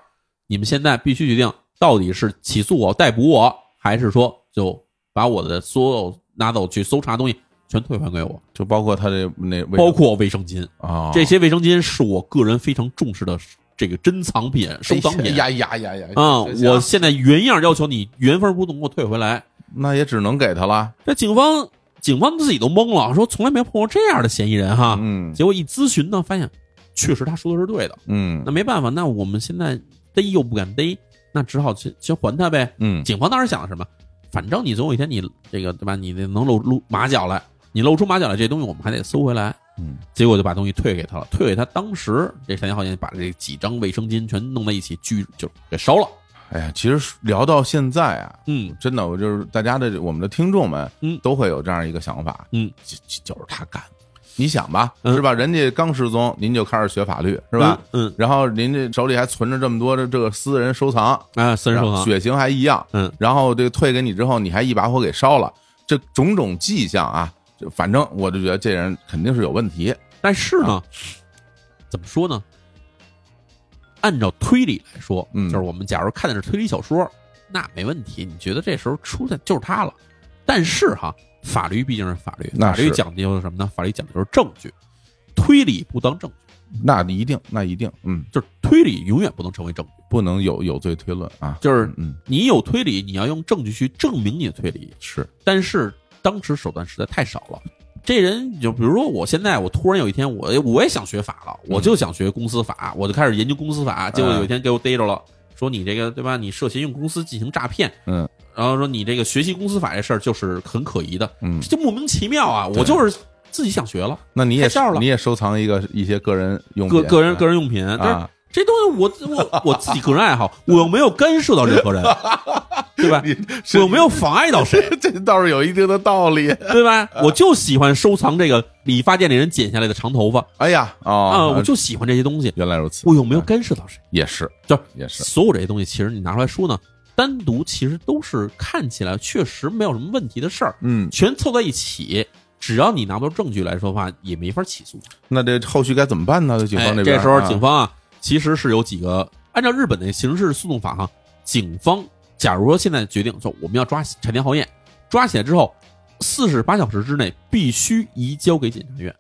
Speaker 1: 你们现在必须决定到底是起诉我、逮捕我，还是说就把我的所有拿走去搜查的东西全退还给我。
Speaker 2: 就包括他这那位
Speaker 1: 包括卫生巾，
Speaker 2: 啊
Speaker 1: 这些卫生巾是我个人非常重视的这个珍藏品、收藏
Speaker 2: 哎
Speaker 1: 品。
Speaker 2: 呀呀呀呀
Speaker 1: 啊、
Speaker 2: 这下
Speaker 1: 我现在原样要求你原封不动给我退回来。
Speaker 2: 那也只能给他了，
Speaker 1: 这警方，警方自己都懵了，说从来没碰过这样的嫌疑人哈。
Speaker 2: 嗯
Speaker 1: 结果一咨询呢，发现确实他说的是对的。
Speaker 2: 嗯
Speaker 1: 那没办法，那我们现在逮又不敢逮，那只好先先还他呗。
Speaker 2: 嗯
Speaker 1: 警方当时想的什么？反正你总有一天你这个对吧？你得能露露马脚来，你露出马脚来，这东西我们还得搜回来。
Speaker 2: 嗯
Speaker 1: 结果就把东西退给他了。退给他，当时这山田浩彦把这几张卫生巾全弄在一起，聚就给烧了。
Speaker 2: 哎呀，其实聊到现在啊，
Speaker 1: 嗯，
Speaker 2: 真的，我就是大家的我们的听众们，
Speaker 1: 嗯
Speaker 2: 都会有这样一个想法，
Speaker 1: 嗯
Speaker 2: 就，就就是他干的。你想吧，
Speaker 1: 嗯
Speaker 2: 是吧？人家刚失踪，您就开始学法律，是吧？
Speaker 1: 嗯？
Speaker 2: 然后您这手里还存着这么多的这个私人收藏，
Speaker 1: 嗯，啊，私人收
Speaker 2: 然后
Speaker 1: 藏，
Speaker 2: 血型还一样，
Speaker 1: 嗯，
Speaker 2: 然后这个退给你之后，你还一把火给烧了，这种种迹象啊，就反正我就觉得这人肯定是有问题，
Speaker 1: 但是
Speaker 2: 啊
Speaker 1: 呢，怎么说呢？按照推理来说，
Speaker 2: 嗯
Speaker 1: 就是我们假如看的是推理小说，那没问题，你觉得这时候出的就是他了。但是哈，法律毕竟是法律，
Speaker 2: 那
Speaker 1: 法律
Speaker 2: 是
Speaker 1: 讲究是什么呢？法律讲究是证据，推理不当证据，
Speaker 2: 那一定，那一定，嗯，
Speaker 1: 就是推理永远不能成为证据，
Speaker 2: 不能有有罪推论啊，
Speaker 1: 就是
Speaker 2: 嗯，
Speaker 1: 你有推理，你要用证据去证明你的推理。
Speaker 2: 是，
Speaker 1: 但是当时手段实在太少了。这人就比如说，我现在我突然有一天，我我也想学法了，
Speaker 2: 嗯
Speaker 1: 我就想学公司法，我就开始研究公司
Speaker 2: 哎
Speaker 1: 法。结果有一天给我逮着了，说你这个对吧？你涉嫌用公司进行诈骗，
Speaker 2: 嗯，
Speaker 1: 然后说你这个学习公司法这事儿就是很可疑的，
Speaker 2: 嗯，
Speaker 1: 这就莫名其妙啊！我就是自己想学了，
Speaker 2: 那你也
Speaker 1: 开窍了
Speaker 2: 你也收藏一个一些个人用
Speaker 1: 个
Speaker 2: 品，
Speaker 1: 个人个人用品，但是
Speaker 2: 啊，
Speaker 1: 这东西我我我自己个人爱好，我又没有干涉到任 何人，对吧？我又没有妨碍到谁，
Speaker 2: 这倒是有一定的 道理。
Speaker 1: 对 吧？
Speaker 2: 嗯
Speaker 1: 我就喜欢收藏这个理发店里人剪下来的长头发
Speaker 2: 哎呀，啊、
Speaker 1: 啊，我就喜欢这些东西。
Speaker 2: 原来如此，嗯
Speaker 1: 我有没有干涉到谁？
Speaker 2: 也是，
Speaker 1: 就是
Speaker 2: 也是，
Speaker 1: 所有这些东西，其实你拿出来说呢，单独其实都是看起来确实没有什么问题的事儿，
Speaker 2: 嗯，
Speaker 1: 全凑在一起，只要你拿不到证据来说的话，也没法起诉。
Speaker 2: 那这后续该怎么办呢？这警方
Speaker 1: 哎
Speaker 2: 边，
Speaker 1: 这时候
Speaker 2: 啊
Speaker 1: 警方啊，其实是有几个按照日本的刑事诉讼法哈，警方假如说现在决定说我们要抓柴田浩彦，抓起来之后，四十八小时之内必须移交给检察院，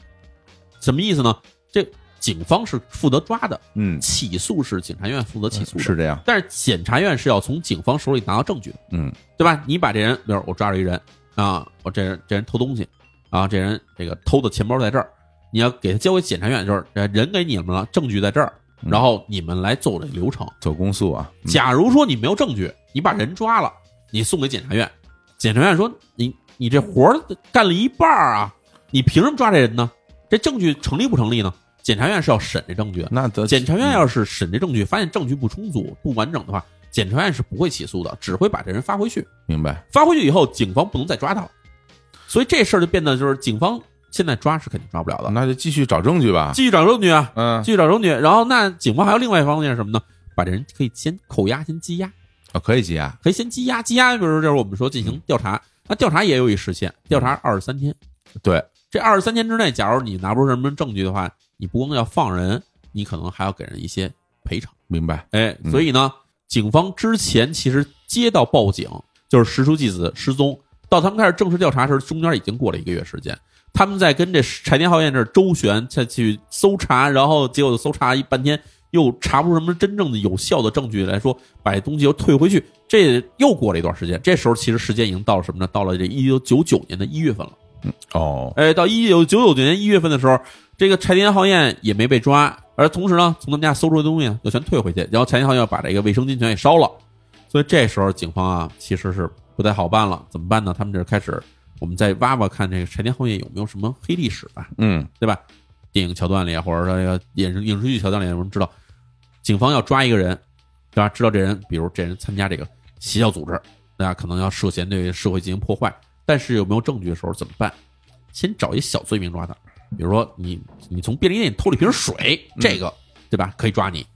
Speaker 1: 什么意思呢？这警方是负责抓的，
Speaker 2: 嗯，
Speaker 1: 起诉是检察院负责起诉的，
Speaker 2: 是这样，
Speaker 1: 嗯但是检察院是要从警方手里拿到证据的，
Speaker 2: 嗯
Speaker 1: 对吧？你把这人，比如我抓着一人啊，我这人这人偷东西啊，这人这个偷的钱包在这儿，你要给他交给检察院，就是呃人给你们了，证据在这儿，
Speaker 2: 嗯
Speaker 1: 然后你们来走这流程。
Speaker 2: 走公诉啊，嗯
Speaker 1: 假如说你没有证据，你把人抓了，你送给检察院，检察院说你你这活儿干了一半儿啊，你凭什么抓这人呢？这证据成立不成立呢？检察院是要审这证据，
Speaker 2: 那嗯咱
Speaker 1: 检察院要是审这证据，发现证据不充足、不完整的话，检察院是不会起诉的，只会把这人发回去。
Speaker 2: 明白，
Speaker 1: 发回去以后，警方不能再抓他，所以这事儿就变得就是警方现在抓是肯定抓不了的，
Speaker 2: 那就继续找证据吧。
Speaker 1: 嗯继续找证据啊，
Speaker 2: 嗯，
Speaker 1: 继续找证据。然后那警方还有另外一方面是什么呢？把这人可以先扣押，先羁押，
Speaker 2: 啊，可以羁押，
Speaker 1: 可以先羁押，羁押，比如说就是我们说进行调查，那调查也有一时限，调查二十三天。
Speaker 2: 对，
Speaker 1: 这二十三天之内，假如你拿不出什么证据的话，你不光要放人，你可能还要给人一些赔偿。
Speaker 2: 明白，
Speaker 1: 哎，
Speaker 2: 嗯
Speaker 1: 所以呢，警方之前其实接到报警，就是石书纪子失踪，到他们开始正式调查时，中间已经过了一个月时间。他们在跟这柴田浩彦这儿周旋，再去搜查，然后结果搜查一半天，又查不出什么真正的有效的证据来说，把这东西又退回去。这又过了一段时间，这时候其实时间已经到了什么呢？到了这一九九九年的一月份了。
Speaker 2: 哦，
Speaker 1: 哎，到一九九九年一月份的时候，这个柴田浩彦也没被抓，而同时呢，从他们家搜出的东西呢，又全退回去，然后柴田浩彦把这个卫生巾全给烧了，所以这时候警方啊其实是不太好办了，怎么办呢？他们这开始，我们再挖挖看这个柴田浩彦有没有什么黑历史吧，
Speaker 2: 嗯，
Speaker 1: 对吧？电影桥段里，或者说这个影视影视剧桥段里，我们知道，警方要抓一个人，对吧？知道这人，比如这人参加这个邪教组织，大家可能要涉嫌对社会进行破坏，但是有没有证据的时候怎么办？先找一小罪名抓他，比如说你你从便利店里偷了一瓶水，这个对吧？可以抓你，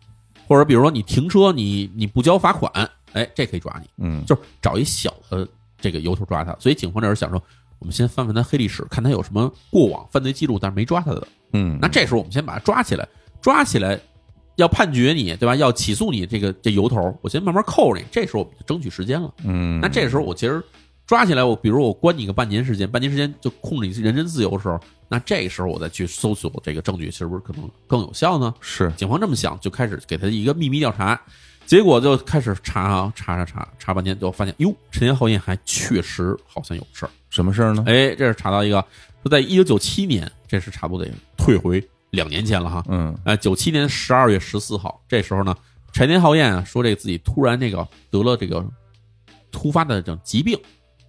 Speaker 1: 或者比如说你停车你你不交罚款，哎，这可以抓你。
Speaker 2: 嗯，
Speaker 1: 就是找一小的这个由头抓他。所以警方这时候想说，我们先翻翻他黑历史，看他有什么过往犯罪记录，但是没抓他的。
Speaker 2: 嗯，
Speaker 1: 那这时候我们先把他抓起来，抓起来要判决你，对吧？要起诉你这个这由头，我先慢慢扣着你。这时候我们就争取时间了。
Speaker 2: 嗯，
Speaker 1: 那这时候我其实抓起来，我比如我关你个半年时间，半年时间就控制你人身自由的时候，那这时候我再去搜索这个证据，是不是可能更有效呢？
Speaker 2: 是，
Speaker 1: 警方这么想，就开始给他一个秘密调查，结果就开始查啊查查查查半天，就发现哟，陈天浩彦还确实好像有事儿。
Speaker 2: 什么事儿呢？
Speaker 1: 哎，这是查到一个，说在一九九七年，这是差不多得退回两年前了哈。
Speaker 2: 嗯，
Speaker 1: 呃，九七年十二月十四号，这时候呢，柴田浩彦啊说这自己突然这个得了这个突发的这种疾病，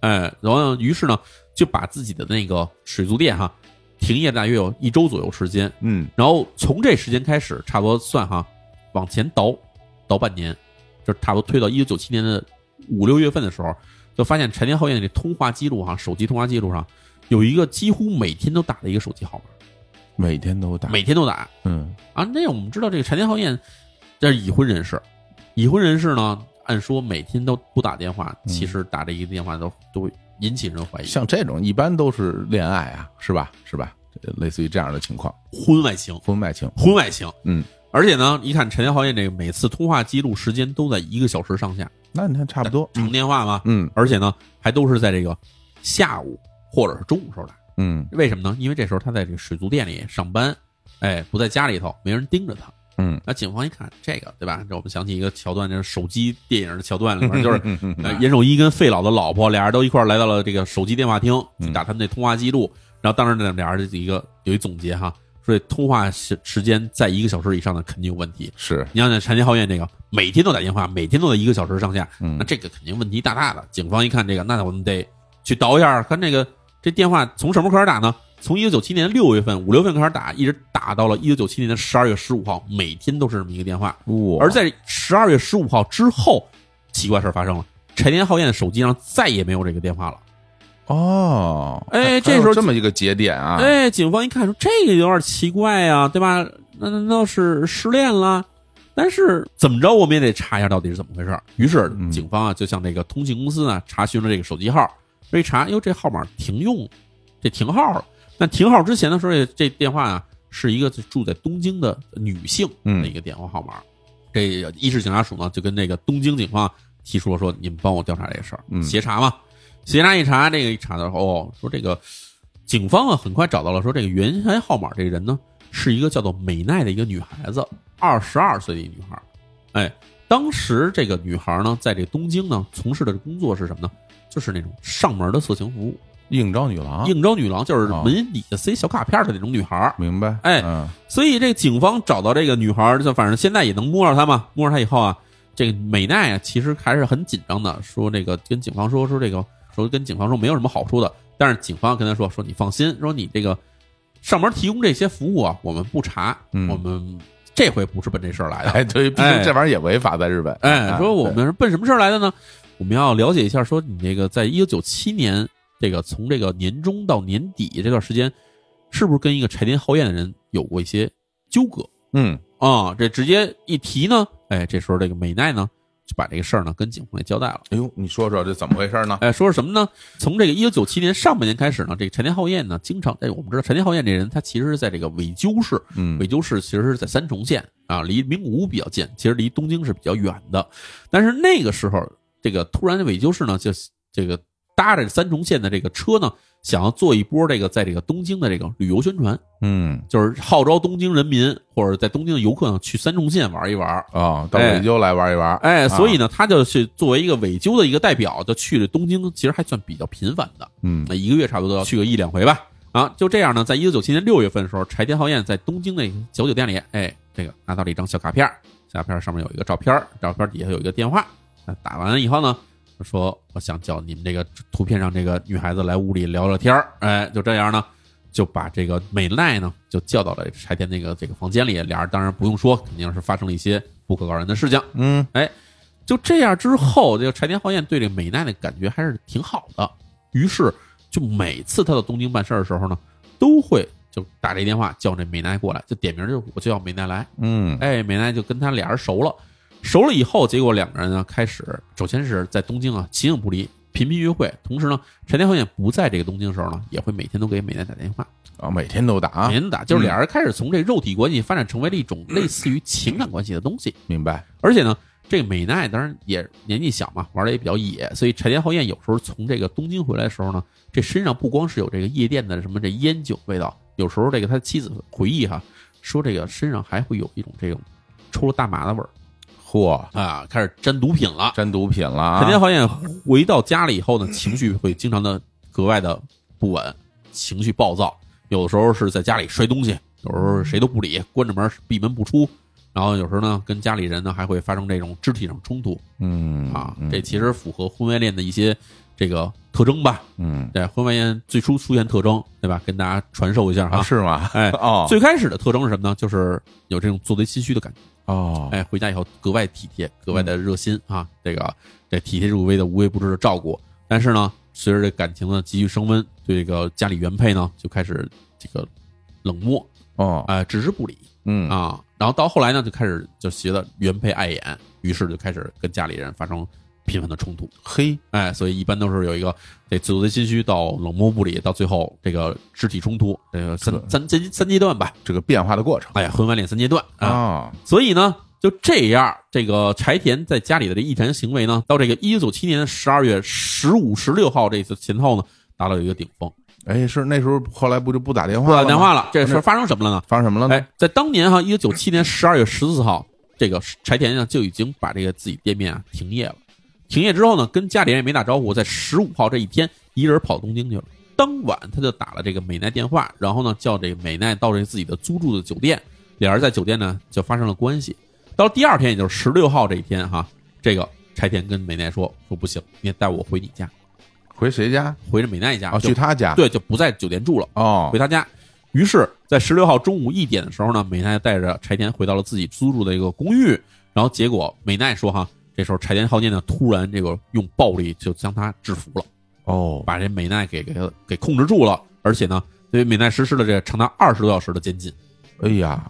Speaker 1: 哎，然后呢于是呢就把自己的那个水族店哈停业大约有一周左右时间，
Speaker 2: 嗯，
Speaker 1: 然后从这时间开始，差不多算哈，往前倒倒半年，就是差不多推到一九九七年的五六月份的时候，就发现柴田浩彦的这通话记录哈，手机通话记录上有一个几乎每天都打的一个手机号码，
Speaker 2: 每天都打，
Speaker 1: 每天都打
Speaker 2: 嗯，
Speaker 1: 啊。那我们知道这个柴田浩彦这是已婚人士，已婚人士呢，按说每天都不打电话，
Speaker 2: 嗯
Speaker 1: 其实打这一个电话都都会引起人怀疑，
Speaker 2: 像这种一般都是恋爱啊，是吧？是吧？类似于这样的情况，
Speaker 1: 婚外情。
Speaker 2: 婚外情，
Speaker 1: 婚外情。
Speaker 2: 嗯，
Speaker 1: 而且呢，一看陈天浩彦这个每次通话记录时间都在一个小时上下，
Speaker 2: 那你看差不 多，
Speaker 1: 长电话嘛，
Speaker 2: 嗯
Speaker 1: 而且呢，还都是在这个下午或者是中午时候打。
Speaker 2: 嗯
Speaker 1: 为什么呢？因为这时候他在这个水族店里上班，哎，不在家里头，没人盯着他。
Speaker 2: 嗯，
Speaker 1: 那警方一看这个，对吧？这我们想起一个桥段，就是手机电影的桥段里 面，就是
Speaker 2: 嗯嗯
Speaker 1: 呃，严守一跟费老的老婆俩人都一块儿来到了这个手机电话厅，去打他们那通话记录。然后当时那俩人的一个有一总结哈，说这通话时时间在一个小时以上的肯定有问题。
Speaker 2: 是，
Speaker 1: 你像那柴田浩彦这个，每天都打电话，每天都在一个小时上下，
Speaker 2: 嗯
Speaker 1: 那这个肯定问题大大的。警方一看这个，那我们得去倒一下，看这个这电话从什么开始打呢？从一九九七年六月份、五六月份开始打，一直打到了一九九七年的十二月十五号，每天都是这么一个电话。
Speaker 2: 哇
Speaker 1: 而在十二月十五号之后，奇怪事儿发生了，柴田浩彦的手机上再也没有这个电话了。
Speaker 2: 哦，
Speaker 1: 哎
Speaker 2: 还还有
Speaker 1: 这时候
Speaker 2: 这么一个节点啊，
Speaker 1: 哎，警方一看说这个有点奇怪呀、对吧？那难道是失恋了？但是怎么着，我们也得查一下到底是怎么回事儿。于是
Speaker 2: 嗯
Speaker 1: 警方啊，就向这个通信公司呢查询了这个手机号，这一查，哟，哎这号码停用了，这停号了。那停号之前的时候，这这电话啊是一个住在东京的女性的一个电话号码。这一市警察署呢就跟这个东京警方提出了说，你们帮我调查这个事儿，
Speaker 2: 嗯
Speaker 1: 协查嘛。协查一查，这个一查到哦，说这个警方啊，很快找到了，说这个原来号码这个人呢，是一个叫做美奈的一个女孩子，二十二岁的一女孩。哎，当时这个女孩呢，在这个东京呢，从事的工作是什么呢？就是那种上门的色情服务，
Speaker 2: 应招女郎，
Speaker 1: 应招女郎，就是
Speaker 2: 哦
Speaker 1: 门底下塞小卡片的那种女孩。
Speaker 2: 明白？
Speaker 1: 哎
Speaker 2: 嗯
Speaker 1: 所以这个警方找到这个女孩儿，就反正现在也能摸着她嘛。摸着她以后啊，这个美奈啊，其实还是很紧张的，说这个跟警方说说这个说跟警方说没有什么好处的，但是警方跟她说说你放心，说你这个上门提供这些服务啊，我们不查，
Speaker 2: 嗯
Speaker 1: 我们这回不是奔这事儿来的。
Speaker 2: 哎，对，毕竟
Speaker 1: 哎
Speaker 2: 这玩意儿也违法，在日本。
Speaker 1: 哎，说我
Speaker 2: 啊对
Speaker 1: 们是奔什么事儿来的呢？我们要了解一下，说你这个在一九九七年，这个从这个年中到年底这段时间，是不是跟一个柴田浩彦的人有过一些纠葛
Speaker 2: 嗯
Speaker 1: 啊？这直接一提呢，哎，这时候这个美奈呢就把这个事儿呢跟警方给交代了。
Speaker 2: 哎呦，你说说这怎么回事呢？
Speaker 1: 哎，说是什么呢？从这个一九九七年上半年开始呢，这个柴田浩彦呢，经常，哎，我们知道柴田浩彦这人，他其实是在这个尾鸠市，
Speaker 2: 嗯
Speaker 1: 尾鸠市其实是在三重县啊，离名古屋比较近，其实离东京是比较远的。但是那个时候，这个突然尾鸠市呢，就这个搭着三重县的这个车呢，想要做一波这个在这个东京的这个旅游宣传，
Speaker 2: 嗯
Speaker 1: 就是号召东京人民或者在东京的游客呢去三重县玩一玩。
Speaker 2: 哦，到
Speaker 1: 哎
Speaker 2: 北京来玩一玩。
Speaker 1: 哎，
Speaker 2: 啊
Speaker 1: 所以呢，他就去作为一个尾鸠的一个代表，就去了东京，其实还算比较频繁的。
Speaker 2: 嗯
Speaker 1: 那一个月差不多要去个一两回吧。啊，就这样呢，在一九九七年六月份的时候，柴田浩彦在东京的小酒店里，哎，这个拿到了一张小卡片儿，小卡片儿上面有一个照片儿，照片儿底下有一个电话。那打完了以后呢，就说我想叫你们这个图片上这个女孩子来屋里聊聊天儿，哎，就这样呢，就把这个美奈呢就叫到了柴田那个这个房间里，俩人当然不用说，肯定是发生了一些不可告人的事情。
Speaker 2: 嗯
Speaker 1: 就这样之后，这个柴田浩彦对这美奈的感觉还是挺好的。于是，就每次他到东京办事儿的时候呢，都会就打这电话叫这美奈过来，就点名就我就要美奈来。
Speaker 2: 嗯
Speaker 1: 哎，美奈就跟他俩人熟了，熟了以后，结果两个人呢开始，首先是在东京啊形影不离，频频约会。同时呢，柴田浩彦不在这个东京的时候呢，也会每天都给美奈打电话，
Speaker 2: 啊，每天都打啊
Speaker 1: 每，天打，就是俩人开始从这肉体关系发展成为了一种类似于情感关系的东西。
Speaker 2: 明白？
Speaker 1: 而且呢，这个美奈当然也年纪小嘛，玩的也比较野，所以柴田浩彦有时候从这个东京回来的时候呢，这身上不光是有这个夜店的什么这烟酒味道，有时候这个他妻子回忆哈，说这个身上还会有一种这种抽了大麻的味儿
Speaker 2: 嚯，
Speaker 1: 啊，开始沾毒品了。
Speaker 2: 沾毒品了
Speaker 1: 柴田
Speaker 2: 啊！
Speaker 1: 浩彦回到家里以后呢，情绪会经常的格外的不稳，情绪暴躁，有时候是在家里摔东西，有时候谁都不理，关着门闭门不出，然后有时候呢跟家里人呢还会发生这种肢体上冲突
Speaker 2: 嗯
Speaker 1: 啊，
Speaker 2: 嗯
Speaker 1: 这其实符合婚外恋的一些这个特征吧？
Speaker 2: 嗯
Speaker 1: 对，婚外恋最初出现特征，对吧？跟大家传授一下
Speaker 2: 啊
Speaker 1: 啊。
Speaker 2: 是吗？
Speaker 1: 哎
Speaker 2: 哦
Speaker 1: 最开始的特征是什么呢？就是有这种做贼心虚的感觉。
Speaker 2: 哦
Speaker 1: 哎，回家以后格外体贴，格外的热心啊，这个这体贴入微的无微不至的照顾。但是呢，随着这感情的急剧升温，对这个家里原配呢就开始这个冷漠，
Speaker 2: 哦
Speaker 1: 啊，置之不理
Speaker 2: 嗯
Speaker 1: 啊。然后到后来呢，就开始就觉得原配碍眼，于是就开始跟家里人发生频繁的冲突。
Speaker 2: 嘿
Speaker 1: 哎，所以一般都是有一个这自我的心虚到冷漠不理，到最后这个肢体冲突，这个三
Speaker 2: 是
Speaker 1: 三三三阶段吧。
Speaker 2: 这个变化的过程
Speaker 1: 哎呀，婚外恋三阶段啊。
Speaker 2: 啊
Speaker 1: 所以呢，就这样，这个柴田在家里的这一谈行为呢，到这个一九九七年十二月十五、十六号这次前后呢，达到一个顶峰。
Speaker 2: 哎是那时候后来不就不打电话
Speaker 1: 不
Speaker 2: 了
Speaker 1: 打
Speaker 2: 吗
Speaker 1: 电话了，这事儿发生什么了呢？
Speaker 2: 发生什么了呢？
Speaker 1: 哎，在当年哈，一九九七年十二月十四号，这个柴田呢就已经把这个自己店面啊停业了。停业之后呢，跟家里人也没打招呼，在十五号这一天，一人跑东京去了。当晚他就打了这个美奈电话，然后呢叫这个美奈到这自己的租住的酒店，俩人在酒店呢就发生了关系。到第二天，也就是十六号这一天哈，这个柴田跟美奈说说不行，你得带我回你家，
Speaker 2: 回谁家？
Speaker 1: 回这美奈家，
Speaker 2: 哦，
Speaker 1: 就
Speaker 2: 去他家。
Speaker 1: 对，就不在酒店住了。
Speaker 2: 哦
Speaker 1: 回，他家。于是，在十六号中午一点的时候呢，美奈带着柴田回到了自己租住的一个公寓。然后结果美奈说哈，这时候柴田浩介呢突然这个用暴力就将他制服了，
Speaker 2: 哦，
Speaker 1: 把这美奈给给给控制住了，而且呢对美奈实施了这长达二十多小时的监禁。
Speaker 2: 哎呀，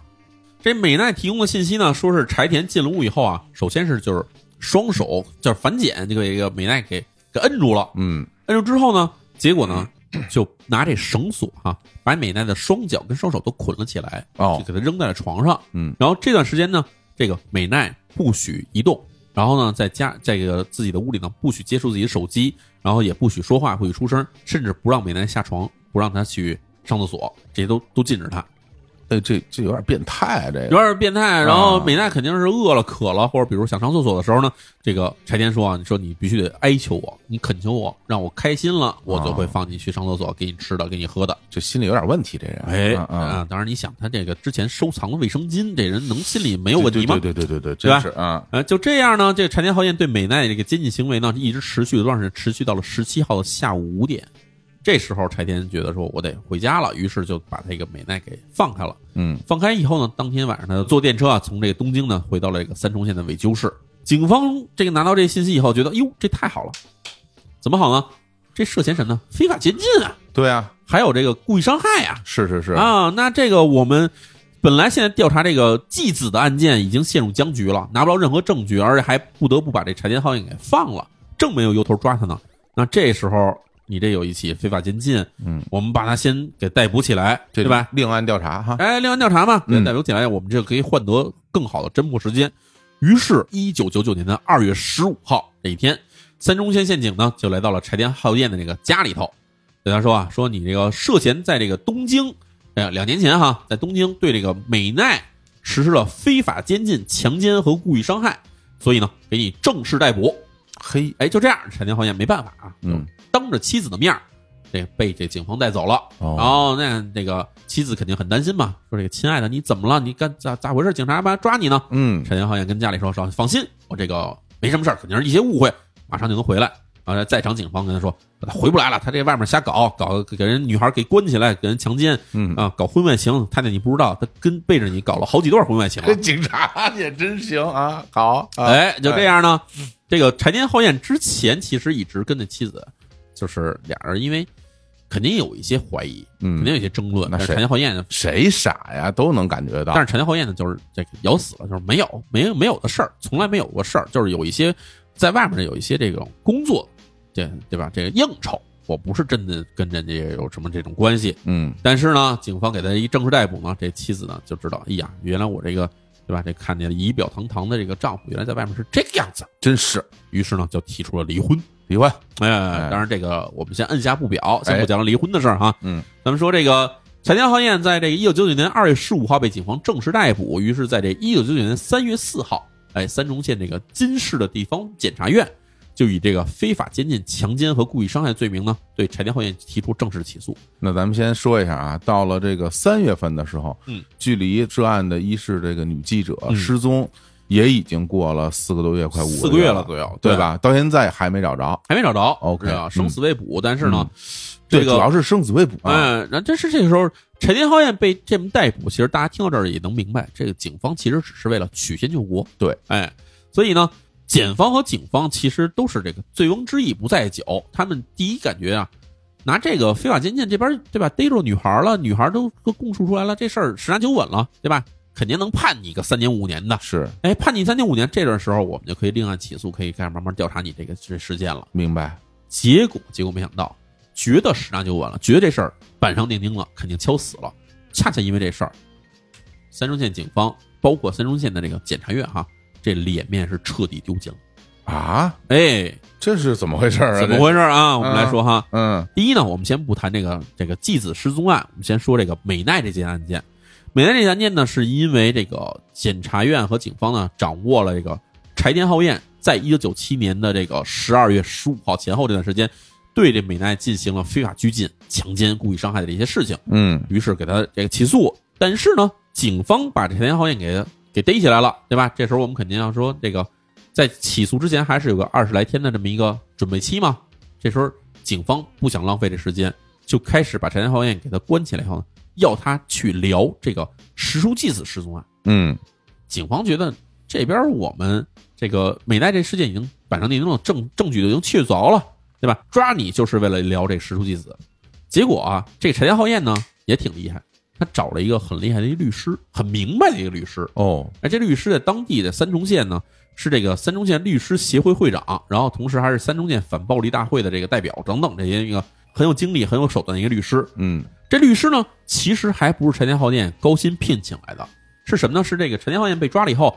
Speaker 1: 这美奈提供的信息呢，说是柴田进了屋以后啊，首先是就是双手就是反剪，这个这个美奈给给摁住了，
Speaker 2: 嗯
Speaker 1: 摁住之后呢，结果 呢，就拿这绳索哈、把美奈的双脚跟双手都捆了起来，就
Speaker 2: 哦
Speaker 1: 给她扔在了床上。
Speaker 2: 嗯
Speaker 1: 然后这段时间呢，这个美奈不许移动，然后呢，在家在这个自己的屋里呢，不许接触自己的手机，然后也不许说话，不许出声，甚至不让美奈下床，不让她去上厕所，这些都都禁止她，
Speaker 2: 哎这这有点变态啊，这
Speaker 1: 有
Speaker 2: 个
Speaker 1: 点变态。然后
Speaker 2: 啊
Speaker 1: 美奈肯定是饿了、渴了，或者比如想上厕所的时候呢，这个柴田说啊，你说你必须得哀求我，你恳求我，让我开心了，我就
Speaker 2: 啊
Speaker 1: 会放你去上厕所，给你吃的，给你喝的。
Speaker 2: 这心里有点问题，这人
Speaker 1: 哎
Speaker 2: 啊啊，
Speaker 1: 啊，当然你想，他这个之前收藏的卫生巾，这人能心里没有问题
Speaker 2: 对
Speaker 1: 吗？
Speaker 2: 对对对对对，
Speaker 1: 对吧
Speaker 2: 真是啊，
Speaker 1: 呃，就这样呢，这个柴田浩彦对美奈这个监禁行为呢，一直持续了多长时间？持续到了十七号的下午五点。这时候柴田觉得说我得回家了，于是就把这个美奈给放开了。
Speaker 2: 嗯
Speaker 1: 放开以后呢，当天晚上呢，坐电车啊，从这个东京呢回到了这个三重县的尾鸠市。警方这个拿到这信息以后，觉得哟，这太好了，怎么好呢？这涉嫌什么呢？非法监禁啊，
Speaker 2: 对啊，
Speaker 1: 还有这个故意伤害啊
Speaker 2: 是是是，
Speaker 1: 啊！那这个我们本来现在调查这个继子的案件已经陷入僵局了，拿不到任何证据，而且还不得不把这柴田浩彦给放了，正没有由头抓他呢。那这时候你这有一起非法监禁，
Speaker 2: 嗯，
Speaker 1: 我们把他先给逮捕起来，
Speaker 2: 这
Speaker 1: 对吧？？
Speaker 2: 另案调查哈，
Speaker 1: 哎，另案调查嘛，
Speaker 2: 嗯
Speaker 1: 代表起来，我们这可以换得更好的侦破时间。于是，一九九九年的二月十五号这一天，三中县县警呢就来到了柴田浩彦的这个家里头，对他说啊，说你这个涉嫌在这个东京，哎、呀，两年前哈，在东京对这个美奈实施了非法监禁、强奸和故意伤害，所以呢，给你正式逮捕。
Speaker 2: 嘿，
Speaker 1: 哎，就这样，柴田浩彦没办法啊，
Speaker 2: 嗯，
Speaker 1: 当着妻子的面儿，这被这警方带走了。
Speaker 2: 哦
Speaker 1: 然后那这个妻子肯定很担心嘛，说这个亲爱的，你怎么了？你干咋咋回事？警察把抓你呢？
Speaker 2: 嗯
Speaker 1: 陈田浩彦跟家里说说，放心，我这个没什么事儿，肯定是一些误会，马上就能回来。啊，在场警方跟他说，他回不来了，他这外面瞎搞，搞给人女孩给关起来，给人强奸
Speaker 2: 嗯，
Speaker 1: 啊，搞婚外情，太太你不知道，他跟背着你搞了好几段婚外情了
Speaker 2: 这。 警察也真行啊，好，啊
Speaker 1: 哎，就这，样呢。这个柴田浩彦之前其实一直跟着妻子，就是俩人因为肯定有一些怀疑，
Speaker 2: 嗯
Speaker 1: 肯定有一些争论。
Speaker 2: 那
Speaker 1: 但是
Speaker 2: 谁啊
Speaker 1: 柴田浩彦呢，
Speaker 2: 谁傻呀，都能感觉到
Speaker 1: 但，是柴田浩彦呢，就是这个咬死了，就是没有没有没有的事儿，从来没有过事儿，就是有一些在外面有一些这种工作，这对吧？这个应酬，我不是真的跟人家有什么这种关系。
Speaker 2: 嗯
Speaker 1: 但是呢，警方给他一正式逮捕呢，这妻子呢就知道，哎呀，原来我这个对吧？这看见仪表堂堂的这个丈夫，原来在外面是这个样子。
Speaker 2: 真是
Speaker 1: 于是呢就提出了离婚。
Speaker 2: 离婚，
Speaker 1: 哎，当然这个我们先按下不表，先不
Speaker 2: 哎
Speaker 1: 讲了离婚的事儿哈。
Speaker 2: 嗯
Speaker 1: 咱们说这个柴田浩彦在这个一九九九年二月十五号被警方正式逮捕，于是在这一九九九年三月四号，哎，三重县这个金市的地方检察院就以这个非法监禁、强奸和故意伤害罪名呢，对柴田浩彦提出正式起诉。
Speaker 2: 那咱们先说一下啊，到了这个三月份的时候，
Speaker 1: 嗯，
Speaker 2: 距离涉案的一是这个女记者
Speaker 1: 嗯
Speaker 2: 失踪，也已经过了四个多月，快五
Speaker 1: 四个月了
Speaker 2: 左右，
Speaker 1: 对
Speaker 2: 对吧？到现在还没找着，
Speaker 1: 还没找着
Speaker 2: OK，
Speaker 1: 是吧
Speaker 2: 嗯
Speaker 1: 生死未捕。但是呢，这
Speaker 2: 对
Speaker 1: 个
Speaker 2: 主要是生死未卜啊，
Speaker 1: 哎，那这是这个时候，柴田浩彦被这么逮捕，其实大家听到这儿也能明白，这个警方其实只是为了曲线救国。
Speaker 2: 对，
Speaker 1: 哎，所以呢，检方和警方其实都是这个醉翁之意不在酒，他们第一感觉啊，拿这个非法监禁这边对吧，逮住女孩了，女孩都都供述出来了，这事儿十拿九稳了，对吧？肯定能判你个三年五年的。
Speaker 2: 是
Speaker 1: 哎，判你三年五年，这段时候我们就可以另案起诉，可以开始慢慢调查你这个这事件了。
Speaker 2: 明白，
Speaker 1: 结果结果没想到，觉得十拿九稳了，觉得这事儿板上钉钉了，肯定敲死了。恰恰因为这事儿，三中县警方包括三中县的这个检察院哈，这脸面是彻底丢尽了。
Speaker 2: 啊，
Speaker 1: 哎，
Speaker 2: 这是怎么回事啊？
Speaker 1: 怎么
Speaker 2: 这？
Speaker 1: 回事啊？我们来说哈，
Speaker 2: 嗯
Speaker 1: 第一呢，我们先不谈这个这个继子失踪案，我们先说这个美奈这件案件。美奈这件案件呢，是因为这个检察院和警方呢掌握了这个柴田浩彦在一九九七年的这个十二月十五号前后这段时间，对这美奈进行了非法拘禁、强奸、故意伤害的这些事情，
Speaker 2: 嗯，
Speaker 1: 于是给他这个起诉。但是呢，警方把柴田浩彦给给逮起来了，对吧？这时候我们肯定要说，这个在起诉之前还是有个二十来天的这么一个准备期嘛。这时候警方不想浪费这时间，就开始把柴田浩彦给他关起来以后呢，要他去聊这个石书纪子失踪案。
Speaker 2: 嗯
Speaker 1: 警方觉得这边我们这个美奈这事件已经板上钉钉了，证证据都已经确凿了，对吧？抓你就是为了聊这石书纪子。结果啊，这个柴田浩彦呢也挺厉害，他找了一个很厉害的一律师，很明白的一个律师。
Speaker 2: 哦，
Speaker 1: 哎，这律师在当地的三重县呢，是这个三重县律师协会会长，然后同时还是三重县反暴力大会的这个代表等等这些一个很有经历、很有手段的一个律师。
Speaker 2: 嗯
Speaker 1: 这律师呢，其实还不是柴田浩彦高薪聘请来的，是什么呢？是这个柴田浩彦被抓了以后，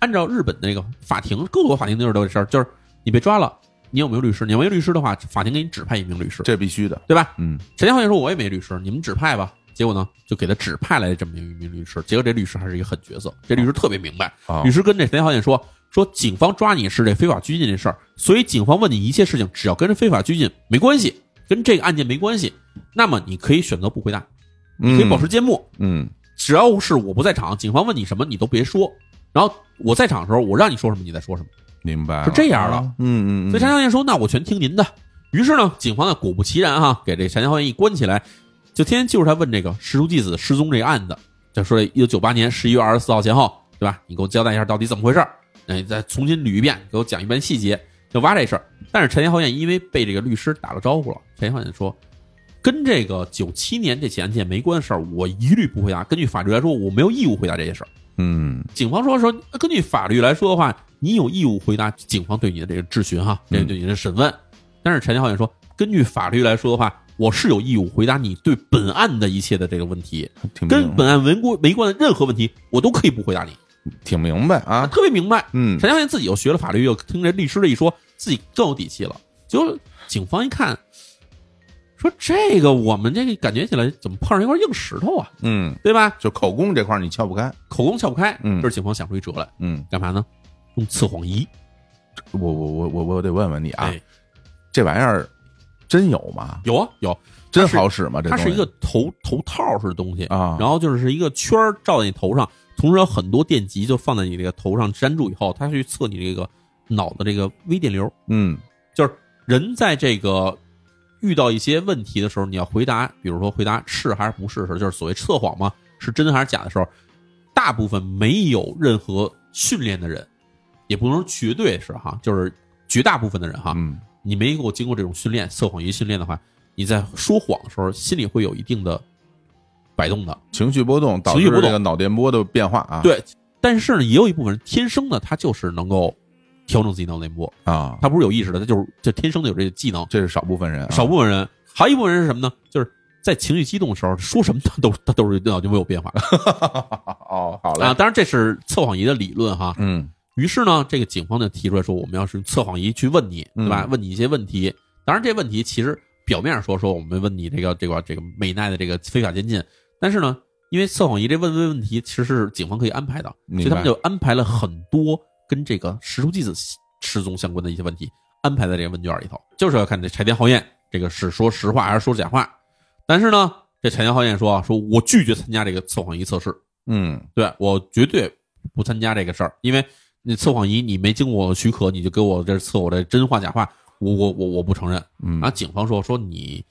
Speaker 1: 按照日本的那个法庭，各国法庭都是这事儿，就是你被抓了，你有没有律师？你要没有律师的话，法庭给你指派一名律师，
Speaker 2: 这必须的，
Speaker 1: 对吧？
Speaker 2: 嗯
Speaker 1: 陈浩也说我也没律师，你们指派吧。结果呢，就给他指派来这么一名律师。结果这律师还是一个狠角色，这律师特别明白。
Speaker 2: 啊
Speaker 1: 律师跟这陈浩也说说，警方抓你是这非法拘禁这事儿，所以警方问你一切事情，只要跟这非法拘禁没关系，跟这个案件没关系，那么你可以选择不回答，
Speaker 2: 嗯
Speaker 1: 可以保持缄默。
Speaker 2: 嗯
Speaker 1: 只要是我不在场，警方问你什么你都别说，然后我在场的时候，我让你说什么你再说什么。
Speaker 2: 明白了，
Speaker 1: 是这样的
Speaker 2: 嗯嗯，嗯
Speaker 1: 所以柴田浩也说，那我全听您的。于是呢，警方呢果不其然哈，给这柴田浩彦一关起来，就天天就是他问这个石竹纪子失踪这个案子，就说一九九八年十一月二十四号前后，对吧？你给我交代一下到底怎么回事儿，哎，再重新捋一遍，给我讲一遍细节，就挖这事儿。但是柴田浩彦因为被这个律师打了招呼了，柴田浩彦说。跟这个九七年这起案件没关的事儿，我一律不回答。根据法律来说，我没有义务回答这些事儿。
Speaker 2: 嗯
Speaker 1: 警方说说，呃根据法律来说的话，你有义务回答警方对你的这个质询哈，这对你的审问。但是陈天浩也说，根据法律来说的话，我是有义务回答你对本案的一切的这个问题，嗯
Speaker 2: 挺
Speaker 1: 跟
Speaker 2: 明
Speaker 1: 本案文关没关的任何问题，我都可以不回答你。
Speaker 2: 挺明白啊，
Speaker 1: 特别明白，
Speaker 2: 嗯
Speaker 1: 陈天浩自己又学了法律，又听这律师这一说，自己更有底气了。结果警方一看，说这个我们这个感觉起来怎么碰上一块硬石头啊，
Speaker 2: 嗯，
Speaker 1: 对吧？
Speaker 2: 就口供这块儿你撬不开，
Speaker 1: 口供撬不开，
Speaker 2: 嗯
Speaker 1: 这是警方想出一辙来，
Speaker 2: 嗯，
Speaker 1: 干嘛呢？用测谎仪
Speaker 2: 我我我我我得问问你啊，
Speaker 1: 哎
Speaker 2: 这玩意儿真有吗？
Speaker 1: 有啊有，
Speaker 2: 真
Speaker 1: 它是
Speaker 2: 好使吗？这
Speaker 1: 它是
Speaker 2: 东
Speaker 1: 一
Speaker 2: 西
Speaker 1: 个头头套式的东西
Speaker 2: 啊
Speaker 1: 然后就是一个圈儿罩在你头上，同时有很多电极就放在你这个头上粘住以后，它去测你这个脑的这个微电流，
Speaker 2: 嗯
Speaker 1: 就是人在这个遇到一些问题的时候，你要回答，比如说回答是还是不是的时候，就是所谓测谎嘛，是真还是假的时候，大部分没有任何训练的人，也不能说绝对是哈，就是绝大部分的人哈，
Speaker 2: 嗯
Speaker 1: 你没给我经过这种训练，测谎仪训练的话，你在说谎的时候心里会有一定的摆动的。
Speaker 2: 情绪波动导
Speaker 1: 情
Speaker 2: 致
Speaker 1: 绪波动
Speaker 2: 这个脑电波的变化啊，
Speaker 1: 对，但是呢，也有一部分人天生的他就是能够调整自己脑电波，
Speaker 2: 啊，
Speaker 1: 他不是有意识的，他就是就天生的有这个技能。
Speaker 2: 这是少部分人啊，
Speaker 1: 少部分人，还有一部分人是什么呢？就是在情绪激动的时候，说什么他都他都是脑筋会有变化
Speaker 2: 哦，好嘞，
Speaker 1: 啊。当然，这是测谎仪的理论哈。
Speaker 2: 嗯
Speaker 1: 于是呢，这个警方就提出来说，我们要是用测谎仪去问你，对吧？
Speaker 2: 嗯
Speaker 1: 问你一些问题。当然，这问题其实表面上说说我们问你这个这个这个美奈的这个非法监禁，但是呢，因为测谎仪这问问问题其实是警方可以安排的，
Speaker 2: 明
Speaker 1: 所以
Speaker 2: 白
Speaker 1: 他们就安排了很多跟这个石出纪子失踪相关的一些问题，安排在这个问卷里头，就是要看这柴田浩彦这个是说实话还是说假话。但是呢，这柴田浩彦说啊，说我拒绝参加这个测谎仪测试，
Speaker 2: 嗯
Speaker 1: 对我绝对不参加这个事儿，因为你测谎仪你没经过我许可，你就给我这测我这真话假话，我我我我不承认。
Speaker 2: 嗯
Speaker 1: 然后警方说说你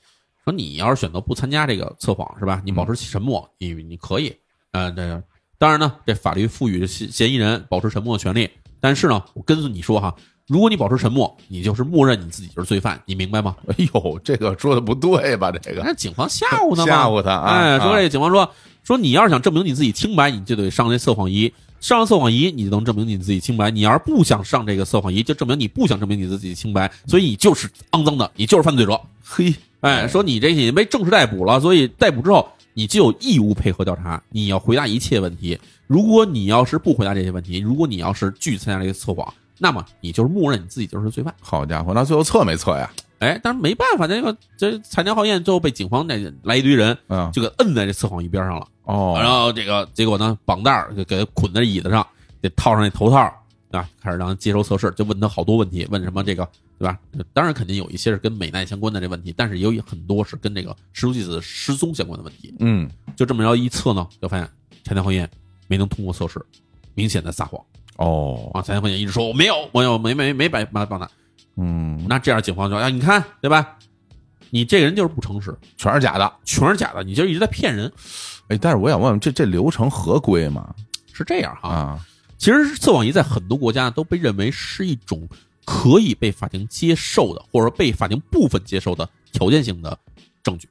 Speaker 1: 说你要是选择不参加这个测谎是吧？你
Speaker 2: 嗯
Speaker 1: 保持沉默，你你可以，呃，这个当然呢，这法律赋予嫌嫌疑人保持沉默的权利，但是呢，我跟你说哈，如果你保持沉默，你就是默认你自己就是罪犯，你明白吗？
Speaker 2: 哎呦，这个说的不对吧？这个
Speaker 1: 那警方吓唬他嘛，
Speaker 2: 吓唬他啊！
Speaker 1: 哎，说这
Speaker 2: 啊
Speaker 1: 个警方说说你要是想证明你自己清白，你就得上这测谎仪，上了测谎仪你就能证明你自己清白。你要是不想上这个测谎仪，就证明你不想证明你自己清白，所以你就是肮脏的，你就是犯罪者。
Speaker 2: 嘿，
Speaker 1: 哎，说你这你被正式逮捕了，所以逮捕之后你就有义务配合调查，你要回答一切问题。如果你要是不回答这些问题，如果你要是拒参加这个测谎，那么你就是默认你自己就是罪犯。
Speaker 2: 好家伙，那最后测没测呀？
Speaker 1: 哎，但是没办法，这个这残天浩彦最后被警方那来一堆人
Speaker 2: 嗯，
Speaker 1: 就给摁在这测谎仪边上了。然
Speaker 2: 哦，
Speaker 1: 后这个结果呢，绑带儿就给他捆在椅子上，得套上那头套儿啊，开始让他接受测试，就问他好多问题，问什么这个对吧？当然肯定有一些是跟美奈相关的这问题，但是也有很多是跟这个失踪弟子失踪相关的问题。
Speaker 2: 嗯，
Speaker 1: 就这么着一测呢，就发现柴田浩彦没能通过测试，明显在撒谎
Speaker 2: 哦，
Speaker 1: 啊！柴田浩彦一直说我没有，我有没没没白把绑带。
Speaker 2: 嗯，
Speaker 1: 那这样警方就说，哎，你看对吧？你这个人就是不诚实，
Speaker 2: 全是假的。
Speaker 1: 全是假的，你就一直在骗人，
Speaker 2: 哎，但是我想问问，这这流程合规吗？
Speaker 1: 是这样哈、
Speaker 2: 啊，
Speaker 1: 其实测谎仪在很多国家都被认为是一种可以被法庭接受的，或者说被法庭部分接受的条件性的证据，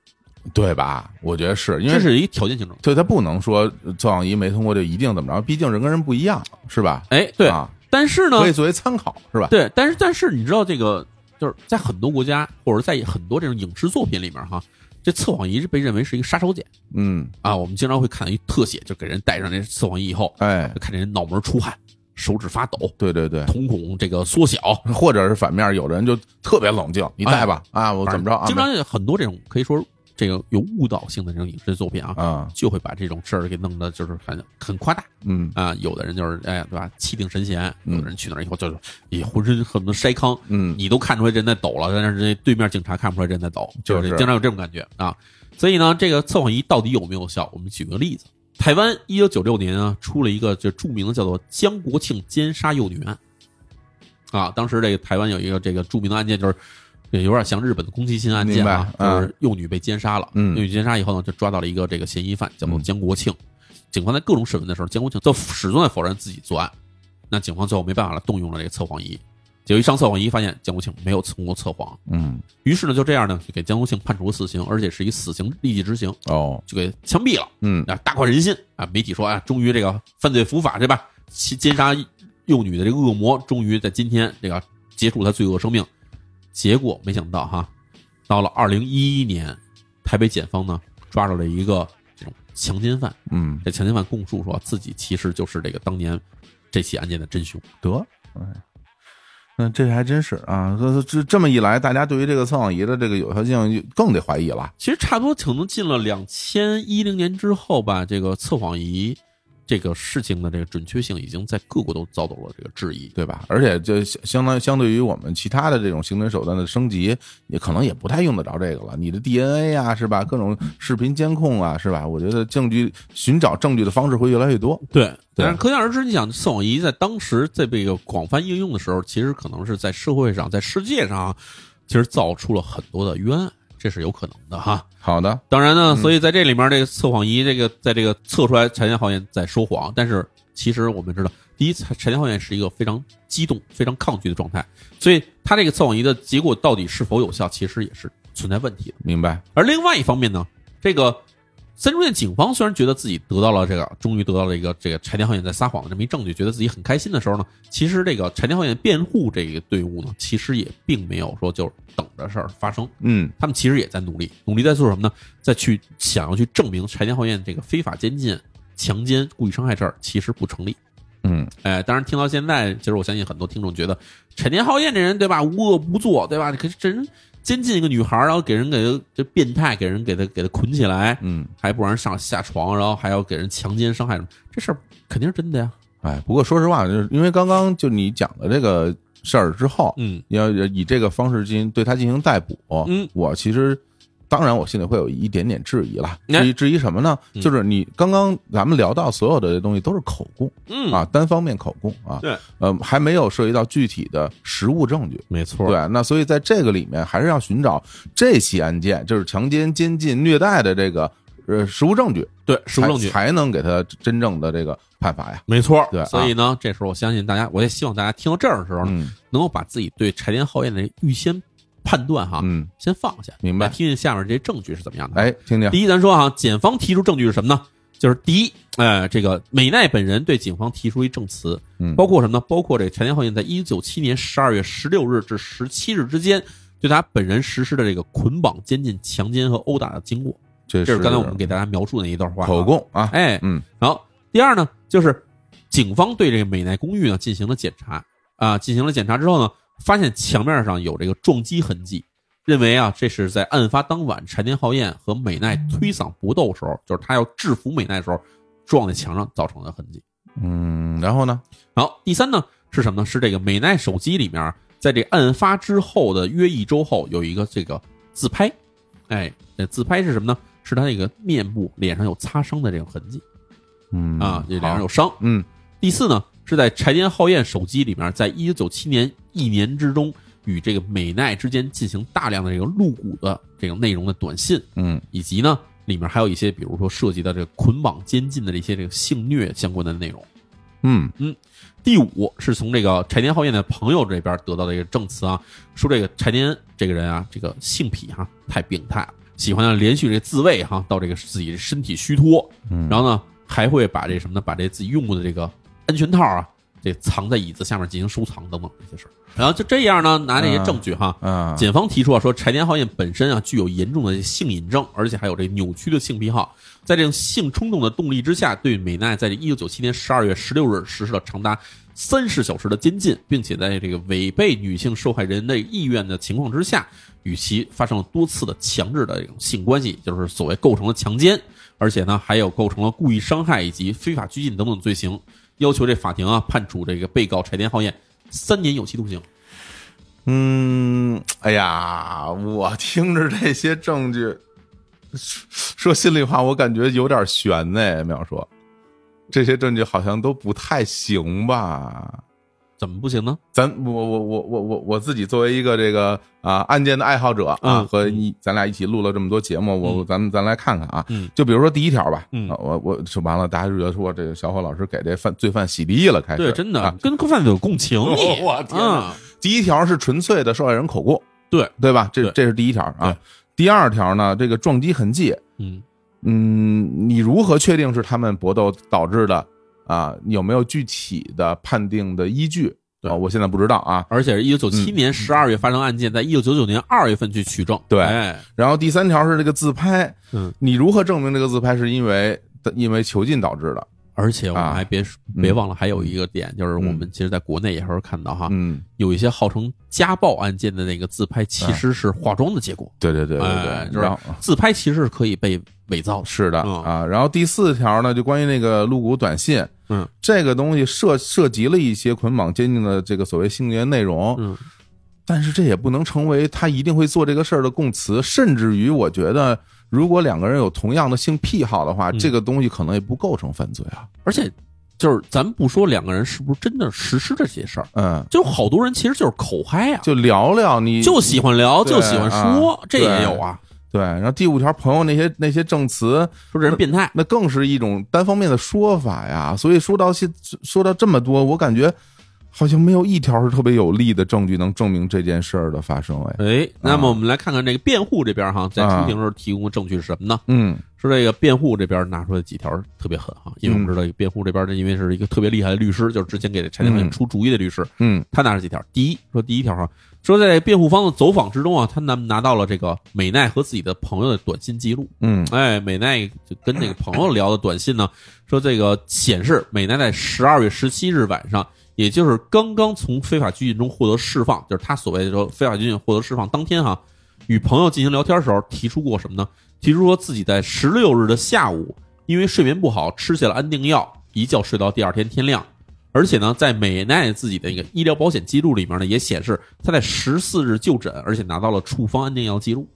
Speaker 2: 对吧？我觉得是因
Speaker 1: 这
Speaker 2: 为
Speaker 1: 是一条件性证据。
Speaker 2: 对他不能说测谎仪没通过就一定怎么着，毕竟人跟人不一样，是吧？
Speaker 1: 哎，对，
Speaker 2: 啊，
Speaker 1: 但是呢
Speaker 2: 可，以作为参考，是吧？
Speaker 1: 对，但是但是你知道这个，就是在很多国家或者在很多这种影视作品里面哈，这测谎仪是被认为是一个杀手锏
Speaker 2: 嗯，
Speaker 1: 啊。我们经常会看到一特写，就给人戴上那测谎仪以后，
Speaker 2: 哎
Speaker 1: 就，看见人脑门出汗、手指发抖、
Speaker 2: 对对对，
Speaker 1: 瞳孔这个缩小，
Speaker 2: 或者是反面，有的人就特别冷静，你
Speaker 1: 哎
Speaker 2: 带吧，啊，我怎么着啊？
Speaker 1: 经常有很多这种可以说这个有误导性的这种影视作品啊
Speaker 2: 没，啊，
Speaker 1: 就会把这种事儿给弄得就是很很夸大
Speaker 2: 嗯
Speaker 1: 啊、有的人就是哎呀，对吧？气定神闲，
Speaker 2: 嗯
Speaker 1: 有的人去那儿以后就是也浑身恨不得筛糠，
Speaker 2: 嗯，
Speaker 1: 你都看出来人在抖了，但是人家对面警察看不出来人在抖，就
Speaker 2: 就是是
Speaker 1: 经常有这种感觉啊。所以呢，这个测谎仪到底有没有效？我们举个例子，台湾一九九六年啊，出了一个就著名的叫做江国庆奸杀幼女案啊。当时这个台湾有一个这个著名的案件，就是对，有点像日本的宫崎勤案件啊
Speaker 2: 明，白嗯
Speaker 1: 就是幼女被奸杀了，
Speaker 2: 嗯
Speaker 1: 幼女奸杀以后呢，就抓到了一个这个嫌疑犯，叫做
Speaker 2: 嗯
Speaker 1: 江国庆。警方在各种审问的时候，江国庆都始终在否认自己作案。那警方最后没办法了，动用了这个测谎仪。结果一上测谎仪，发现江国庆没有通过测谎，
Speaker 2: 嗯，
Speaker 1: 于是呢，就这样呢，就给江国庆判处了死刑，而且是一死刑立即执行，
Speaker 2: 哦，
Speaker 1: 就给枪毙了。
Speaker 2: 嗯
Speaker 1: 啊，大快人心啊！媒体说啊，终于这个犯罪伏法对吧？其奸杀幼女的这个恶魔，终于在今天这个结束他罪恶生命。结果没想到哈，到了二零一一年，台北检方呢抓住了一个这种强奸犯。
Speaker 2: 嗯，
Speaker 1: 这强奸犯供述说自己其实就是这个当年这起案件的真凶。
Speaker 2: 得，哎，那这还真是啊，这这这么一来，大家对于这个测谎仪的这个有效性就更得怀疑了。
Speaker 1: 其实差不多可能进了两千一零年之后吧，这个测谎仪这个事情的这个准确性已经在各国都遭到了这个质疑。
Speaker 2: 对吧？而且这相相当相对于我们其他的这种刑侦手段的升级，也可能也不太用得着这个了。你的 DNA 啊，是吧？各种视频监控啊，是吧？我觉得证据寻找证据的方式会越来越多。
Speaker 1: 对，
Speaker 2: 对
Speaker 1: 但是可想而知，你想测谎仪在当时在这个广泛应用的时候，其实可能是在社会上、在世界上啊，其实造出了很多的冤案，这是有可能的哈。嗯
Speaker 2: 好的，
Speaker 1: 当然呢，所以在这里面，这个测谎仪这个在这个测出来柴田浩彦在说谎，但是其实我们知道，第一，柴柴田浩彦是一个非常激动、非常抗拒的状态，所以他这个测谎仪的结果到底是否有效，其实也是存在问题的。
Speaker 2: 明白。
Speaker 1: 而另外一方面呢，这个三中县警方虽然觉得自己得到了这个，终于得到了一个这个柴田浩彦在撒谎的这么一证据，觉得自己很开心的时候呢，其实这个柴田浩彦辩护这个队伍呢，其实也并没有说就等着事儿发生，
Speaker 2: 嗯
Speaker 1: 他们其实也在努力，努力在做什么呢？在去想要去证明柴田浩彦这个非法监禁、强奸、故意伤害这儿其实不成立。
Speaker 2: 嗯，
Speaker 1: 哎，当然听到现在，其实我相信很多听众觉得陈年浩彦这人对吧，无恶不作对吧？可是这人监禁一个女孩，然后给人给这变态，给人给他给他捆起来，
Speaker 2: 嗯，
Speaker 1: 还不让人上下床，然后还要给人强奸伤害什么，这事儿肯定是真的呀。
Speaker 2: 哎，不过说实话，就是因为刚刚就你讲的这个事儿之后，
Speaker 1: 嗯，
Speaker 2: 要以这个方式进行对他进行逮捕，
Speaker 1: 嗯，
Speaker 2: 我其实当然我心里会有一点点质疑了。
Speaker 1: 哎
Speaker 2: 至于质疑什么呢？
Speaker 1: 嗯
Speaker 2: 就是你刚刚咱们聊到所有的东西都是口供，
Speaker 1: 嗯
Speaker 2: 啊，单方面口供啊，
Speaker 3: 对，
Speaker 2: 呃，还没有涉及到具体的实物证据。
Speaker 1: 没错，
Speaker 2: 对，那所以在这个里面，还是要寻找这起案件，就是强奸、监禁、虐待的这个呃实物证据，
Speaker 1: 对，实物证据，嗯
Speaker 2: 才才能给他真正的这个判罚呀。
Speaker 1: 没错。
Speaker 2: 对啊
Speaker 1: 所以呢，这时候我相信大家，我也希望大家听到这儿的时候呢，
Speaker 2: 嗯
Speaker 1: 能够把自己对柴田浩彦的预先判断哈，
Speaker 2: 嗯，
Speaker 1: 先放下，
Speaker 2: 明白
Speaker 1: 来听听下面这些证据是怎么样的。
Speaker 2: 哎，听听，
Speaker 1: 第一，咱说啊，检方提出证据是什么呢？就是第一，呃，这个美奈本人对警方提出一证词，
Speaker 2: 嗯
Speaker 1: 包括什么呢？包括这个柴田浩彦在一九九七年十二月十六日至十七日之间对他本人实施的这个捆绑、监禁、强奸和殴打的经过，
Speaker 2: 这
Speaker 1: 这是刚才我们给大家描述的那一段话啊。
Speaker 2: 口供啊，
Speaker 1: 哎，
Speaker 2: 嗯
Speaker 1: 然后第二呢，就是警方对这个美奈公寓呢进行了检查啊、进行了检查之后呢，发现墙面上有这个撞击痕迹，认为啊这是在案发当晚柴田浩彦和美奈推搡搏斗时候，就是他要制服美奈的时候撞在墙上造成的痕迹。
Speaker 2: 嗯，然后呢，
Speaker 1: 然后第三呢是什么呢？是这个美奈手机里面，在这案发之后的约一周后有一个这个自拍，哎，这自拍是什么呢？是他这个面部脸上有擦伤的这个痕迹
Speaker 2: 嗯
Speaker 1: 啊，这脸上
Speaker 2: 好
Speaker 1: 有伤。
Speaker 2: 嗯
Speaker 1: 第四呢，是在柴田浩彦手机里面，在一九九七年一年之中，与这个美奈之间进行大量的这个露骨的这个内容的短信，
Speaker 2: 嗯
Speaker 1: 以及呢里面还有一些比如说涉及到这个捆绑、监禁的这些这个性虐相关的内容。
Speaker 2: 嗯
Speaker 1: 第五是从这个柴田浩彦的朋友这边得到的一个证词啊，说这个柴田这个人啊，这个性癖哈、太病态了，喜欢呢连续这自慰哈、到这个自己身体虚脱，
Speaker 2: 嗯
Speaker 1: 然后呢还会把这什么呢，把这自己用过的这个安全套啊，这藏在椅子下面进行收藏等等这些事儿。然后就这样呢，拿这些证据哈、
Speaker 2: 啊，
Speaker 1: 检方提出啊，说柴田浩彦本身啊具有严重的性瘾症，而且还有这扭曲的性癖好，在这种性冲动的动力之下，对美奈在这一九九七年十二月十六日实施了长达三十小时的监禁，并且在这个违背女性受害人的意愿的情况之下，与其发生了多次的强制的这种性关系，就是所谓构成了强奸，而且呢还有构成了故意伤害以及非法拘禁等等罪行，要求这法庭啊判处这个被告柴田浩彦三年有期徒刑。
Speaker 2: 嗯，哎呀，我听着这些证据，说说心里话，我感觉有点悬呢、淼叔，这些证据好像都不太行吧？
Speaker 1: 怎么不行呢？
Speaker 2: 咱我我我我我我自己作为一个这个啊案件的爱好者啊，
Speaker 1: 嗯
Speaker 2: 和你咱俩一起录了这么多节目，我、
Speaker 1: 嗯
Speaker 2: 咱们咱来看看啊，
Speaker 1: 嗯
Speaker 2: 就比如说第一条吧，
Speaker 1: 嗯
Speaker 2: 啊我我就完了，大家就觉得说这个小伙老师给这犯罪犯洗地了，开始
Speaker 1: 对，真的、
Speaker 2: 啊
Speaker 1: 跟科犯有共情你，
Speaker 2: 我天哪
Speaker 1: 啊，
Speaker 2: 第一条是纯粹的受害人口供，
Speaker 1: 对
Speaker 2: 对吧？这
Speaker 1: 对
Speaker 2: 这是第一条啊
Speaker 1: 对。
Speaker 2: 第二条呢，这个撞击痕迹，
Speaker 1: 嗯
Speaker 2: 嗯，你如何确定是他们搏斗导致的啊？有没有具体的判定的依据？
Speaker 1: 对
Speaker 2: 啊，我现在不知道啊。
Speaker 1: 而且是一九九七年十二月发生案件，在一九九九年二月份去取证。
Speaker 2: 对
Speaker 1: 哎
Speaker 2: 然后第三条是这个自拍，
Speaker 1: 嗯，
Speaker 2: 你如何证明这个自拍是因为因为囚禁导致的？
Speaker 1: 而且我
Speaker 2: 啊
Speaker 1: 们还别说
Speaker 2: 嗯
Speaker 1: 别忘了，还有一个点，就是我们
Speaker 2: 嗯
Speaker 1: 其实在国内也会看到哈，
Speaker 2: 嗯，
Speaker 1: 有一些号称家暴案件的那个自拍，其实是化妆的结果。
Speaker 2: 对哎对对对
Speaker 1: 哎
Speaker 2: 对。
Speaker 1: 就是
Speaker 2: 然后
Speaker 1: 自拍其实是可以被伪造的。
Speaker 2: 是的
Speaker 1: 嗯
Speaker 2: 啊，然后第四条呢，就关于那个露骨短信，
Speaker 1: 嗯，
Speaker 2: 这个东西涉涉及了一些捆绑监禁的这个所谓性虐内容，
Speaker 1: 嗯，
Speaker 2: 但是这也不能成为他一定会做这个事儿的供词，甚至于我觉得，如果两个人有同样的性癖好的话，
Speaker 1: 嗯
Speaker 2: 这个东西可能也不构成犯罪啊，
Speaker 1: 而且就是咱不说两个人是不是真的实施这些事儿，
Speaker 2: 嗯，
Speaker 1: 就好多人其实就是口嗨啊，
Speaker 2: 就聊聊你
Speaker 1: 就喜欢聊，
Speaker 2: 对
Speaker 1: 就喜欢说
Speaker 2: 啊，
Speaker 1: 这也有啊，
Speaker 2: 对，然后第五条朋友那些那些证词，
Speaker 1: 说这人变态。
Speaker 2: 那更是一种单方面的说法呀。所以说到现说到这么多，我感觉好像没有一条是特别有力的证据能证明这件事儿的发生。哎，
Speaker 1: 哎，那么我们来看看这个辩护这边哈，在出庭时候提供的证据是什么呢？
Speaker 2: 嗯
Speaker 1: 说这个辩护这边拿出来几条特别狠哈，因为我们
Speaker 2: 嗯
Speaker 1: 知道辩护这边呢，因为是一个特别厉害的律师，就是之前给柴静文
Speaker 2: 嗯
Speaker 1: 出主意的律师，
Speaker 2: 嗯
Speaker 1: 他拿了几条。第一，说第一条哈，说在辩护方的走访之中啊，他拿拿到了这个美奈和自己的朋友的短信记录。
Speaker 2: 嗯
Speaker 1: 哎，美奈就跟那个朋友聊的短信呢，说这个显示美奈在十二月十七日晚上，也就是刚刚从非法拘禁中获得释放，就是他所谓的说非法拘禁获得释放当天哈，与朋友进行聊天的时候提出过什么呢？提出说自己在十六日的下午，因为睡眠不好，吃下了安定药，一觉睡到第二天天亮。而且呢，在美奈自己的一个医疗保险记录里面呢，也显示他在十四日就诊，而且拿到了处方安定药记录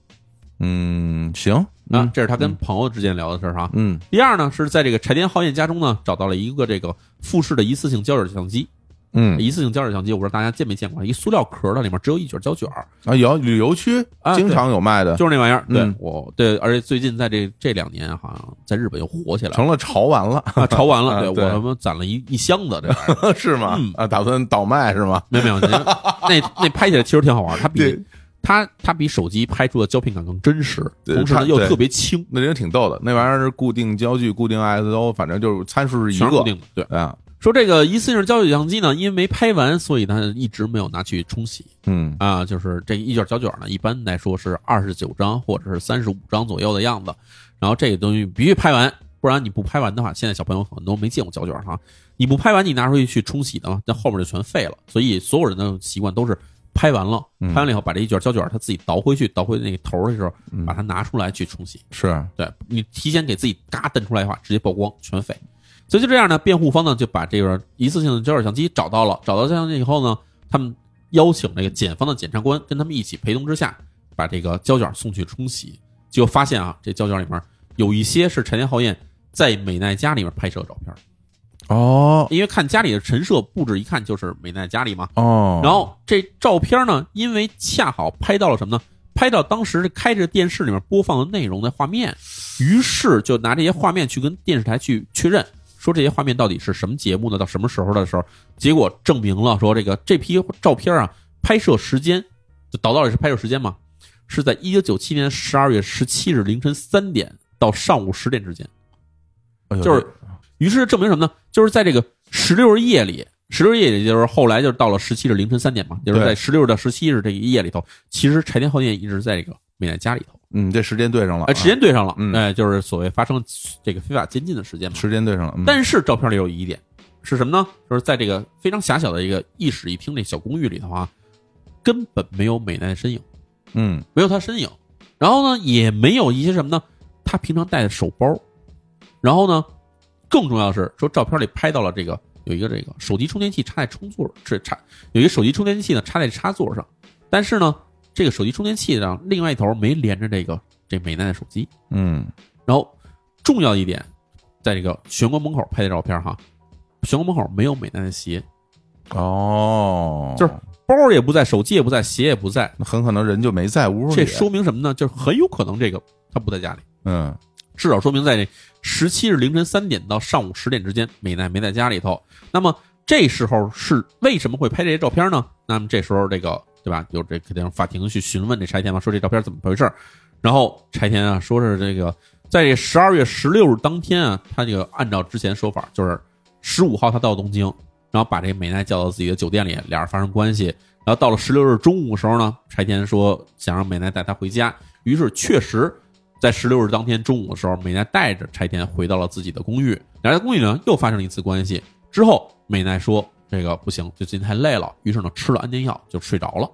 Speaker 2: 嗯，行
Speaker 1: 啊，这是他跟朋友之间聊的事儿哈。
Speaker 2: 嗯
Speaker 1: 第二呢，是在这个柴田浩彦家中呢，找到了一个这个复式的一次性胶卷相机。
Speaker 2: 嗯
Speaker 1: 一次性胶卷相机，我不知道大家见没见过，一塑料壳的，里面只有一卷胶卷儿，
Speaker 2: 啊，有旅游区
Speaker 1: 啊
Speaker 2: 经常有卖的，
Speaker 1: 就是那玩意儿。对
Speaker 2: 嗯，
Speaker 1: 我对，而且最近在这这两年，好像在日本又火起来了
Speaker 2: 成了潮玩了，
Speaker 1: 啊，潮完了。
Speaker 2: 啊
Speaker 1: 对
Speaker 2: 对
Speaker 1: 我他妈攒了一一箱子这玩意儿。
Speaker 2: 是吗
Speaker 1: 嗯？
Speaker 2: 啊，打算倒卖是吗？
Speaker 1: 没有没有， 那那拍起来其实挺好玩儿，它比
Speaker 2: 对
Speaker 1: 它它比手机拍出的胶片感更真实，
Speaker 2: 对
Speaker 1: 同时呢
Speaker 2: 它
Speaker 1: 又
Speaker 2: 对
Speaker 1: 特别轻，
Speaker 2: 那人挺逗的，那玩意儿是固定焦距、固定 ISO，反正就是参数是一
Speaker 1: 全是固
Speaker 2: 个
Speaker 1: 定的。对，
Speaker 2: 啊，
Speaker 1: 说这个一次性胶卷相机呢，因为没拍完，所以它一直没有拿去冲洗。
Speaker 2: 嗯
Speaker 1: 啊，就是这一卷胶卷呢，一般来说是二十九张或者是三十五张左右的样子。然后这个东西必须拍完，不然你不拍完的话，现在小朋友很多没见过胶卷哈，你不拍完你拿出去去冲洗的嘛，那后面就全废了。所以所有人的习惯都是拍完了，
Speaker 2: 嗯
Speaker 1: 拍完了以后把这一卷胶卷它自己倒回去，倒回那个头儿的时候，
Speaker 2: 嗯
Speaker 1: 把它拿出来去冲洗。
Speaker 2: 是
Speaker 1: 对你提前给自己嘎瞪出来的话，直接曝光全废。所以就这样呢，辩护方呢就把这个一次性的胶卷相机找到了，找到胶卷相机以后呢，他们邀请这个检方的检察官跟他们一起陪同之下，把这个胶卷送去冲洗，结果发现啊，这胶卷里面有一些是陈年浩彦在美奈家里面拍摄的照片，
Speaker 2: 哦
Speaker 1: 因为看家里的陈设布置，一看就是美奈家里嘛。
Speaker 2: 哦，
Speaker 1: 然后这照片呢，因为恰好拍到了什么呢？拍到当时开着电视里面播放的内容的画面，于是就拿这些画面去跟电视台去确认，说这些画面到底是什么节目呢？到什么时候的时候，结果证明了说这个这批照片啊，拍摄时间就导到也是拍摄时间嘛，是在一九九七年十二月十七日凌晨三点到上午十点之间。
Speaker 2: 哎呦
Speaker 1: 就是于是证明什么呢？就是在这个十六日夜里，十六日夜里就是后来就是到了十七日凌晨三点嘛，就是在
Speaker 2: 对
Speaker 1: 十六到十七日这一夜里头，其实柴田浩彦一直在这个美奈家里头，
Speaker 2: 嗯，这时间对上了，
Speaker 1: 哎，时间对上了，
Speaker 2: 嗯
Speaker 1: 哎，就是所谓发生这个非法监禁的时间
Speaker 2: 啊
Speaker 1: 嘛。
Speaker 2: 时间对上了，嗯
Speaker 1: 但是照片里有疑点是什么呢？就是在这个非常狭小的一个一室一厅这小公寓里头啊，根本没有美奈的身影，
Speaker 2: 嗯
Speaker 1: 没有她身影，然后呢，也没有一些什么呢？她平常戴的手包，然后呢，更重要的是，说照片里拍到了这个有一个这个手机充电器插在充座，是插有一个手机充电器呢插在插座上，但是呢，这个手机充电器上另外一头没连着这个这美奈的手机。
Speaker 2: 嗯
Speaker 1: 然后重要一点，在这个玄关门口拍的照片哈，玄关门口没有美奈的鞋，
Speaker 2: 嗯哦，
Speaker 1: 就是包儿也不在，手机也不在，鞋也不在，
Speaker 2: 那很可能人就没在屋里。
Speaker 1: 这说明什么呢？就是很有可能这个他不在家里，
Speaker 2: 嗯
Speaker 1: 至少说明在这十七日凌晨三点到上午十点之间，美奈没在家里头。那么这时候是为什么会拍这些照片呢？那么这时候这个对吧？有这肯定法庭去询问这柴田嘛，说这照片怎么回事儿？然后柴田啊，说是这个在这十二月十六日当天啊，他这个按照之前说法，就是十五号他到东京，然后把这美奈叫到自己的酒店里，俩人发生关系。然后到了十六日中午的时候呢，柴田说想让美奈带他回家，于是确实在十六日当天中午的时候，美奈带着柴田回到了自己的公寓，俩人在公寓呢又发生了一次关系。之后，美奈说这个不行，最近太累了，于是呢吃了安眠药就睡着了。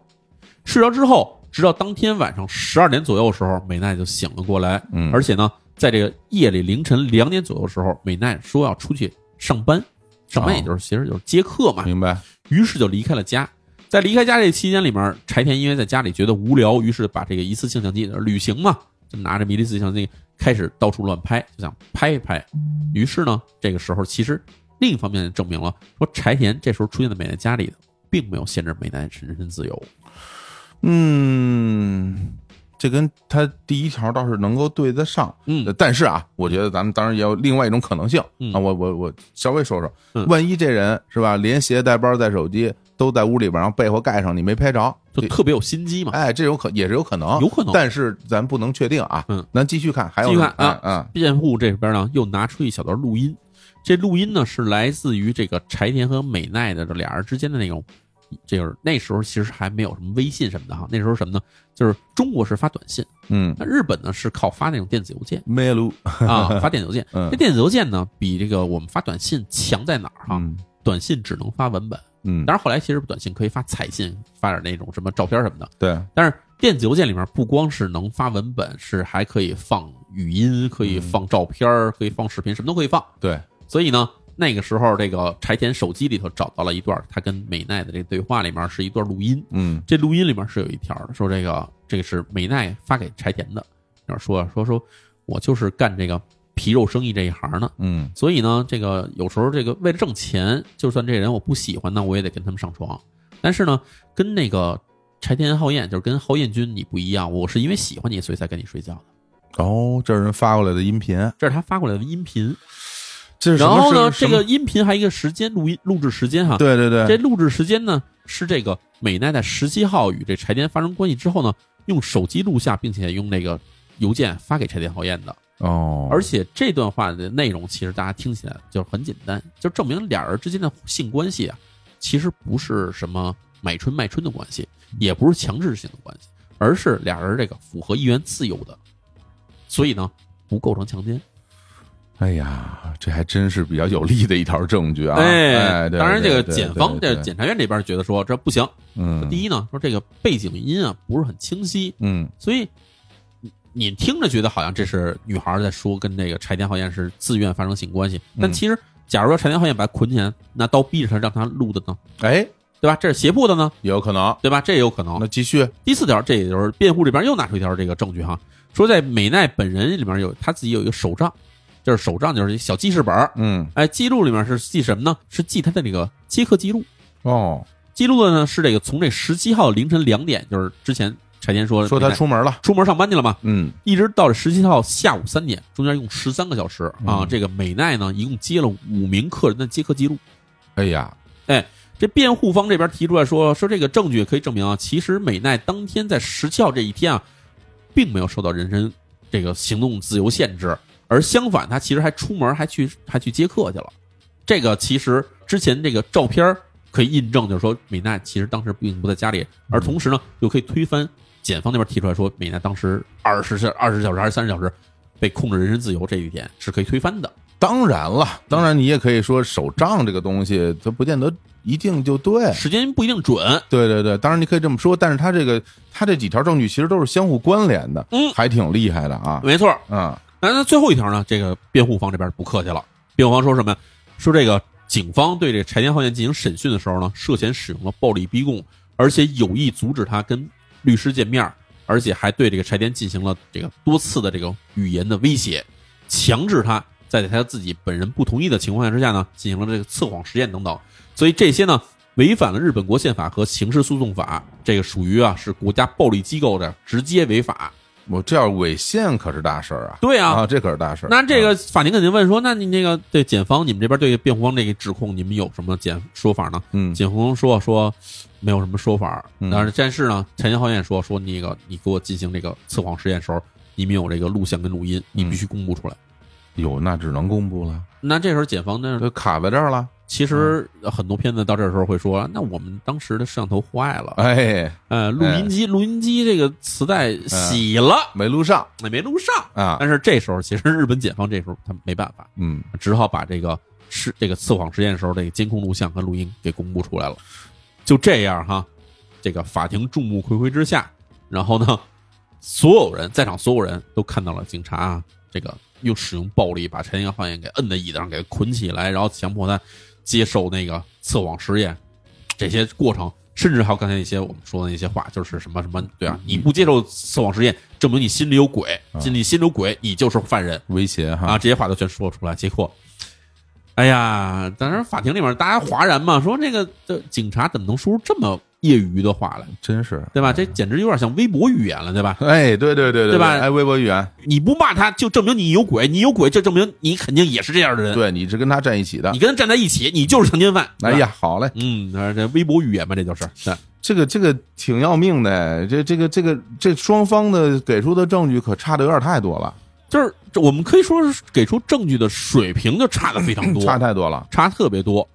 Speaker 1: 睡着之后，直到当天晚上十二点左右的时候，美奈就醒了过来，
Speaker 2: 嗯，
Speaker 1: 而且呢，在这个夜里凌晨两点左右的时候，美奈说要出去上班，上班也就是其实就是接客嘛，
Speaker 2: 明白，
Speaker 1: 于是就离开了家。在离开家这期间里面，柴田因为在家里觉得无聊，于是把这个一次性相机旅行嘛，就拿着迷离四相机开始到处乱拍，就想拍一拍。于是呢，这个时候其实另一方面证明了，说柴田这时候出现在美奈家里，并没有限制美奈人身自由。
Speaker 2: 嗯，这跟他第一条倒是能够对得上。
Speaker 1: 嗯
Speaker 2: 呃，但是啊，我觉得咱们当然也有另外一种可能性、
Speaker 1: 嗯
Speaker 2: 啊。我我我稍微说说，
Speaker 1: 嗯
Speaker 2: 万一这人是吧，连鞋带包带手机都在屋里边，然后被窝盖上，你没拍着，
Speaker 1: 就
Speaker 2: 这
Speaker 1: 特别有心机嘛。
Speaker 2: 哎，这有可也是有可能，
Speaker 1: 有可能
Speaker 2: 但是咱不能确定啊。
Speaker 1: 嗯，
Speaker 2: 咱继续看，还有
Speaker 1: 继续看
Speaker 2: 哎
Speaker 1: 啊
Speaker 2: 嗯
Speaker 1: 辩护这边呢又拿出一小段录音，这录音呢是来自于这个柴田和美奈的这俩人之间的那种，这就是那时候其实还没有什么微信什么的哈，那时候什么呢？就是中国是发短信，
Speaker 2: 嗯，
Speaker 1: 那日本呢是靠发那种电子邮件
Speaker 2: 梅鲁，
Speaker 1: 啊，发电子邮件。
Speaker 2: 嗯
Speaker 1: 这电子邮件呢比这个我们发短信强在哪儿哈？
Speaker 2: 嗯
Speaker 1: 短信只能发文本，
Speaker 2: 嗯，
Speaker 1: 当然后来其实短信可以发彩信，发点那种什么照片什么的。
Speaker 2: 对，
Speaker 1: 但是电子邮件里面不光是能发文本，是还可以放语音，可以放照片儿，可以放视频，什么都可以放。
Speaker 2: 对，
Speaker 1: 所以呢，那个时候这个柴田手机里头找到了一段他跟美奈的这对话，里面是一段录音。
Speaker 2: 嗯
Speaker 1: 这录音里面是有一条的说这个这个是美奈发给柴田的，那说说说我就是干这个皮肉生意这一行呢，
Speaker 2: 嗯
Speaker 1: 所以呢，这个有时候这个为了挣钱，就算这人我不喜欢呢，我也得跟他们上床。但是呢，跟那个柴田浩彦，就是跟浩彦君你不一样，我是因为喜欢你，所以才跟你睡觉的。
Speaker 2: 哦，这是人发过来的音频，
Speaker 1: 这是他发过来的音频。
Speaker 2: 这是什
Speaker 1: 然
Speaker 2: 么
Speaker 1: 后呢，
Speaker 2: 是
Speaker 1: 这个音频还有一个时间录音录制时间哈，
Speaker 2: 对对对，
Speaker 1: 这录制时间呢是这个美奈在十七号与这柴田发生关系之后呢，用手机录下，并且用那个邮件发给柴田浩彦的。
Speaker 2: 哦，
Speaker 1: 而且这段话的内容，其实大家听起来就是很简单，就证明俩人之间的性关系啊，其实不是什么买春卖春的关系，也不是强制性的关系，而是俩人这个符合一元自由的，所以呢，不构成强奸。
Speaker 2: 哎呀，这还真是比较有力的一条证据啊！哎，对
Speaker 1: 当然这个
Speaker 2: 对对
Speaker 1: 检方
Speaker 2: 对
Speaker 1: 这
Speaker 2: 对
Speaker 1: 检察院这边觉得说这不行，
Speaker 2: 嗯，
Speaker 1: 第
Speaker 2: 一，
Speaker 1: 一呢，说这个背景音啊不是很清晰，
Speaker 2: 嗯
Speaker 1: 所以你你听着觉得好像这是女孩在说跟这个柴田浩彦是自愿发生性关系，但
Speaker 2: 嗯
Speaker 1: 其实假如说柴田浩彦把他捆起来，拿刀逼着他让他录的呢，
Speaker 2: 哎，
Speaker 1: 对吧？这是胁迫的呢，
Speaker 2: 有可能。
Speaker 1: 对吧？这也有可能
Speaker 2: 那。继续，
Speaker 1: 第四条，这也就是辩护这边又拿出一条这个证据哈，说在美奈本人里面有他自己有一个手账，就是手账就是一小记事本儿，
Speaker 2: 嗯，
Speaker 1: 哎，记录里面是记什么呢？是记他的这个接客记录。
Speaker 2: 哦，
Speaker 1: 记录的呢是这个从这十七号凌晨两点，就是之前柴田说
Speaker 2: 说
Speaker 1: 美
Speaker 2: 他
Speaker 1: 奈
Speaker 2: 出门了，
Speaker 1: 出门上班去了嘛，
Speaker 2: 嗯
Speaker 1: 一直到十七号下午三点，中间用十三个小时啊。
Speaker 2: 嗯
Speaker 1: 这个美奈呢，一共接了五名客人的接客记录。
Speaker 2: 哎呀，
Speaker 1: 这辩护方这边提出来说，说这个证据可以证明啊，其实美奈当天在十七号这一天啊，并没有受到人身这个行动自由限制，而相反，他其实还出门还去还去接客去了。这个其实之前这个照片儿可以印证，就是说美奈其实当时并不在家里，而同时呢，又可以推翻检方那边提出来说，美奈当时二十小二十小时还是三十小时被控制人身自由这一点是可以推翻的。
Speaker 2: 当然了，当然你也可以说手账这个东西，它不见得一定就对。
Speaker 1: 时间不一定准，
Speaker 2: 对对对，当然你可以这么说，但是他这个他这几条证据其实都是相互关联的，
Speaker 1: 嗯
Speaker 2: 还挺厉害的啊，
Speaker 1: 没错儿。
Speaker 2: 嗯
Speaker 1: 哎那那最后一条呢？这个辩护方这边不客气了，辩护方说什么呀？说这个警方对这柴田浩彦进行审讯的时候呢，涉嫌使用了暴力逼供，而且有意阻止他跟律师见面儿，而且还对这个柴田进行了这个多次的这个语言的威胁，强制他在他自己本人不同意的情况下之下呢，进行了这个测谎实验等等。所以这些呢，违反了日本国宪法和刑事诉讼法，这个属于啊是国家暴力机构的直接违法。
Speaker 2: 我这要违宪可是大事儿啊！
Speaker 1: 对啊
Speaker 2: 啊，这可是大事儿。
Speaker 1: 那这
Speaker 2: 啊
Speaker 1: 个法庭肯定问说，那你那个对检方，你们这边对辩护方这个指控，你们有什么检说法呢？
Speaker 2: 嗯
Speaker 1: 检控说说没有什么说法，
Speaker 2: 嗯
Speaker 1: 但是但是呢，陈建浩也说说那个你给我进行这个测谎实验时候，你们有这个录像跟录音，你
Speaker 2: 嗯
Speaker 1: 必须公布出来。
Speaker 2: 哟，那只能公布了，
Speaker 1: 那这时候检方呢，
Speaker 2: 这卡在这儿了。
Speaker 1: 其实
Speaker 2: 嗯
Speaker 1: 很多片子到这时候会说，那我们当时的摄像头坏了，
Speaker 2: 哎，
Speaker 1: 呃，录音机录音机这个磁带洗了，
Speaker 2: 没录上
Speaker 1: 也没录上。
Speaker 2: 啊。
Speaker 1: 但是这时候，其实日本检方这时候他没办法，
Speaker 2: 嗯，
Speaker 1: 只好把这个是这个测谎实验时候这个监控录像和录音给公布出来了。就这样哈，这个法庭众目睽睽之下，然后呢，所有人在场所有人都看到了警察啊，这个又使用暴力把陈彦焕也给摁在椅子上，给他捆起来，然后强迫他接受那个测谎实验，这些过程。甚至还有刚才一些我们说的那些话，就是什么什么，对啊，你不接受测谎实验，证明你心里有鬼，心里心里有鬼，你就是犯人。
Speaker 2: 威胁哈
Speaker 1: 啊，这些话都全说出来。结果，哎呀，当时法庭里面大家哗然嘛，说这个这警察怎么能说出这么业余的话来，
Speaker 2: 真是。
Speaker 1: 对吧？这简直有点像微博预言了，对吧？
Speaker 2: 哎，对对对对
Speaker 1: 对吧
Speaker 2: 哎，微博语言，
Speaker 1: 你不骂他，就证明你有鬼；你有鬼，就证明你肯定也是这样的人。
Speaker 2: 对，你是跟他站一起的
Speaker 1: 你。跟他站在一起，你就是强奸犯。对
Speaker 2: 哎
Speaker 1: 吧，
Speaker 2: 呀，好嘞，
Speaker 1: 嗯，那这微博预言嘛，这就是。对，
Speaker 2: 这个这个挺要命的，这这个这个这双方的给出的证据可差的有点太多了，
Speaker 1: 就是这我们可以说是给出证据的水平就差的非常多，
Speaker 2: 差太多了。
Speaker 1: 差特别多。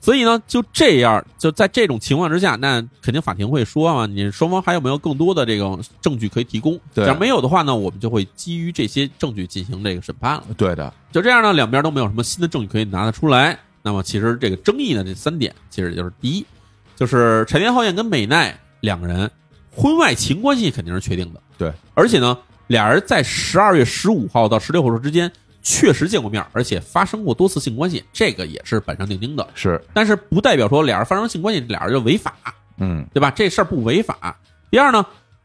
Speaker 1: 所以呢，就这样，就在这种情况之下，那肯定法庭会说啊，你双方还有没有更多的这种证据可以提供？
Speaker 2: 对
Speaker 1: 假如没有的话呢，我们就会基于这些证据进行这个审判了。
Speaker 2: 对的，
Speaker 1: 就这样呢，两边都没有什么新的证据可以拿得出来。那么，其实这个争议呢，这三点其实就是第一，就是柴田浩彦跟美奈两个人婚外情关系肯定是确定的，
Speaker 2: 对，
Speaker 1: 而且呢，俩人在十二月十五号到十六号之间确实见过面，而且发生过多次性关系，这个也是板上钉钉的。
Speaker 2: 是，
Speaker 1: 但是不代表说俩人发生性关系，俩人就违法，
Speaker 2: 嗯，
Speaker 1: 对吧？这事儿不违法。第二呢，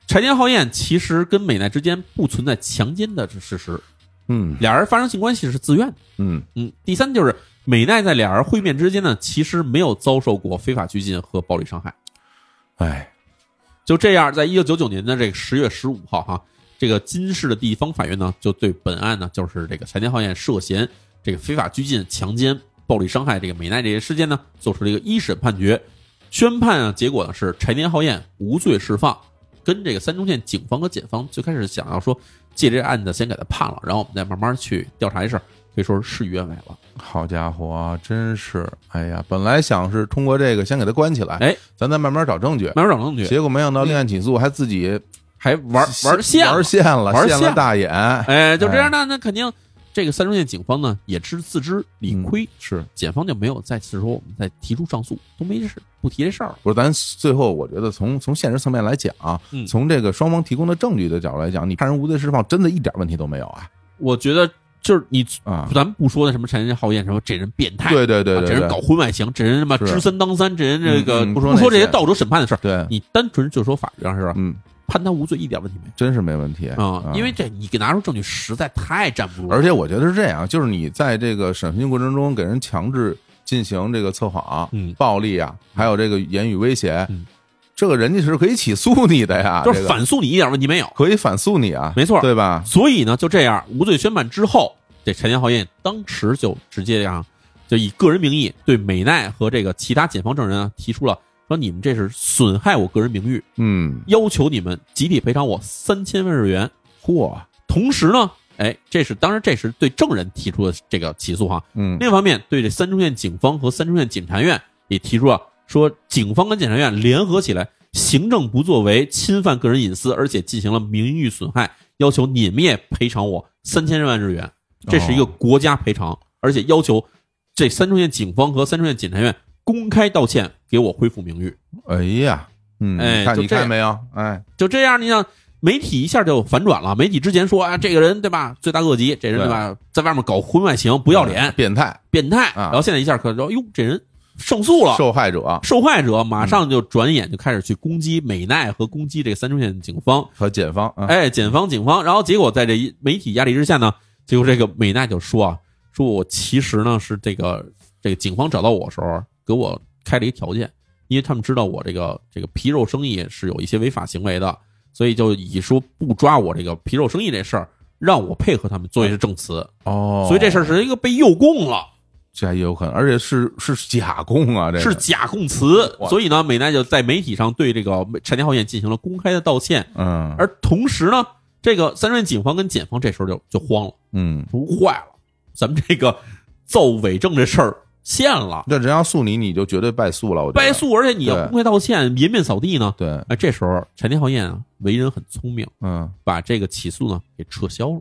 Speaker 1: 柴田浩彦其实跟美奈之间不存在强奸的事实，
Speaker 2: 嗯，
Speaker 1: 俩人发生性关系是自愿的。
Speaker 2: 嗯，
Speaker 1: 嗯，第三就是美奈在俩人会面之间呢，其实没有遭受过非法拘禁和暴力伤害。
Speaker 2: 哎，
Speaker 1: 就这样，在一九九九年的这个十月十五号，哈，这个金市的地方法院呢，就对本案呢，就是这个柴田浩彦涉嫌这个非法拘禁、强奸、暴力伤害这个美奈这些事件呢，做出了一个一审判决，宣判啊，结果呢是柴田浩彦无罪释放。跟这个三中县警方和检方最开始想要说借这个案子先给他判了，然后我们再慢慢去调查这事儿，可以说是事与愿违了。
Speaker 2: 好家伙，真是，哎呀，本来想是通过这个先给他关起来，
Speaker 1: 哎，
Speaker 2: 咱再慢慢找证据，
Speaker 1: 慢慢找证据，
Speaker 2: 结果没想到另案起诉还自己
Speaker 1: 还玩玩线了
Speaker 2: 玩线了，
Speaker 1: 玩
Speaker 2: 现
Speaker 1: 线
Speaker 2: 了
Speaker 1: 了
Speaker 2: 大眼，
Speaker 1: 哎，就这样，那那肯定这个三中县警方呢也是自知理亏，
Speaker 2: 是。
Speaker 1: 检方就没有再次说我们再提出上诉，都没事，不提这事儿了。
Speaker 2: 不是，咱最后我觉得从从现实层面来讲、啊
Speaker 1: 嗯
Speaker 2: 从这个双方提供的证据的角度来讲，你判人无罪释放真的一点问题都没有啊
Speaker 1: 我觉得就是你，
Speaker 2: 啊！
Speaker 1: 咱们不说那什么陈浩燕什么这人变态，
Speaker 2: 对对对
Speaker 1: 啊
Speaker 2: 对
Speaker 1: 这
Speaker 2: 对，
Speaker 1: 人搞婚外情，这人什么
Speaker 2: 是
Speaker 1: 知三当三，这人这个
Speaker 2: 嗯嗯
Speaker 1: 不
Speaker 2: 不说那
Speaker 1: 说这些
Speaker 2: 些
Speaker 1: 道德审判的事儿，
Speaker 2: 对，
Speaker 1: 你单纯就说法律上是吧
Speaker 2: 嗯，
Speaker 1: 判他无罪一点问题没有
Speaker 2: 真是没问题
Speaker 1: 啊，因为这你给拿出证据实在太站不住了，
Speaker 2: 而且我觉得是这样，就是你在这个审讯过程中给人强制进行这个测谎、
Speaker 1: 嗯
Speaker 2: 暴力啊，还有这个言语威胁，
Speaker 1: 嗯
Speaker 2: 这个人家是可以起诉你的呀，
Speaker 1: 就是
Speaker 2: 这个
Speaker 1: 反诉你一点问题没有。
Speaker 2: 可以反诉你啊，
Speaker 1: 没错
Speaker 2: 对吧？
Speaker 1: 所以呢，就这样无罪宣判之后，这柴田浩彦当时就直接啊，就以个人名义对美奈和这个其他检方证人啊提出了说你们这是损害我个人名誉，
Speaker 2: 嗯，
Speaker 1: 要求你们集体赔偿我三千万日元。
Speaker 2: 嚯，
Speaker 1: 同时呢，哎，这是当然这是对证人提出的这个起诉哈。
Speaker 2: 嗯，
Speaker 1: 另一方面，对这三中县警方和三中县检察院也提出了说，警方跟检察院联合起来，行政不作为，侵犯个人隐私，而且进行了名誉损害，要求你们也赔偿我三千万日元，这是一个国家赔偿，而且要求这三中县警方和三中县检察院公开道歉，给我恢复名誉。
Speaker 2: 哎呀，嗯，
Speaker 1: 哎
Speaker 2: 你看
Speaker 1: 就
Speaker 2: 你
Speaker 1: 这
Speaker 2: 看
Speaker 1: 样
Speaker 2: 没有？哎，
Speaker 1: 就这样，你想媒体一下就反转了。媒体之前说啊，这个人对吧，罪大恶极，这人对吧，在外面搞婚外情，不
Speaker 2: 不
Speaker 1: 要脸，
Speaker 2: 变态，
Speaker 1: 变态。
Speaker 2: 啊
Speaker 1: 然后现在一下可说，哟，这人胜诉了，
Speaker 2: 受害者
Speaker 1: 受害者马
Speaker 2: 嗯
Speaker 1: 上就转眼就开始去攻击美奈和攻击这个三中县警方，
Speaker 2: 和检方啊，
Speaker 1: 哎，检方、警方，然后结果在这一媒体压力之下呢，结果这个美奈就说啊，啊说我其实呢是这个这个警方找到我的时候给我开了一条件，因为他们知道我这个这个皮肉生意是有一些违法行为的，所以就以说不抓我这个皮肉生意这事儿，让我配合他们做一些证词，
Speaker 2: 哦
Speaker 1: 所以这事儿是一个被诱供了，
Speaker 2: 这还也有可能，而且是是假供啊，这个
Speaker 1: 是假供词
Speaker 2: 哇，
Speaker 1: 所以呢，美奈就在媒体上对这个呃柴田浩彦进行了公开的道歉，
Speaker 2: 嗯，
Speaker 1: 而同时呢，这个三川警方跟检方这时候就就慌了，
Speaker 2: 嗯，
Speaker 1: 不坏了，咱们这个造伪证这事儿现了，
Speaker 2: 这人要诉你，你就绝对败诉了，我觉得
Speaker 1: 败，诉，而且你要
Speaker 2: 对
Speaker 1: 公开道歉，颜面扫地呢。
Speaker 2: 对，
Speaker 1: 哎，这时候柴田浩彦啊，为人很聪明，
Speaker 2: 嗯，
Speaker 1: 把这个起诉呢给撤销了，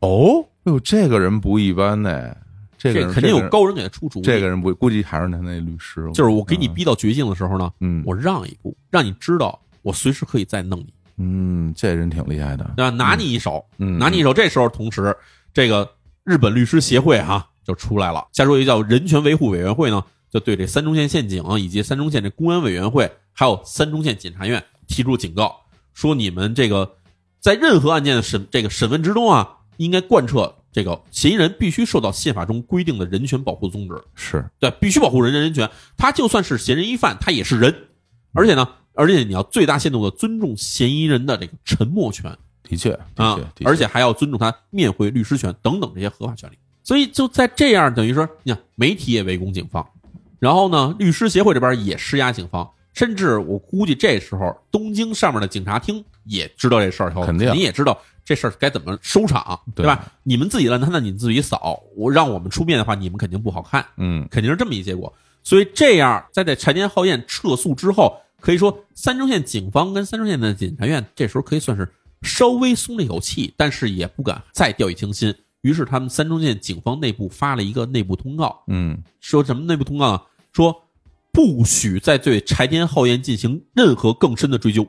Speaker 2: 哦，哎呦，这个人不一般呢，这个
Speaker 1: 这
Speaker 2: 人
Speaker 1: 肯定有，高人给他出主意。
Speaker 2: 这个人这个人不估计还是他那律师，
Speaker 1: 就是我给你逼到绝境的时候呢，
Speaker 2: 嗯，
Speaker 1: 我让一步，让你知道我随时可以再弄你，
Speaker 2: 嗯，这人挺厉害的，
Speaker 1: 对吧？拿你一手，
Speaker 2: 嗯，
Speaker 1: 拿你一手。这时候，同时这个日本律师协会哈、就出来了，下属一个叫人权维护委员会呢，就对这三中县县警以及三中县这公安委员会，还有三中县检察院提出警告，说你们这个在任何案件的审这个审问之中啊，应该贯彻这个嫌疑人必须受到宪法中规定的人权保护宗旨。
Speaker 2: 是，
Speaker 1: 对，必须保护人人人权。他就算是嫌人一犯，他也是人，而且呢，而且你要最大限度的尊重嫌疑人的这个沉默权
Speaker 2: 的确，的
Speaker 1: 啊
Speaker 2: 确，的，确
Speaker 1: 而且还要尊重他面会律师权等等这些合法权利。所以就在这样，等于说，你看媒体也围攻警方，然后呢，律师协会这边也施压警方，甚至我估计这时候东京上面的警察厅也知道这事儿以后，
Speaker 2: 肯定
Speaker 1: 你也知道这事儿该怎么收场，
Speaker 2: 对
Speaker 1: 对吧？你们自己烂摊子你们自己扫，我让我们出面的话，你们肯定不好看。
Speaker 2: 嗯，
Speaker 1: 肯定是这么一结果。所以这样，在这柴田浩彦撤诉之后，可以说三中县警方跟三中县的检察院这时候可以算是稍微松了一口气，但是也不敢再掉以轻心。于是他们三中县警方内部发了一个内部通告，
Speaker 2: 嗯，
Speaker 1: 说什么内部通告啊？说不许再对柴田浩彦进行任何更深的追究，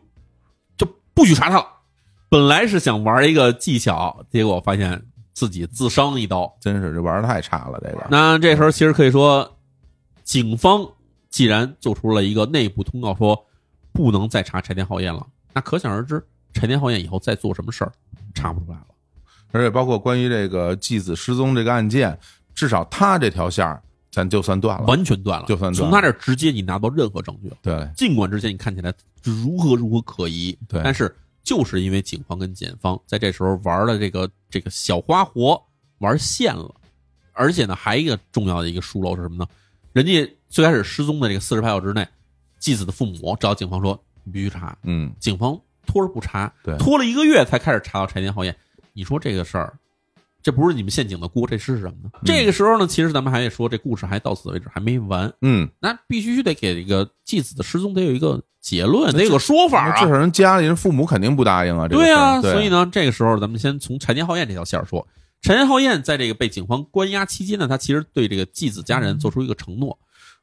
Speaker 1: 就不许查他了。本来是想玩一个技巧，结果发现自己自伤一刀，
Speaker 2: 真是这玩的太差了，这个，
Speaker 1: 那这时候其实可以说，警方既然做出了一个内部通告说不能再查柴田浩彦了，那可想而知，柴田浩彦以后再做什么事儿查不出来了。
Speaker 2: 而且包括关于这个继子失踪这个案件，至少他这条线儿，咱就算断了，
Speaker 1: 完全断了，
Speaker 2: 就算断了
Speaker 1: 从他这儿直接你拿不到任何证据了。
Speaker 2: 对，
Speaker 1: 尽管之前你看起来如何如何可疑，
Speaker 2: 对
Speaker 1: 但是就是因为警方跟检方在这时候玩了这个这个小花活，玩线了，而且呢，还有一个重要的一个疏漏是什么呢？人家最开始失踪的这个四十八小时之内，继子的父母找警方说你必须查，
Speaker 2: 嗯，
Speaker 1: 警方拖着不查，
Speaker 2: 对
Speaker 1: 拖了一个月才开始查到柴田浩彦。你说这个事儿，这不是你们陷阱的锅，这是什么呢？
Speaker 2: 嗯
Speaker 1: 这个时候呢，其实咱们还得说，这故事还到此为止，还没完。
Speaker 2: 嗯，
Speaker 1: 那必须得给这个继子的失踪得有一个结论，得有个说法
Speaker 2: 至少
Speaker 1: 啊。
Speaker 2: 人家里人父母肯定不答应啊，这个
Speaker 1: 对
Speaker 2: 事儿
Speaker 1: 啊，
Speaker 2: 对
Speaker 1: 所以呢，这个时候咱们先从柴田浩彦这条线儿说。柴田浩彦在这个被警方关押期间呢，他其实对这个继子家
Speaker 2: 嗯
Speaker 1: 人做出一个承诺，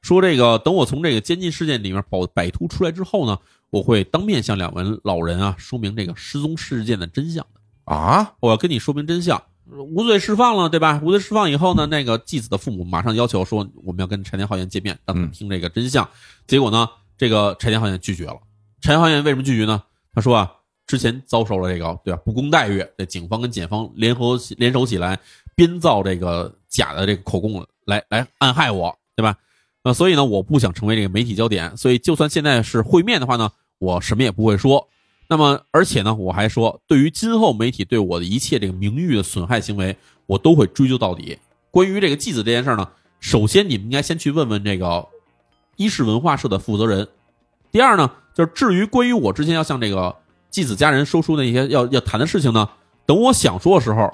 Speaker 1: 说这个等我从这个监禁事件里面保摆脱出来之后呢，我会当面向两位老人啊说明这个失踪事件的真相。
Speaker 2: 啊，
Speaker 1: 我要跟你说明真相。无罪释放了，对吧？无罪释放以后呢，那个继子的父母马上要求说，我们要跟柴田浩彦见面，让他
Speaker 2: 嗯
Speaker 1: 们听这个真相。结果呢，这个柴田浩彦拒绝了。柴田浩彦为什么拒绝呢？他说啊，之前遭受了这个对吧不公待遇，这警方跟检方联合联手起来，编造这个假的这个口供来来暗害我，对吧？那、所以呢，我不想成为这个媒体焦点，所以就算现在是会面的话呢，我什么也不会说。那么，而且呢，我还说，对于今后媒体对我的一切这个名誉的损害行为，我都会追究到底。关于这个继子这件事儿呢，首先你们应该先去问问这个一是文化社的负责人。第二呢，就是至于关于我之前要向这个继子家人说出那些要要谈的事情呢，等我想说的时候，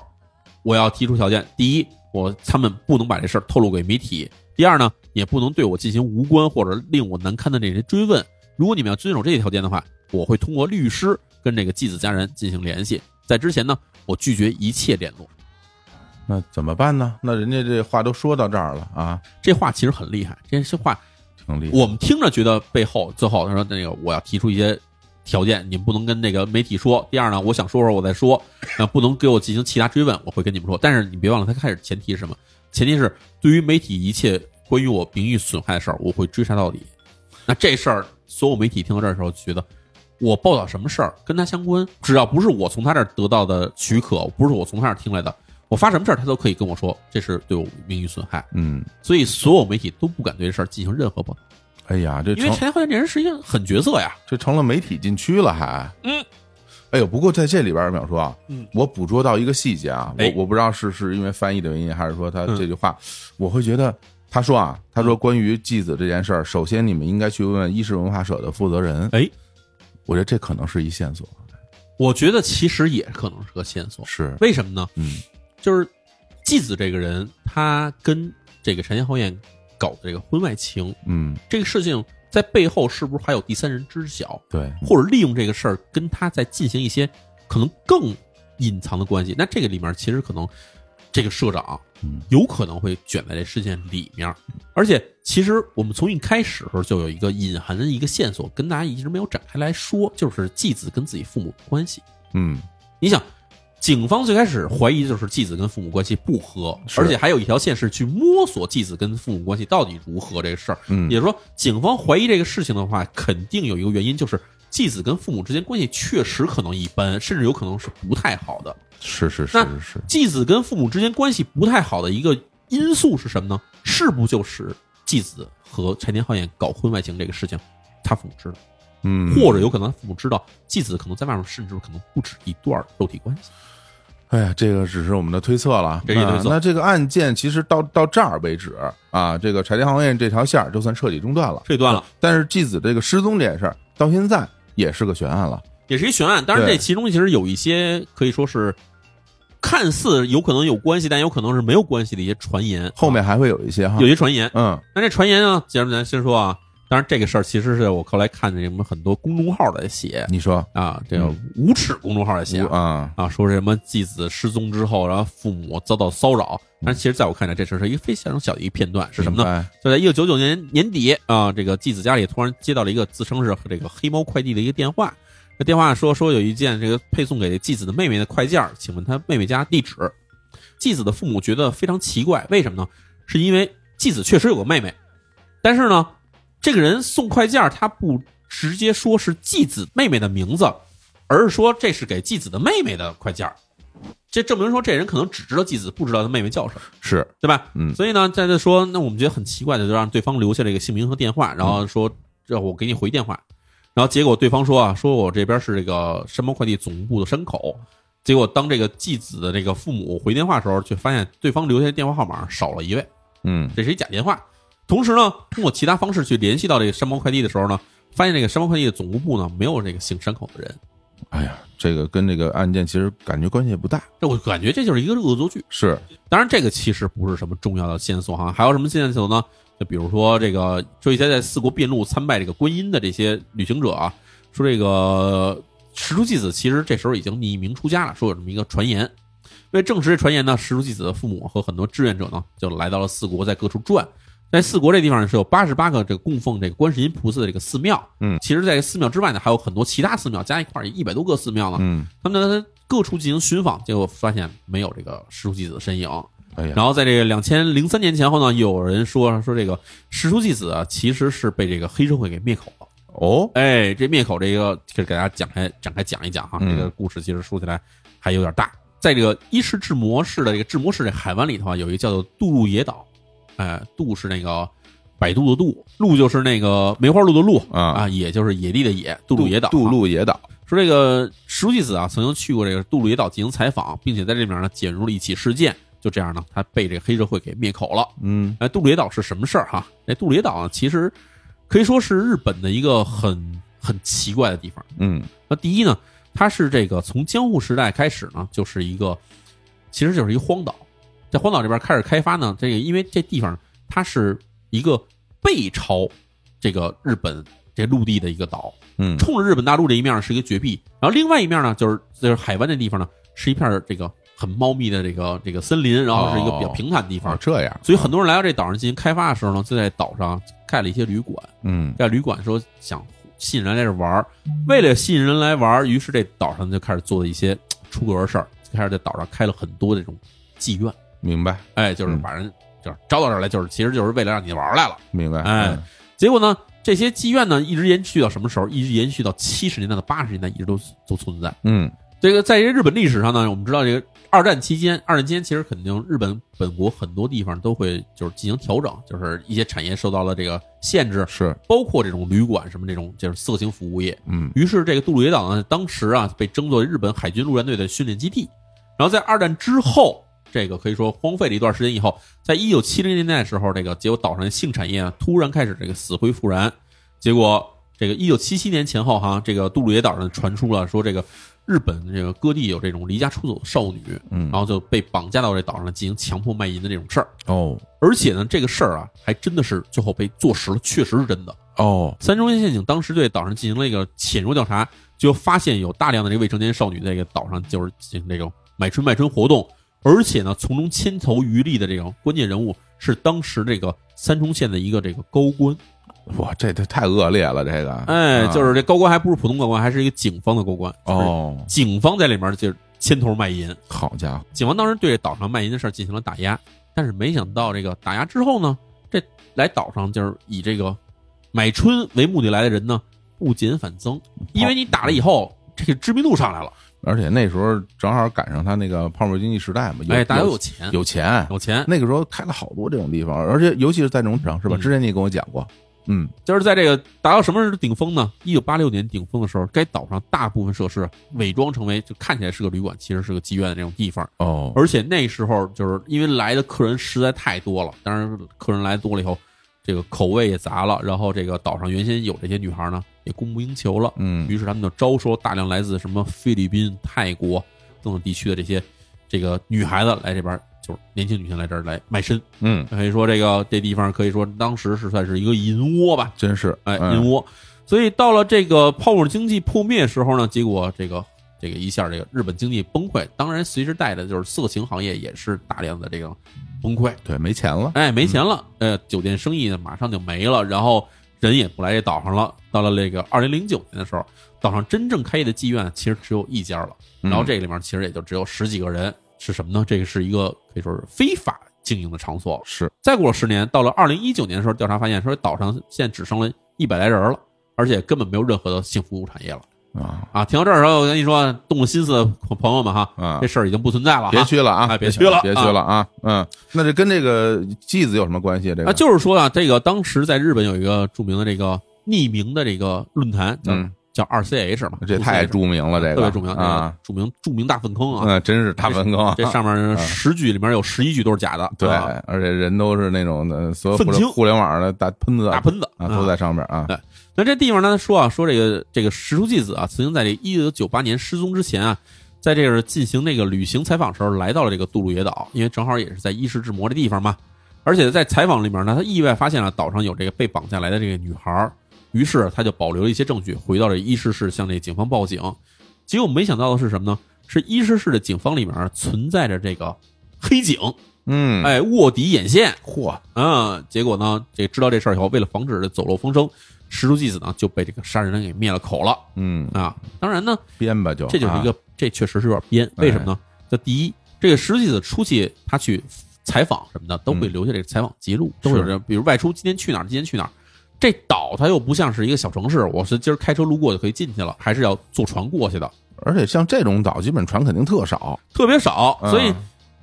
Speaker 1: 我要提出条件：第一，我他们不能把这事儿透露给媒体；第二呢，也不能对我进行无关或者令我难堪的这些追问。如果你们要遵守这些条件的话，我会通过律师跟这个继子家人进行联系。在之前呢，我拒绝一切联络。
Speaker 2: 那怎么办呢？那人家这话都说到这儿了啊，
Speaker 1: 这话其实很厉害，这些话
Speaker 2: 挺厉害，
Speaker 1: 我们听着觉得背后最后他说那个我要提出一些条件，你们不能跟那个媒体说。第二呢，我想说说我再说，啊，不能给我进行其他追问，我会跟你们说。但是你别忘了，他开始前提是什么？前提是对于媒体一切关于我名誉损害的事儿，我会追查到底。那这事儿，所有媒体听到这儿的时候，觉得我报道什么事儿跟他相关，只要不是我从他这儿得到的许可，不是我从他这儿听来的，我发什么事儿他都可以跟我说，这是对我名誉损害。
Speaker 2: 嗯，
Speaker 1: 所以所有媒体都不敢对这事儿进行任何报道。
Speaker 2: 哎呀，这
Speaker 1: 因为
Speaker 2: 成
Speaker 1: 陈家花园这人是一个狠角色呀，
Speaker 2: 这成了媒体禁区了还。
Speaker 1: 嗯。
Speaker 2: 哎呦，不过在这里边儿，淼叔啊，
Speaker 1: 嗯
Speaker 2: 我捕捉到一个细节啊，
Speaker 1: 哎
Speaker 2: 我我不知道是是因为翻译的原因，还是说他
Speaker 1: 嗯
Speaker 2: 这句话，我会觉得他说啊，他说关于继子这件事儿，首先你们应该去问问一是文化社的负责人，
Speaker 1: 哎，
Speaker 2: 我觉得这可能是一线索，
Speaker 1: 我觉得其实也可能是个线索，
Speaker 2: 是，
Speaker 1: 为什么呢？
Speaker 2: 嗯
Speaker 1: 就是继子这个人，他跟这个陈家花园搞这个婚外情，
Speaker 2: 嗯，
Speaker 1: 这个事情在背后是不是还有第三人知晓，
Speaker 2: 对，
Speaker 1: 或者利用这个事儿跟他在进行一些可能更隐藏的关系？那这个里面其实可能这个社长
Speaker 2: 嗯
Speaker 1: 有可能会卷在这事件里面，而且其实我们从一开始的时候就有一个隐含的一个线索，跟大家一直没有展开来说，就是继子跟自己父母的关系。
Speaker 2: 嗯
Speaker 1: 你想，警方最开始怀疑的就是继子跟父母关系不和，
Speaker 2: 是
Speaker 1: 而且还有一条线是去摸索继子跟父母关系到底如何这个事儿。
Speaker 2: 嗯
Speaker 1: 也就是说，警方怀疑这个事情的话，肯定有一个原因，就是继子跟父母之间关系确实可能一般，甚至有可能是不太好的。
Speaker 2: 是是是
Speaker 1: 那
Speaker 2: 是是，
Speaker 1: 继子跟父母之间关系不太好的一个因素是什么呢？是不就是继子和柴田浩彦搞婚外情这个事情，他父母知道，
Speaker 2: 嗯，
Speaker 1: 或者有可能他父母知道继子可能在外面甚至可能不止一段肉体关系。
Speaker 2: 哎呀，这个只是我们的推测了。
Speaker 1: 这是推测
Speaker 2: 啊那这个案件其实到到这儿为止啊，这个柴田航院这条线儿就算彻底中断了。
Speaker 1: 这段了，
Speaker 2: 但是继子这个失踪这件事儿，到现在也是个悬案了。
Speaker 1: 也是一悬案。当然，
Speaker 2: 对
Speaker 1: 这其中其实有一些可以说是看似有可能有关系，但有可能是没有关系的一些传言。
Speaker 2: 后面还会有一些哈
Speaker 1: 有，些传言，
Speaker 2: 嗯
Speaker 1: 那这传言啊，咱们咱先说啊。当然，这个事儿其实是我后来看见什么很多公众号在写
Speaker 2: 你说
Speaker 1: 啊，这个无耻公众号在写
Speaker 2: 我啊，
Speaker 1: 啊，说是什么继子失踪之后，然后父母遭到骚扰。但其实在我看来，这只是一个非常小的一个片段，是什么呢？
Speaker 2: 呢？
Speaker 1: 就在一九九九年年底啊，这个继子家里突然接到了一个自称是这个黑猫快递的一个电话。这电话说说有一件这个配送给继子的妹妹的快件儿，请问他妹妹家地址。继子的父母觉得非常奇怪，为什么呢？是因为继子确实有个妹妹，但是呢，这个人送快件儿他不直接说是继子妹妹的名字，而是说这是给继子的妹妹的快件儿。这证明说这人可能只知道继子，不知道他妹妹叫什么。
Speaker 2: 是，
Speaker 1: 对吧？
Speaker 2: 嗯
Speaker 1: 所以呢，在这说，那我们觉得很奇怪的，就让对方留下这个姓名和电话，然后说让我给你回电话，然后结果对方说啊，说我这边是这个山猫快递总部的山口，结果当这个继子的这个父母回电话的时候，却发现对方留下的电话号码少了一位，
Speaker 2: 嗯
Speaker 1: 这是一假电话。同时呢，通过其他方式去联系到这个山猫快递的时候呢，发现这个山猫快递的总务部呢没有这个姓山口的人，
Speaker 2: 哎呀，这个跟这个案件其实感觉关系也不大。
Speaker 1: 这我感觉这就是一个恶作剧。
Speaker 2: 是，
Speaker 1: 当然，这个其实不是什么重要的线索哈。还有什么线索呢？就比如说这个，说一些在四国遍路参拜这个观音的这些旅行者啊，说这个石柱纪子其实这时候已经匿名出家了，说有这么一个传言。为证实这传言呢，石柱纪子的父母和很多志愿者呢，就来到了四国，在各处转。在四国这地方呢，是有八十八个这个供奉这个观世音菩萨的这个寺庙。
Speaker 2: 嗯
Speaker 1: 其实在这个寺庙之外呢，还有很多其他寺庙，加一块儿一百多个寺庙呢。
Speaker 2: 嗯，
Speaker 1: 他们呢各处进行寻访，结果发现没有这个石柱纪子的身影。
Speaker 2: 哎呀，
Speaker 1: 然后在这个两千零三年前后呢，有人说说这个石出纪子啊，其实是被这个黑社会给灭口了。
Speaker 2: 哦，
Speaker 1: 哎，这灭口这个给给大家展开展开讲一讲哈，
Speaker 2: 嗯
Speaker 1: 这个故事其实说起来还有点大。在这个伊势志摩市的这个志摩市这海湾里头啊，有一个叫做杜路野岛，哎，杜是那个百度的杜，路就是那个梅花鹿的鹿
Speaker 2: 啊
Speaker 1: 啊，野就是野地的野，杜路野岛啊。
Speaker 2: 杜路野岛，
Speaker 1: 说这个石柱纪子啊，曾经去过这个杜鲁野岛进行采访，并且在这里面呢卷入了一起事件。就这样呢，他被这个黑社会给灭口了。
Speaker 2: 嗯
Speaker 1: 哎，杜鲁野岛是什么事儿哈？哎，杜鲁野岛呢，其实可以说是日本的一个很很奇怪的地方。
Speaker 2: 嗯
Speaker 1: 那第一呢，它是这个从江户时代开始呢，就是一个其实就是一个荒岛，在荒岛这边开始开发呢，这个因为这地方它是一个背朝这个日本这陆地的一个岛，
Speaker 2: 嗯，
Speaker 1: 冲着日本大陆这一面是一个绝壁，然后另外一面呢，就是就是海湾这地方呢，是一片这个很茂密的这个这个森林，然后是一个比较平坦的地方。
Speaker 2: 哦这样，
Speaker 1: 所以很多人来到这岛上进行开发的时候呢，就在岛上盖了一些旅馆，
Speaker 2: 嗯
Speaker 1: 在旅馆说想吸引人来这玩儿，为了吸引人来玩儿，于是这岛上就开始做一些嘖出格的事儿，就开始在岛上开了很多这种妓院，
Speaker 2: 明白
Speaker 1: 哎，就是
Speaker 2: 嗯
Speaker 1: 把人就是招到这儿来，就是其实就是为了让你玩儿来了。
Speaker 2: 明白，
Speaker 1: 哎
Speaker 2: 嗯，
Speaker 1: 结果呢，这些妓院呢，一直延续到什么时候？一直延续到七十年代到八十年代，一直都都存在。
Speaker 2: 嗯
Speaker 1: 这个在这日本历史上呢，我们知道这个二战期间，二战期间其实肯定日本本国很多地方都会就是进行调整，就是一些产业受到了这个限制，
Speaker 2: 是，
Speaker 1: 包括这种旅馆什么这种就是色情服务业。
Speaker 2: 嗯
Speaker 1: 于是这个杜鲁野岛呢，当时啊被征作为日本海军陆战队的训练基地。然后在二战之后，这个可以说荒废了一段时间以后，在一九七零年代的时候，这个结果岛上的性产业啊突然开始这个死灰复燃。结果这个一九七七年前后哈、这个杜鲁野岛上传出了说这个日本这个各地有这种离家出走的少女，
Speaker 2: 嗯
Speaker 1: 然，后就被绑架到这岛上进行强迫卖淫的这种事儿。
Speaker 2: 哦
Speaker 1: 而且呢，这个事儿啊，还真的是最后被坐实了，确实是真的。
Speaker 2: 哦，
Speaker 1: 三中线陷阱当时对岛上进行了一个潜入调查，就发现有大量的这个未成年少女在这个岛上就是进行这种买春卖春活动，而且呢，从中牵头渔利的这种关键人物是当时这个三重县的一个这个高官，
Speaker 2: 哇，这这太恶劣了，这个，
Speaker 1: 哎，
Speaker 2: 啊
Speaker 1: 就是这高官还不是普通高官，还是一个警方的高官，
Speaker 2: 哦，
Speaker 1: 警方在里面就是牵头卖淫，
Speaker 2: 好家伙，
Speaker 1: 警方当时对岛上卖淫的事儿进行了打压，但是没想到这个打压之后呢，这来岛上就是以这个买春为目的来的人呢，不减反增，因为你打了以后，
Speaker 2: 嗯
Speaker 1: 这个知名度上来了，
Speaker 2: 而且那时候正好赶上他那个泡沫经济时代嘛，有
Speaker 1: 哎，大家都有
Speaker 2: 有
Speaker 1: 钱，
Speaker 2: 有钱，
Speaker 1: 有钱，
Speaker 2: 那个时候开了好多这种地方，而且尤其是在农场是吧？
Speaker 1: 嗯
Speaker 2: 之前你也跟我讲过，嗯，
Speaker 1: 就是在这个达到什么时候顶峰呢？一九八六年顶峰的时候，该岛上大部分设施啊伪装成为就看起来是个旅馆，其实是个妓院的这种地方，
Speaker 2: 哦，
Speaker 1: 而且那时候就是因为来的客人实在太多了，当然客人来多了以后，这个口味也杂了，然后这个岛上原先有这些女孩呢也供不应求了，
Speaker 2: 嗯，
Speaker 1: 于是他们就招收大量来自什么菲律宾、泰国等等地区的这些这个女孩子来这边，就是年轻女性来这儿来卖身，
Speaker 2: 嗯，
Speaker 1: 可以说这个这地方可以说当时是算是一个银窝吧，
Speaker 2: 真是，
Speaker 1: 哎，
Speaker 2: 嗯
Speaker 1: 银窝。所以到了这个泡沫经济破灭时候呢，结果这个这个一下这个日本经济崩溃，当然随之带来的就是色情行业也是大量的这个崩溃。
Speaker 2: 对，没钱了，
Speaker 1: 哎，没钱了，
Speaker 2: 嗯
Speaker 1: 呃，酒店生意呢马上就没了，然后人也不来这岛上了。到了这个二零零九年的时候，岛上真正开业的妓院其实只有一家了，
Speaker 2: 嗯
Speaker 1: 然后这个里面其实也就只有十几个人，是什么呢？这个是一个可以说是非法经营的场所，
Speaker 2: 是，
Speaker 1: 再过了十年，到了二零一九年的时候，调查发现说岛上现在只剩了一百来人了，而且根本没有任何的性服务产业了
Speaker 2: 啊
Speaker 1: 啊！听到这儿的时候，我跟你说，动了心思的朋友们哈，
Speaker 2: 啊
Speaker 1: 这。事儿已经不存在了
Speaker 2: 别
Speaker 1: 哈。
Speaker 2: 去了啊！
Speaker 1: 哎别去了
Speaker 2: 别去了啊！嗯，那这跟这个继子有什么关系？这
Speaker 1: 啊，
Speaker 2: 个
Speaker 1: 就是说啊，这个当时在日本有一个著名的这个匿名的这个论坛，叫、
Speaker 2: 嗯
Speaker 1: 叫二 CH 嘛，
Speaker 2: 这太著名了，这个
Speaker 1: 特别著名，
Speaker 2: 啊！
Speaker 1: 这个著名著名大粪坑啊！
Speaker 2: 嗯，真是大粪坑啊，
Speaker 1: 这上面十句里面有十一句都是假的，
Speaker 2: 对
Speaker 1: 啊，
Speaker 2: 而且人都是那种的，所有互
Speaker 1: 愤
Speaker 2: 联
Speaker 1: 青
Speaker 2: 互联网的大喷子
Speaker 1: 大
Speaker 2: 啊，
Speaker 1: 喷子
Speaker 2: 都在上面啊。
Speaker 1: 那这地方呢，说啊，说这个这个石出纪子啊，曾经在这一九九八年失踪之前啊，在这个进行那个旅行采访的时候，来到了这个杜鲁野岛，因为正好也是在衣食之魔这地方嘛。而且在采访里面呢，他意外发现了岛上有这个被绑架来的这个女孩儿，于是他就保留了一些证据，回到这伊势市向这警方报警。结果没想到的是什么呢？是伊势市的警方里面存在着这个黑警，
Speaker 2: 嗯，
Speaker 1: 哎，卧底眼线，
Speaker 2: 嚯，
Speaker 1: 啊，结果呢，这知道这事儿以后，为了防止这走漏风声，石柱纪子呢就被这个杀人给灭了口了
Speaker 2: 嗯，
Speaker 1: 啊！当然呢，
Speaker 2: 编吧就啊哎
Speaker 1: 这就是一个，这确实是有点编，为什么呢？这第一，这个石柱纪子出去他去采访什么的，都会留下这个采访记录，
Speaker 2: 嗯
Speaker 1: 都会有这，比如外出今天去哪儿，今天去哪儿。这岛它又不像是一个小城市，我是今儿开车路过就可以进去了，还是要坐船过去的，
Speaker 2: 而且像这种岛，基本船肯定特少，
Speaker 1: 特别少，
Speaker 2: 嗯
Speaker 1: 所以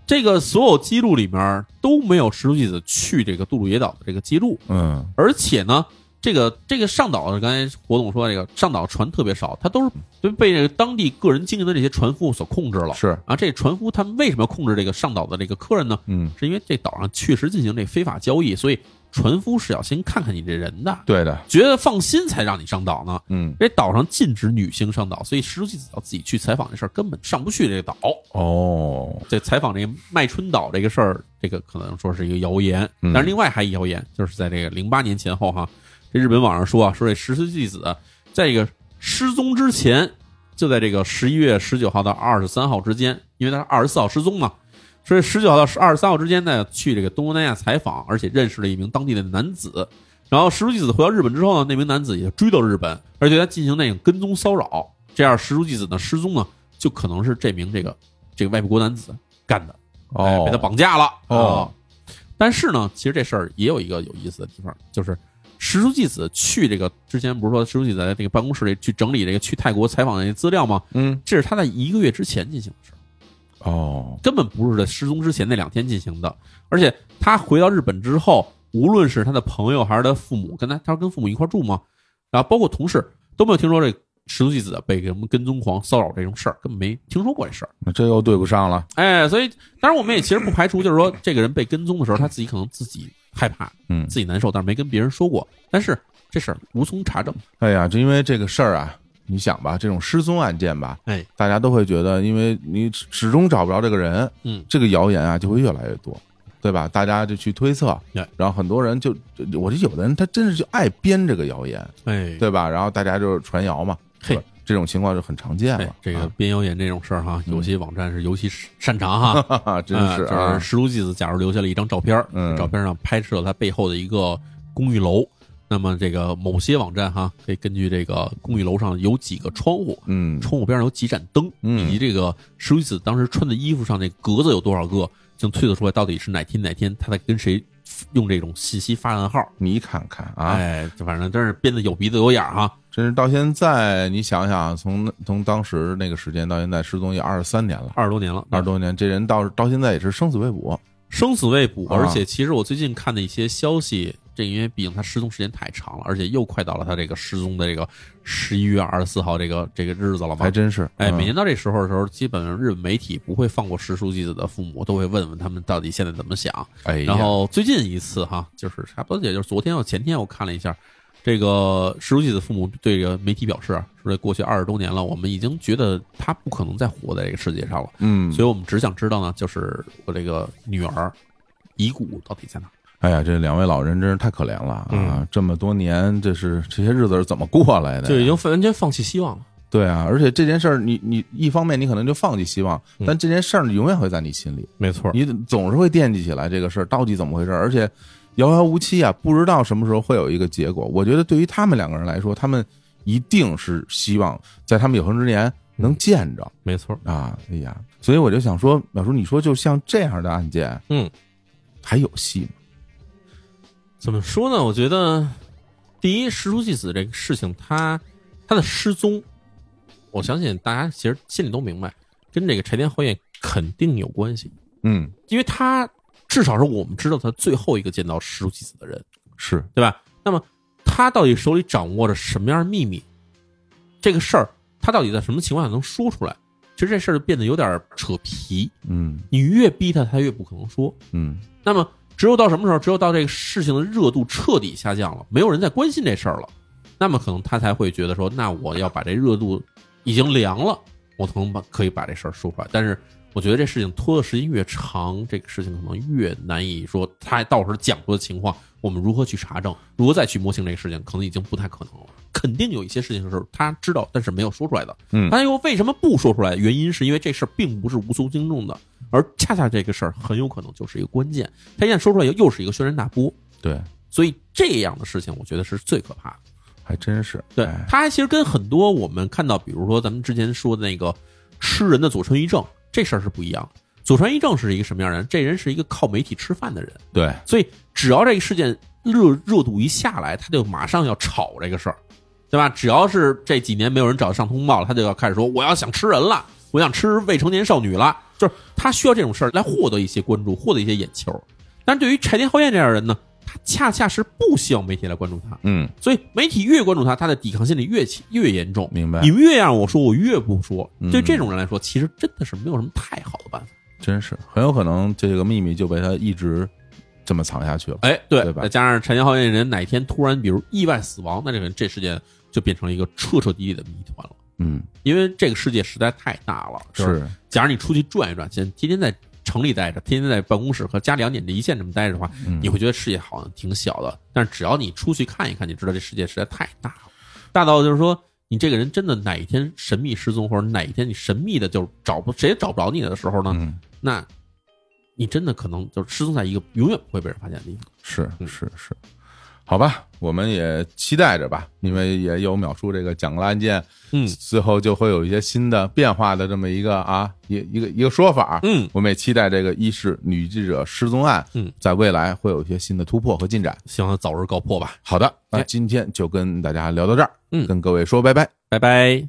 Speaker 1: 这个所有记录里面都没有石柱纪子去这个杜鲁野岛的这个记录。
Speaker 2: 嗯
Speaker 1: 而且呢，这个这个上岛，刚才火总说这个上岛船特别少，它都是都被这个当地个人经营的这些船夫所控制了。
Speaker 2: 是，
Speaker 1: 啊，这船夫他们为什么要控制这个上岛的这个客人呢？
Speaker 2: 嗯，
Speaker 1: 是因为这岛上确实进行这非法交易，所以船夫是要先看看你这人的，
Speaker 2: 对的，
Speaker 1: 觉得放心才让你上岛呢。
Speaker 2: 嗯，
Speaker 1: 这岛上禁止女性上岛，所以石柱纪子要自己去采访这事儿根本上不去这个岛。
Speaker 2: 哦，
Speaker 1: 这采访这个卖春岛这个事儿，这个可能说是一个谣言，
Speaker 2: 嗯
Speaker 1: 但是另外还一谣言，就是在这个零八年前后哈，这日本网上说啊，说这十四纪子在这个失踪之前，就在这个十一月十九号到二十三号之间，因为他二十四号失踪嘛，所以十九号到二十三号之间呢，去这个东南亚采访，而且认识了一名当地的男子。然后石柱纪子回到日本之后呢，那名男子也追到日本，而且他进行那种跟踪骚扰，这样石柱纪子呢失踪呢，就可能是这名这个这个外国男子干的，哎
Speaker 2: 哦，
Speaker 1: 被他绑架了
Speaker 2: 哦
Speaker 1: 啊但是呢，其实这事儿也有一个有意思的地方，就是石书纪子去这个之前不是说石书纪子在这个办公室里去整理这个去泰国采访的那些资料吗？
Speaker 2: 嗯，
Speaker 1: 这是他在一个月之前进行的事儿，
Speaker 2: 哦，
Speaker 1: 根本不是在失踪之前那两天进行的。而且他回到日本之后，无论是他的朋友还是他父母，跟他他跟父母一块儿住嘛，然后包括同事都没有听说这石书纪子被什么跟踪狂骚扰这种事儿，根本没听说过这事儿。
Speaker 2: 那这又对不上了，
Speaker 1: 哎，所以当然我们也其实不排除，就是说这个人被跟踪的时候，他自己可能自己害怕，
Speaker 2: 嗯，
Speaker 1: 自己难受，但是没跟别人说过。但是这事儿无从查证。
Speaker 2: 哎呀，就因为这个事儿啊，你想吧，这种失踪案件吧，
Speaker 1: 哎，
Speaker 2: 大家都会觉得，因为你始终找不着这个人，
Speaker 1: 嗯
Speaker 2: 这个谣言啊就会越来越多，对吧？大家就去推测
Speaker 1: 对，
Speaker 2: 然后很多人就，就我这有的人他真是就爱编这个谣言，
Speaker 1: 哎，
Speaker 2: 对吧？然后大家就是传谣嘛，
Speaker 1: 嘿
Speaker 2: 是吧，这种情况就很常见
Speaker 1: 哎
Speaker 2: 了，，
Speaker 1: 这个
Speaker 2: 啊
Speaker 1: 编谣言这种事儿哈，
Speaker 2: 嗯
Speaker 1: 有些网站是尤其擅长哈。
Speaker 2: 哈哈， 真是
Speaker 1: 哎就是
Speaker 2: 啊，
Speaker 1: 石书纪子，假如留下了一张照片儿，
Speaker 2: 嗯
Speaker 1: 照片上拍摄了他背后的一个公寓楼。那么这个某些网站哈，可以根据这个公寓楼上有几个窗户，
Speaker 2: 嗯，
Speaker 1: 窗户边上有几盏灯，
Speaker 2: 嗯
Speaker 1: 以及这个石书子当时穿的衣服上那格子有多少个，就能推测出来到底是哪天哪天他在跟谁用这种信息发暗号。
Speaker 2: 你看看啊，
Speaker 1: 哎，这反正真是编的有鼻子有眼儿哈。
Speaker 2: 真是到现在，你想想，从从当时那个时间到现在，失踪也二十三年了，
Speaker 1: 二十多年了，
Speaker 2: 二十多年，这人到到现在也是生死未卜。
Speaker 1: 生死未卜。
Speaker 2: 啊
Speaker 1: 而且其实我最近看的一些消息，这因为毕竟他失踪时间太长了，而且又快到了他这个失踪的这个十一月二十四号这个这个日子了嘛
Speaker 2: 还。真是。
Speaker 1: 哎，
Speaker 2: 嗯
Speaker 1: 每年到这时候的时候，基本上日本媒体不会放过石书纪子的父母，都会问问他们到底现在怎么想。
Speaker 2: 哎呀，
Speaker 1: 然后最近一次哈，就是差不多也就是昨天或前天，我看了一下，这个石书记的父母对这个媒体表示，啊说这过去二十多年了，我们已经觉得他不可能再活在这个世界上了，
Speaker 2: 嗯，
Speaker 1: 所以我们只想知道呢，就是我这个女儿遗骨到底在哪？
Speaker 2: 哎呀，这两位老人真是太可怜了啊
Speaker 3: 嗯！
Speaker 2: 这么多年，这是这些日子是怎么过来的？
Speaker 3: 就已经完全放弃希望了。
Speaker 2: 对啊，而且这件事儿，你你一方面你可能就放弃希望，
Speaker 3: 嗯
Speaker 2: 但这件事儿永远会在你心里，
Speaker 3: 没 错，
Speaker 2: 你总是会惦记起来这个事儿到底怎么回事儿，而且遥遥无期啊，不知道什么时候会有一个结果。我觉得对于他们两个人来说，他们一定是希望在他们有生之年能见着。
Speaker 3: 没错，
Speaker 2: 啊，哎呀，所以我就想说，淼叔，你说就像这样的案件，
Speaker 3: 嗯，
Speaker 2: 还有戏吗？
Speaker 3: 怎么说呢？我觉得
Speaker 1: 第一，石书纪子这个事情，他他的失踪，我相信大家其实心里都明白，跟这个柴田浩彦肯定有关系，
Speaker 2: 嗯，
Speaker 1: 因为他至少是我们知道他最后一个见到石书纪子的人。
Speaker 2: 是，
Speaker 1: 对吧？那么他到底手里掌握着什么样的秘密？这个事儿他到底在什么情况下能说出来？其实这事儿就变得有点扯皮。
Speaker 2: 嗯
Speaker 1: 你越逼他，他越不可能说。
Speaker 2: 嗯
Speaker 1: 那么只有到什么时候？只有到这个事情的热度彻底下降了，没有人再关心这事儿了，那么可能他才会觉得说，那我要把这热度已经凉了，我可能把可以把这事儿说出来。但是我觉得这事情拖的时间越长，这个事情可能越难以说他到时候讲出的情况，我们如何去查证，如何再去摸清这个事情，可能已经不太可能了。肯定有一些事情是他知道，但是没有说出来的。
Speaker 2: 嗯
Speaker 1: 他又为什么不说出来？原因是因为这事儿并不是无足轻重的，而恰恰这个事儿很有可能就是一个关键。他现在说出来又又是一个轩然大波，
Speaker 2: 对，
Speaker 1: 所以这样的事情我觉得是最可怕的。
Speaker 2: 还真是，
Speaker 1: 对
Speaker 2: 哎，
Speaker 1: 他其实跟很多我们看到，比如说咱们之前说的那个吃人的佐川一正这事儿是不一样。佐川一正是一个什么样的人？这人是一个靠媒体吃饭的人，
Speaker 2: 对，
Speaker 1: 所以只要这个事件热热度一下来，他就马上要炒这个事儿，对吧？只要是这几年没有人找他上通报了，他就要开始说我要想吃人了，我想吃未成年少女了，就是他需要这种事儿来获得一些关注，获得一些眼球。但是对于柴田浩彦这样的人呢，他恰恰是不希望媒体来关注他，
Speaker 2: 嗯，
Speaker 1: 所以媒体越关注他，他的抵抗心理越起越严重。
Speaker 2: 明白
Speaker 1: 你越让我说，我越不说。
Speaker 2: 嗯
Speaker 1: 对这种人来说，其实真的是没有什么太好的办法。
Speaker 2: 真是很有可能这个秘密就被他一直这么藏下去了。
Speaker 1: 哎，对
Speaker 2: 对吧
Speaker 1: 再加上陈建浩这人哪天突然比如意外死亡，那这个人这事件就变成了一个彻彻底底的谜团了。
Speaker 2: 嗯，
Speaker 1: 因为这个世界实在太大了，吧
Speaker 2: 是，
Speaker 1: 假如你出去转一转，现在天天在城里待着，天天在办公室和家里两点这一线这么待着的话，
Speaker 2: 嗯
Speaker 1: 你会觉得世界好像挺小的。但是只要你出去看一看，你知道这世界实在太大了，大到就是说，你这个人真的哪一天神秘失踪，或者哪一天你神秘的就找不谁也找不着你的时候呢，
Speaker 2: 嗯，
Speaker 1: 那你真的可能就失踪在一个永远不会被人发现的地方。
Speaker 2: 是是是。好吧，我们也期待着吧，因为也有秒叔这个蒋拉案件，
Speaker 1: 嗯
Speaker 2: 之后就会有一些新的变化的这么一个啊，一一个一个说法。
Speaker 1: 嗯，
Speaker 2: 我们也期待这个一是女记者失踪案，
Speaker 1: 嗯，
Speaker 2: 在未来会有一些新的突破和进展。
Speaker 1: 希望它早日告破吧。
Speaker 2: 好的，那
Speaker 1: 哎
Speaker 2: 今天就跟大家聊到这儿，
Speaker 1: 嗯
Speaker 2: 跟各位说拜拜。
Speaker 1: 拜拜。